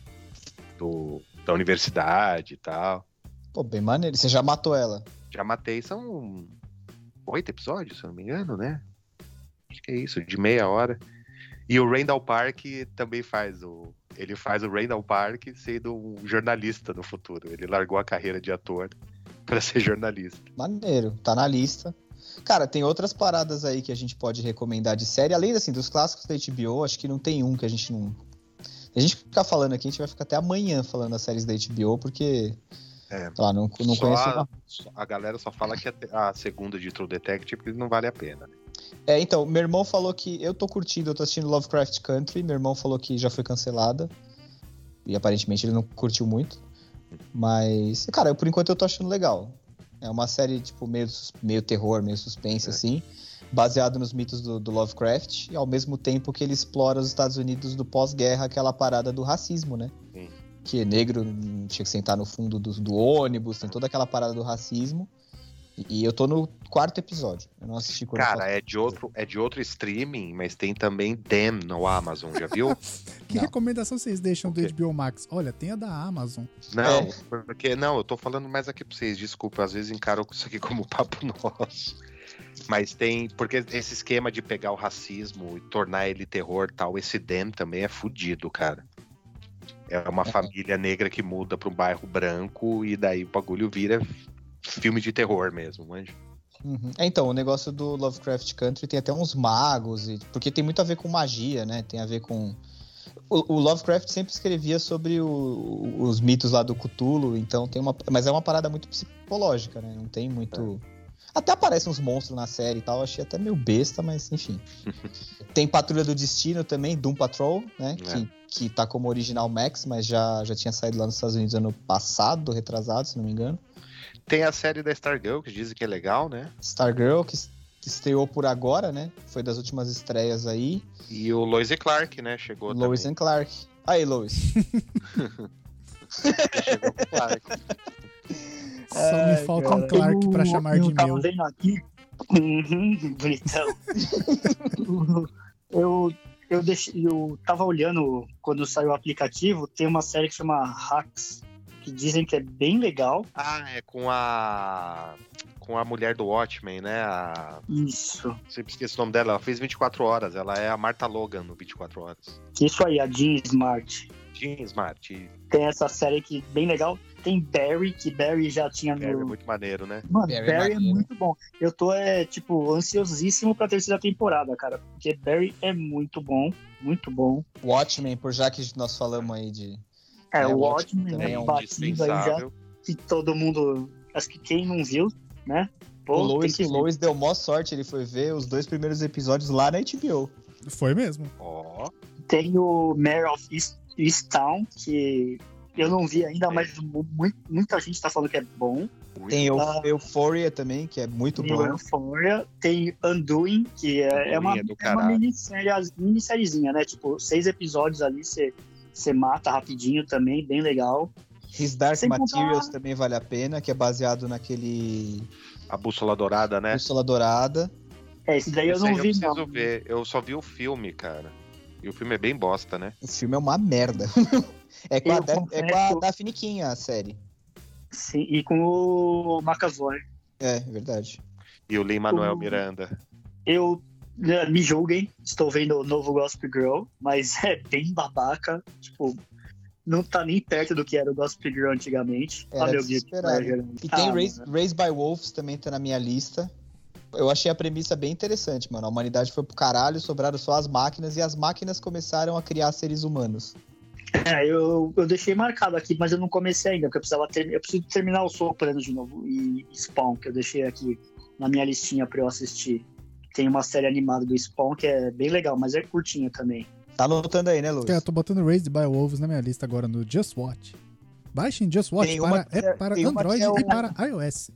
do- da universidade e tal.
Pô, bem maneiro. Você já matou ela.
Já matei, são oito episódios, se eu não me engano, né? Acho que é isso, de meia hora. E o Randall Park também faz o. Ele faz o Randall Park sendo um jornalista no futuro. Ele largou a carreira de ator para ser jornalista.
Maneiro, tá na lista. Cara, tem outras paradas aí que a gente pode recomendar de série. Além assim, dos clássicos da HBO, acho que não tem um que a gente não. Se a gente ficar falando aqui, a gente vai ficar até amanhã falando das séries da HBO, porque.
É.
Sei lá, não, não
Só
conheço.
a,
uma.
só- a galera só fala que a, te- a segunda de True Detective porque não vale a pena. né?
É, então, meu irmão falou que. Eu tô curtindo, eu tô assistindo Lovecraft Country. Meu irmão falou que já foi cancelada. E aparentemente ele não curtiu muito. Mas, cara, eu, por enquanto eu tô achando legal. É uma série, tipo, meio, sus- meio terror, meio
É.
suspense, assim, baseado nos mitos do, do Lovecraft, e ao mesmo tempo que ele explora os Estados Unidos do pós-guerra, aquela parada do racismo, né?
Sim.
Que negro hum, tinha que sentar no fundo do, do ônibus, tem toda aquela parada do racismo. E, e eu tô no quarto episódio. Eu não assisti quando
Cara,
falta-
é de, outro, é de outro streaming, mas tem também Dem no Amazon, já viu?
Que
Não.
recomendação vocês deixam
Ok.
do HBO Max? Olha, tem a da Amazon.
Não,
É.
porque não, eu tô falando mais aqui pra vocês, desculpa, às vezes encaro isso aqui como papo nosso. Mas tem, porque esse esquema de pegar o racismo e tornar ele terror e tal, esse Dem também é fudido, cara. É uma família negra que muda pra um bairro branco e daí o bagulho vira filme de terror mesmo, manja.
Uhum. É, então, o negócio do Lovecraft Country tem até uns magos, e- porque tem muito a ver com magia, né? Tem a ver com. O, o Lovecraft sempre escrevia sobre o- os mitos lá do Cthulhu, então tem uma. Mas é uma parada muito psicológica, né? Não tem muito. Até aparecem uns monstros na série e tal, achei até meio besta, mas enfim. tem Patrulha do Destino também, Doom Patrol, né?
É.
Que, que tá como original Max, mas já, já tinha saído lá nos Estados Unidos ano passado, retrasado, se não me engano.
Tem a série da Stargirl que dizem que é legal, né?
Stargirl, que estreou por agora, né? Foi das últimas estreias aí.
E o Lois e Clark, né? Chegou
Lois
também.
and Clark. Aí, Lois.
Chegou com o Clark.
Só me falta um
cara.
Clark pra chamar de
eu tava
meu.
vendo aqui. Uhum, bonitão. eu, eu, deixei, eu tava olhando quando saiu o aplicativo, tem uma série que chama Hacks, que dizem que é bem legal.
Ah, é com a. Com a mulher do Watchmen, né? A...
Isso.
Sempre esqueço o nome dela. Ela fez 24 horas. Ela é a Marta Logan no 24 horas.
Isso aí, a Jean Smart.
Jean Smart. E
Tem essa série que é bem legal. Tem Barry, que Barry já tinha
Barry é
no,
muito maneiro, né?
Mano,
Barry é
Barry, é
maneiro.
muito bom. Eu tô, é, tipo, ansiosíssimo pra terceira temporada, cara. Porque Barry é muito bom, muito bom.
Watchmen, por já que nós falamos aí de.
É,
É,
o
o
Watchmen
também
né,
é um
batido aí já, que todo mundo... Acho que quem não viu, né? Pô,
o Lois,
tem que ver.
Lois deu mó sorte, ele foi ver os dois primeiros episódios lá na HBO.
Foi mesmo.
Ó.
Tem o Mare of East, Easttown, que eu não vi ainda,
É.
mas mu- mu- muita gente tá falando que é bom.
Tem Eu,
Ah.
Euphoria também, que é muito
Tem o
bom.
Euphoria, tem Undoing, que é, é uma,
Undoing é do
é uma
caralho.
minissérie- minissériezinha, né? Tipo, seis episódios ali, você você mata rapidinho também, bem legal.
His Dark
Sem contar-
Materials também vale a pena, que é baseado naquele
A Bússola Dourada, né?
Bússola Dourada.
É, esse daí eu
Esse aí
não vi,
preciso
não.
ver. Eu só vi o filme, cara. E o filme é bem bosta, né?
Esse filme é uma merda. é, com a
Eu
Daf- é com a
confesso-
Daphne King a série.
Sim, e com o McAvoy.
É, é verdade.
E o Lin Manuel
O-
Miranda.
Eu né, me julguem, estou vendo o novo Gossip Girl, mas é bem babaca. Tipo, não tá nem perto do que era o Gossip Girl antigamente.
Era
Olha o Guilty
desesperado.
Pleasure.
né? E
Ah,
tem
mano.
Raised, Raised by Wolves também tá na minha lista. Eu achei a premissa bem interessante, mano. A humanidade foi pro caralho, sobraram só as máquinas e as máquinas começaram a criar seres humanos.
É, eu, eu deixei marcado aqui, mas eu não comecei ainda, porque eu precisava ter, eu preciso terminar o Sopranos de novo e Spawn, que eu deixei aqui na minha listinha pra eu assistir. Tem uma série animada do Spawn que é bem legal, mas é curtinha também.
Tá anotando aí, né, Luiz?
É, Eu tô botando Raised by Wolves na minha lista agora no Just Watch. Baixem Just Watch
Tem
para,
uma que
é,
é-
para
tem uma que
Android
é
e
o-
para iOS.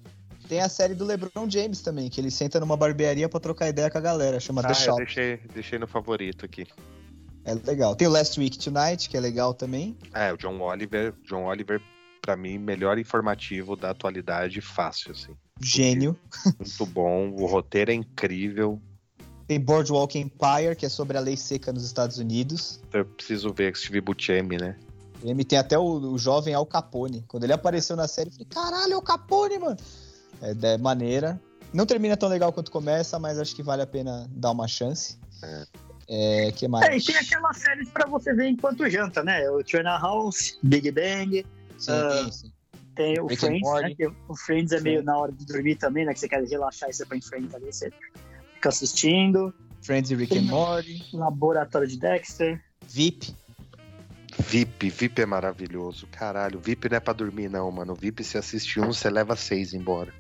Tem a série do LeBron James também, que ele senta numa barbearia pra trocar ideia com a galera, chama
Ah,
The
eu
Shop.
deixei, deixei no favorito aqui.
É legal. Tem o Last Week Tonight, que é legal também.
É, o John Oliver. John Oliver, pra mim, melhor informativo da atualidade, fácil, assim.
Gênio.
Muito bom. O roteiro é incrível.
Tem Boardwalk Empire, que é sobre a lei seca nos Estados Unidos.
Eu preciso ver Steve Buscemi, né?
Ele tem até o, o jovem Al Capone. Quando ele apareceu na série, eu falei, caralho, Al Capone, mano. É, da maneira. Não termina tão legal quanto começa, mas acho que vale a pena dar uma chance. É, que mais?
É, e tem aquelas séries pra você ver enquanto janta, né? O Turner House, Big Bang,
Sim,
ah,
tem, sim.
tem o
Rick and
Friends, né?
Morty.
Que o Friends é meio na hora de dormir também, né? Que você quer relaxar e você põe Friends ali, você fica assistindo.
Friends e Rick and Morty.
Laboratório de Dexter.
VIP.
VIP, VIP é maravilhoso. Caralho, VIP não é pra dormir, não, mano. VIP, você assiste um, você leva seis embora.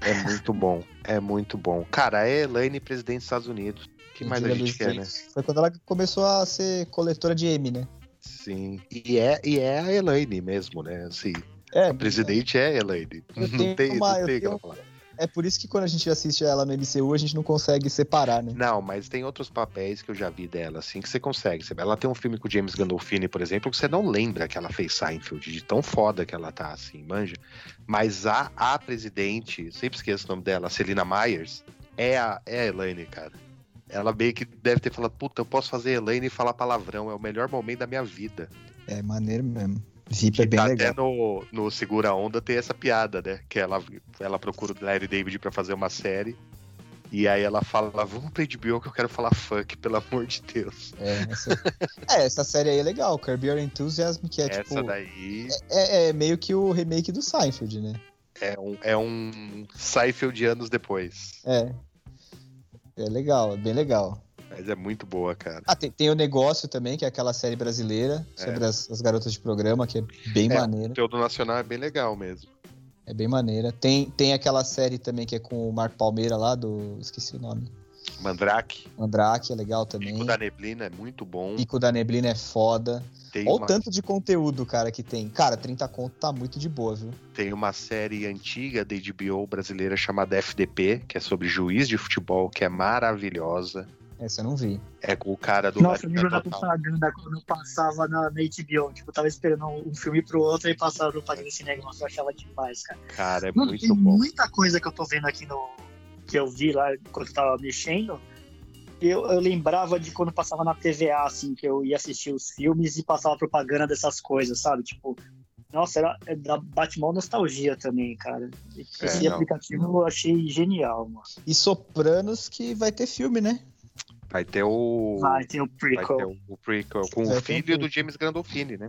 É muito bom, é muito bom. Cara, é Elaine, presidente dos Estados Unidos. que mais a
Julia
gente quer, né?
Louis-Dreyfus. Foi quando ela começou a ser coletora de M, né?
Sim. E é, e é a Elaine mesmo, né? Assim,
É,
A presidente é Elaine.
Eu
Não
tenho
tem,
uma-
não
eu
tem o que ela
tenho-
falar.
é por isso que quando a gente assiste ela no MCU, a gente não consegue separar, né?
Não, mas tem outros papéis que eu já vi dela, assim, que você consegue. Você- Ela tem um filme com o James Gandolfini, por exemplo, que você não lembra que ela fez Seinfeld, de tão foda que ela tá, assim, manja. Mas a, a presidente, sempre esqueço o nome dela, Celina Myers, é a, é a Elaine, cara. Ela meio que deve ter falado, puta, eu posso fazer Elaine e falar palavrão, é o melhor momento da minha vida.
É maneiro mesmo. VIP é
E
bem
tá
legal.
até no, no Segura Onda tem essa piada, né? Que ela, ela procura o Larry David pra fazer uma série. E aí ela fala, vamos pra HBO que eu quero falar funk, pelo amor de Deus.
É, essa... é, essa série aí é legal, Curb Your Enthusiasm, que é
essa
tipo.
daí
É, é meio que o remake do Seinfeld, né?
é um, é um Seinfeld de anos depois.
É. É legal, é bem legal.
Mas é muito boa, cara.
Ah, tem, tem o Negócio também, que é aquela série brasileira sobre as, as garotas de programa, que é bem
É.
maneira.
O conteúdo nacional é bem legal mesmo.
É bem maneira. Tem, tem aquela série também que é com o Marco Palmeira lá do. Esqueci o nome.
Mandrake,
Mandrake é legal também.
Pico da Neblina é muito bom.
Pico da Neblina é foda.
Tem
Olha
uma,
o tanto de conteúdo, cara, que tem. Cara, 30 conto tá muito de boa, viu?
tem uma série antiga da HBO brasileira chamada FDP, que é sobre juiz de futebol, que é maravilhosa.
Essa eu não vi.
É com o cara do
Nossa, eu
Laranja
lembro da
Total.
propaganda quando eu passava na, na HBO. Tipo, eu tava esperando um um filme pro outro e passava a propaganda desse negócio. Eu achava demais, cara.
Cara, é
Mano, tem
muito bom.
muita coisa que eu tô vendo aqui no. que eu vi lá quando eu tava mexendo. Eu, eu lembrava de quando passava na TVA, assim, que eu ia assistir os filmes e passava propaganda dessas coisas, sabe? Tipo, nossa, era, é da- bate mal nostalgia também, cara. Esse
É, não.
aplicativo eu achei genial, mano.
E Sopranos que vai ter filme, né?
Vai ter o.
Vai, tem o
Vai ter
prequel.
o, o prequel com
Vai
o
ter
filho
um-
do James Gandolfini, né?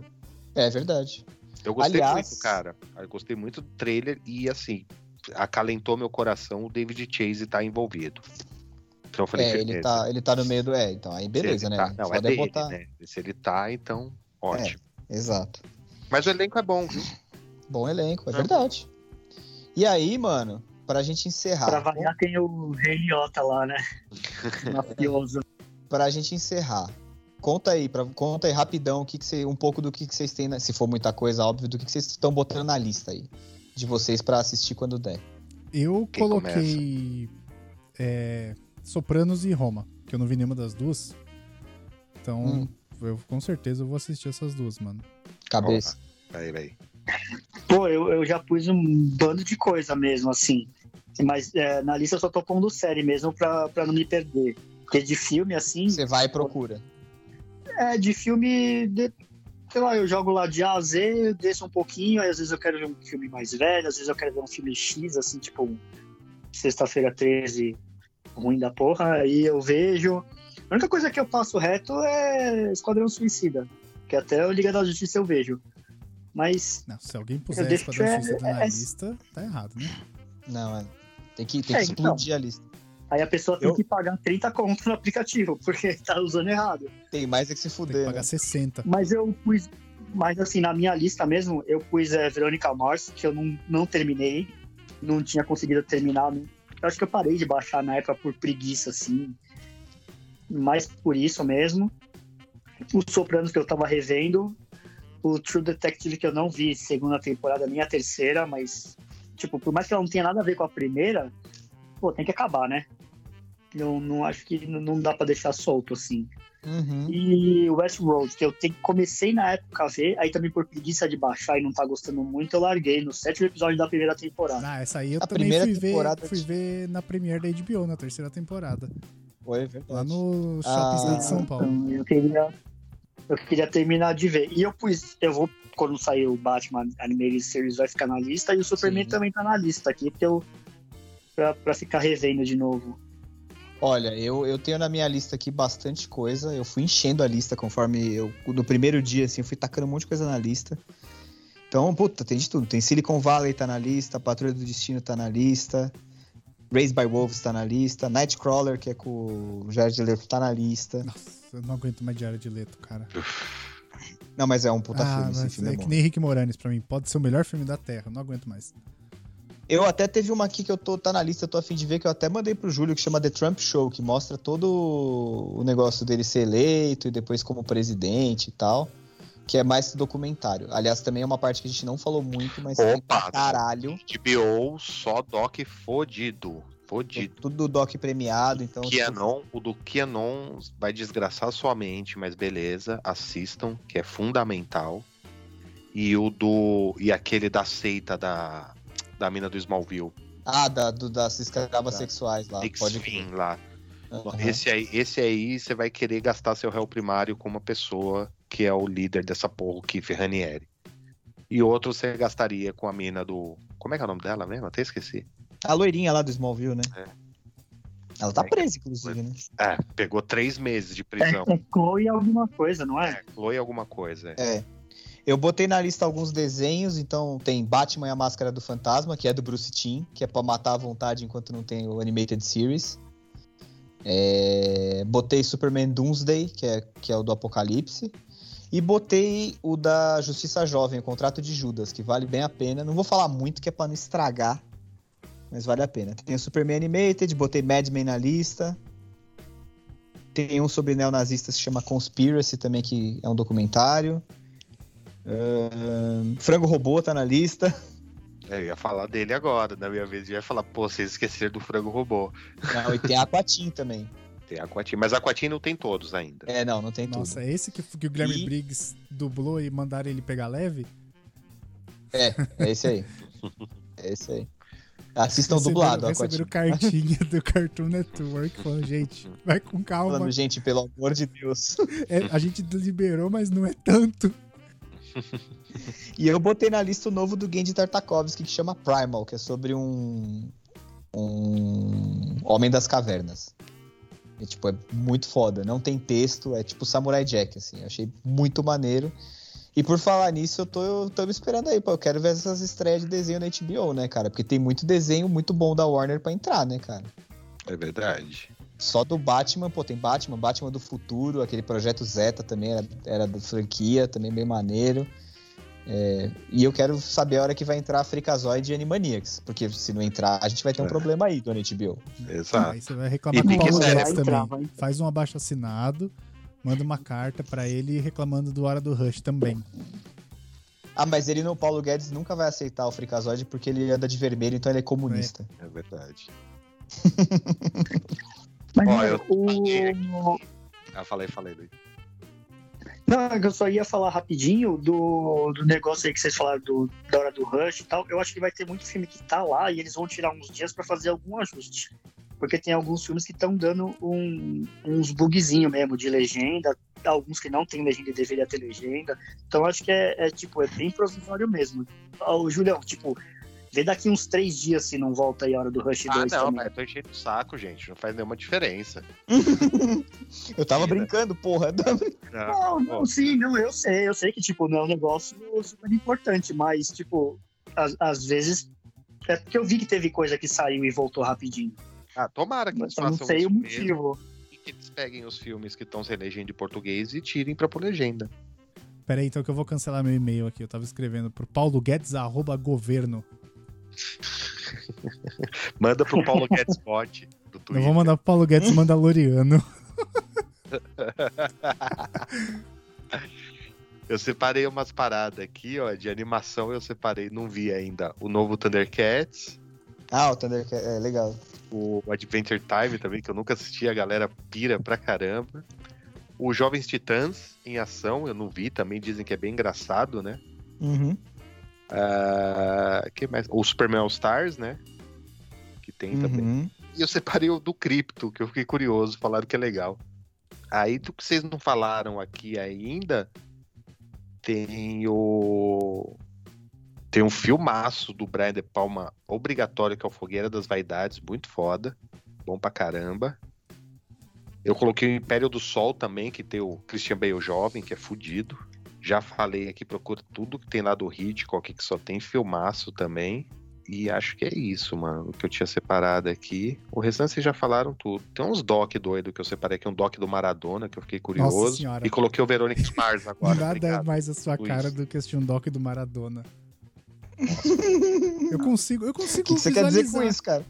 É verdade.
Eu gostei
Aliás-
muito, cara. Eu gostei muito do trailer e, assim, acalentou meu coração o David Chase tá envolvido. Então eu falei,
é, ele
"Beleza,
tá, ele tá no meio do. É, então aí
se
beleza, né?
ele tá- Não,
Foda
é dele,
botar.
né? Se ele tá, então, ótimo.
Exato.
Mas o elenco é bom, viu?
Bom elenco, é,
É.
verdade. E aí, mano, pra gente encerrar.
Pra variar, tem o Rei Liotta lá, né? Mafioso.
pra gente encerrar, conta aí, pra, conta aí rapidão o que que cê- um pouco do que, que vocês têm, na- se for muita coisa, óbvio, do que que vocês estão botando na lista aí. De vocês pra assistir quando der.
Eu
Quem
coloquei é, Sopranos e Roma, que eu não vi nenhuma das duas. Então,
Hum.
eu com certeza eu vou assistir essas duas, mano.
Cabeça.
Vai, vai.
Pô, eu, eu já pus um bando de coisa mesmo, assim. Mas é, na lista eu só tô pondo série mesmo pra, pra não me perder. Porque de filme, assim,
Você vai e procura.
é de filme. de- sei lá, eu jogo lá de A a Z, desço um pouquinho, aí às vezes eu quero ver um filme mais velho, às vezes eu quero ver um filme X, assim, tipo, um sexta-feira 13, ruim da porra, aí eu vejo. A única coisa que eu passo reto é Esquadrão Suicida, que até o Liga da Justiça eu vejo. Mas
Não, se alguém puser
Eu deixo
Esquadrão
é-
Suicida na
é-
lista, tá errado, né?
Não, é. Tem que, tem
É,
que
então.
explodir a lista.
Aí a pessoa tem
Eu-
que pagar 30 conto no aplicativo, porque tá usando errado.
Tem mais é que se
Tem que
fuder.
pagar
Né?
60.
Mas eu pus. Mas assim, na minha lista mesmo, eu pus é, Verônica Mars, que eu não, não terminei. Não tinha conseguido terminar. não- Eu acho que eu parei de baixar na época por preguiça, assim. Mas por isso mesmo. Os Sopranos que eu tava revendo. O True Detective que eu não vi, segunda temporada, nem a terceira, mas. Tipo, por mais que ela não tenha nada a ver com a primeira, pô, tem que acabar, né? Eu não acho que não- não dá pra deixar solto, assim
Uhum.
e Westworld, que eu te- comecei na época a ver, aí também por preguiça de baixar e não tá gostando muito, eu larguei no sétimo episódio da primeira temporada.
Ah, essa aí eu
A
também
primeira
fui ver,
temporada
fui
de-
ver na Premiere da HBO, na terceira temporada.
Pô, é verdade.
Lá no Shopping
Ah,
de São Paulo.
Então, eu queria, eu queria terminar de ver. E eu pus, eu vou, quando sair o Batman Animated Series vai ficar na lista, e o Superman
Sim.
também tá na lista aqui, porque eu, pra, pra ficar revendo de novo.
Olha, eu, eu tenho na minha lista aqui bastante coisa. Eu fui enchendo a lista conforme eu. No primeiro dia, assim, eu fui tacando um monte de coisa na lista. Então, puta, tem de tudo. Tem Silicon Valley tá na lista, Patrulha do Destino tá na lista, Raised by Wolves tá na lista, Nightcrawler, que é com o Jared Leto, tá na lista.
Nossa, eu não aguento mais Diário de Leto, cara.
Não, mas é um puta
ah,
filme, esse
mas
filme é,
é
bom.
que nem Rick Moranis pra mim. Pode ser o melhor filme da Terra, eu não aguento mais.
Eu até teve uma aqui que eu tô, tá na lista, eu tô a fim de ver, que eu até mandei pro Júlio, que chama The Trump Show, que mostra todo o negócio dele ser eleito e depois como presidente e tal. que é mais documentário. Aliás, também é uma parte que a gente não falou muito, mas tem pra
Opa!
caralho.
HBO só doc fodido. Fodido.
É Tudo doc premiado, então.
Kianon, o do Kianon vai desgraçar sua mente, mas beleza, assistam, que é fundamental. E o do. E aquele da seita da, da mina do Smallville.
Ah, da, do, das escravas
Tá.
sexuais lá. Ah, Pode
X-Fin lá.
Aham.
Esse aí, esse aí você vai querer gastar seu réu primário com uma pessoa que é o líder dessa porra, o Keith Ranieri. E outro você gastaria com a mina do. Como é que é o nome dela mesmo? Até esqueci.
A loirinha lá do Smallville, né?
É.
Ela tá
É.
presa, inclusive, né?
É, pegou três meses de prisão.
É, é Chloe alguma coisa, não é?
É,
então.
Chloe alguma coisa. é.
É. Eu botei na lista alguns desenhos, então tem Batman e a Máscara do Fantasma, que é do Bruce Timm, que é pra matar à vontade enquanto não tem o Animated Series. É, Botei Superman Doomsday, que é, que é o do Apocalipse. E botei o da Justiça Jovem, o Contrato de Judas, que vale bem a pena. Não vou falar muito, que é pra não estragar, mas vale a pena. Tem o Superman Animated, botei Mad Men na lista. Tem um sobre neonazista que se chama Conspiracy também, que é um documentário. Ahn, Frango Robô tá na lista.
Eu ia falar dele agora, na minha vez. Eu ia falar, pô, vocês esqueceram do frango robô.
Não, e tem Aquatim também.
Tem a Quatin, mas a Quatin não tem todos ainda.
É, não, não tem tudo.
Nossa, é esse que, que o Guilherme
E-
Briggs dublou e mandaram ele pegar leve?
É esse aí. É esse aí. Assistam
Receberam-
dublado,
Receberam
Aquatim.
cartinha do Cartoon Network falando, gente, vai com calma.
Falando, gente, pelo amor de Deus.
É, a gente liberou, mas não é tanto.
E eu botei na lista o novo do Genji Tartakovsky, que chama Primal, que é sobre um. Um. Homem das Cavernas. E, tipo, é muito foda. Não tem texto, é tipo Samurai Jack, assim. Eu achei muito maneiro. E por falar nisso, eu tô, eu tô me esperando aí, pô. Eu quero ver essas estreias de desenho na HBO, né, cara? Porque tem muito desenho muito bom da Warner pra entrar, né, cara?
É verdade.
Só do Batman, pô, tem Batman, Batman do Futuro, aquele projeto Zeta também era, era da franquia, também bem maneiro. É, e eu quero saber a hora que vai entrar Freakazoid e Animaniacs, porque se não entrar, a gente vai ter um
É.
problema aí, Dona HBO.
Exato.
Tá.
Aí você vai reclamar
E
com o
tem que
Paulo
ser-
Guedes
Vai
também.
entrar, vai entrar.
Faz um abaixo assinado, manda uma carta pra ele reclamando do Hora do Rush também.
Ah, mas ele não, o Paulo Guedes nunca vai aceitar o Freakazoid porque ele anda de vermelho, então ele é comunista.
É verdade.
Mas
Ó, eu-
o...
Ah, falei, falei. Luiz.
Não, eu só ia falar rapidinho do, do negócio aí que vocês falaram do, da hora do Rush e tal. Eu acho que vai ter muito filme que tá lá e eles vão tirar uns dias pra fazer algum ajuste. Porque tem alguns filmes que estão dando um- uns bugzinhos mesmo de legenda, alguns que não tem legenda e deveria ter legenda. Então eu acho que é, é, tipo, é bem provisório mesmo. Ô, Julião, tipo, vê daqui uns três dias se não volta aí a hora do Rush
Ah,
2
não,
também.
mas eu tô enchendo o saco, gente. Não faz nenhuma diferença.
É. Eu tava brincando, porra.
Não.
Não, não,
Ó.
sim, não, eu sei, eu sei que, tipo, não é um negócio super importante, mas, tipo, às, às vezes. É porque eu vi que teve coisa que saiu e voltou rapidinho.
Ah, tomara que eles
Mas eu não
façam
sei
isso
o
mesmo
motivo.
e que eles peguem os filmes que estão sem legenda em português e tirem pra pôr legenda.
Pera aí, então que eu vou cancelar meu e-mail aqui. Eu tava escrevendo pro pauloguedes.governo.
Manda pro Paulo Guedes Bot do
Eu
Twitter.
vou mandar pro Paulo Guedes Mandaloriano.
Eu separei umas paradas aqui, ó, de animação. Eu separei, não vi ainda, o novo Thundercats,
Ah, o Thundercat, é legal.
o Adventure Time também, que eu nunca assisti, a galera pira pra caramba. O Jovens Titãs em ação, eu não vi, também dizem que é bem engraçado, né?
Uhum.
Ah, que mais? O Superman All Stars, né? Que tem também.
Uhum.
E eu separei o do cripto, que eu fiquei curioso, falaram que é legal. Aí do que vocês não falaram aqui ainda, tem o. Tem um filmaço do Brian De Palma obrigatório, que é o Fogueira das Vaidades, muito foda. Bom pra caramba. Eu coloquei o Império do Sol também, que tem o Christian Bale jovem, que é fudido. Já falei aqui, procura tudo que tem lá do Hitchcock, que só tem filmaço também. E acho que é isso, mano, que eu tinha separado aqui. O restante vocês já falaram tudo. Tem uns doc doido que eu separei aqui, um doc do Maradona, que eu fiquei curioso.
Nossa senhora.
e coloquei o Verônica Mars agora.
Nada
obrigado.
mais a sua
Luiz.
cara do que assistir um doc do Maradona. Eu consigo, eu
O
consigo
que, que você quer dizer com
visualizar.
isso, cara?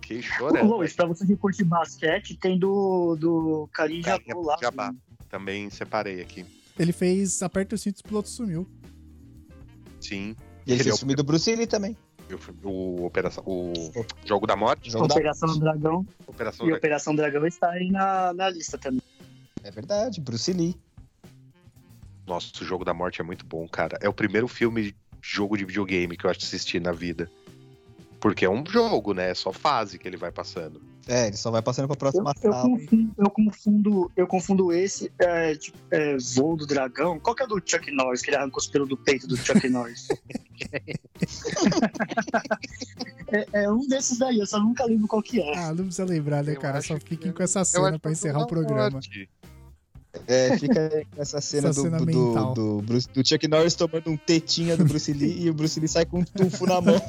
Fiquei
Ô,
chorando.
Lois, pra você que curte basquete, tem do, do Carinha
Carinha
Jabou lá.
Jabá.
né?
Também separei aqui.
Ele fez Aperta o Cinto e o Piloto Sumiu.
Sim.
E ele
Ele é
fez
o-
filme do Bruce Lee também.
Eu fui- O, Operação- o Jogo da Morte,
Jogo da...
Operação Dragão.
Operação
E Operação Dragão está aí na, na lista também.
É verdade, Bruce Lee.
Nossa, o Jogo da Morte é muito bom, cara. É o primeiro filme de jogo de videogame que eu acho que assisti na vida. Porque é um jogo, né? É só fase que ele vai passando.
É, ele só vai passando pra
Eu,
próxima
eu
sala.
confundo, eu, confundo, eu confundo esse é, tipo, é, Voo do Dragão. Qual que é o do Chuck Norris, que ele arrancou os pelos do peito do Chuck Norris? é, é um desses daí, eu só nunca lembro qual que é.
Ah, não precisa lembrar, né,
Eu
cara?
acho
Só
que
fiquem
eu-
com essa cena pra encerrar o programa.
É, fica aí com essa cena,
Essa
do,
cena
do-
mental.
do Bruce- do Chuck Norris tomando um tetinha do Bruce Lee e o Bruce Lee sai com um tufo na mão.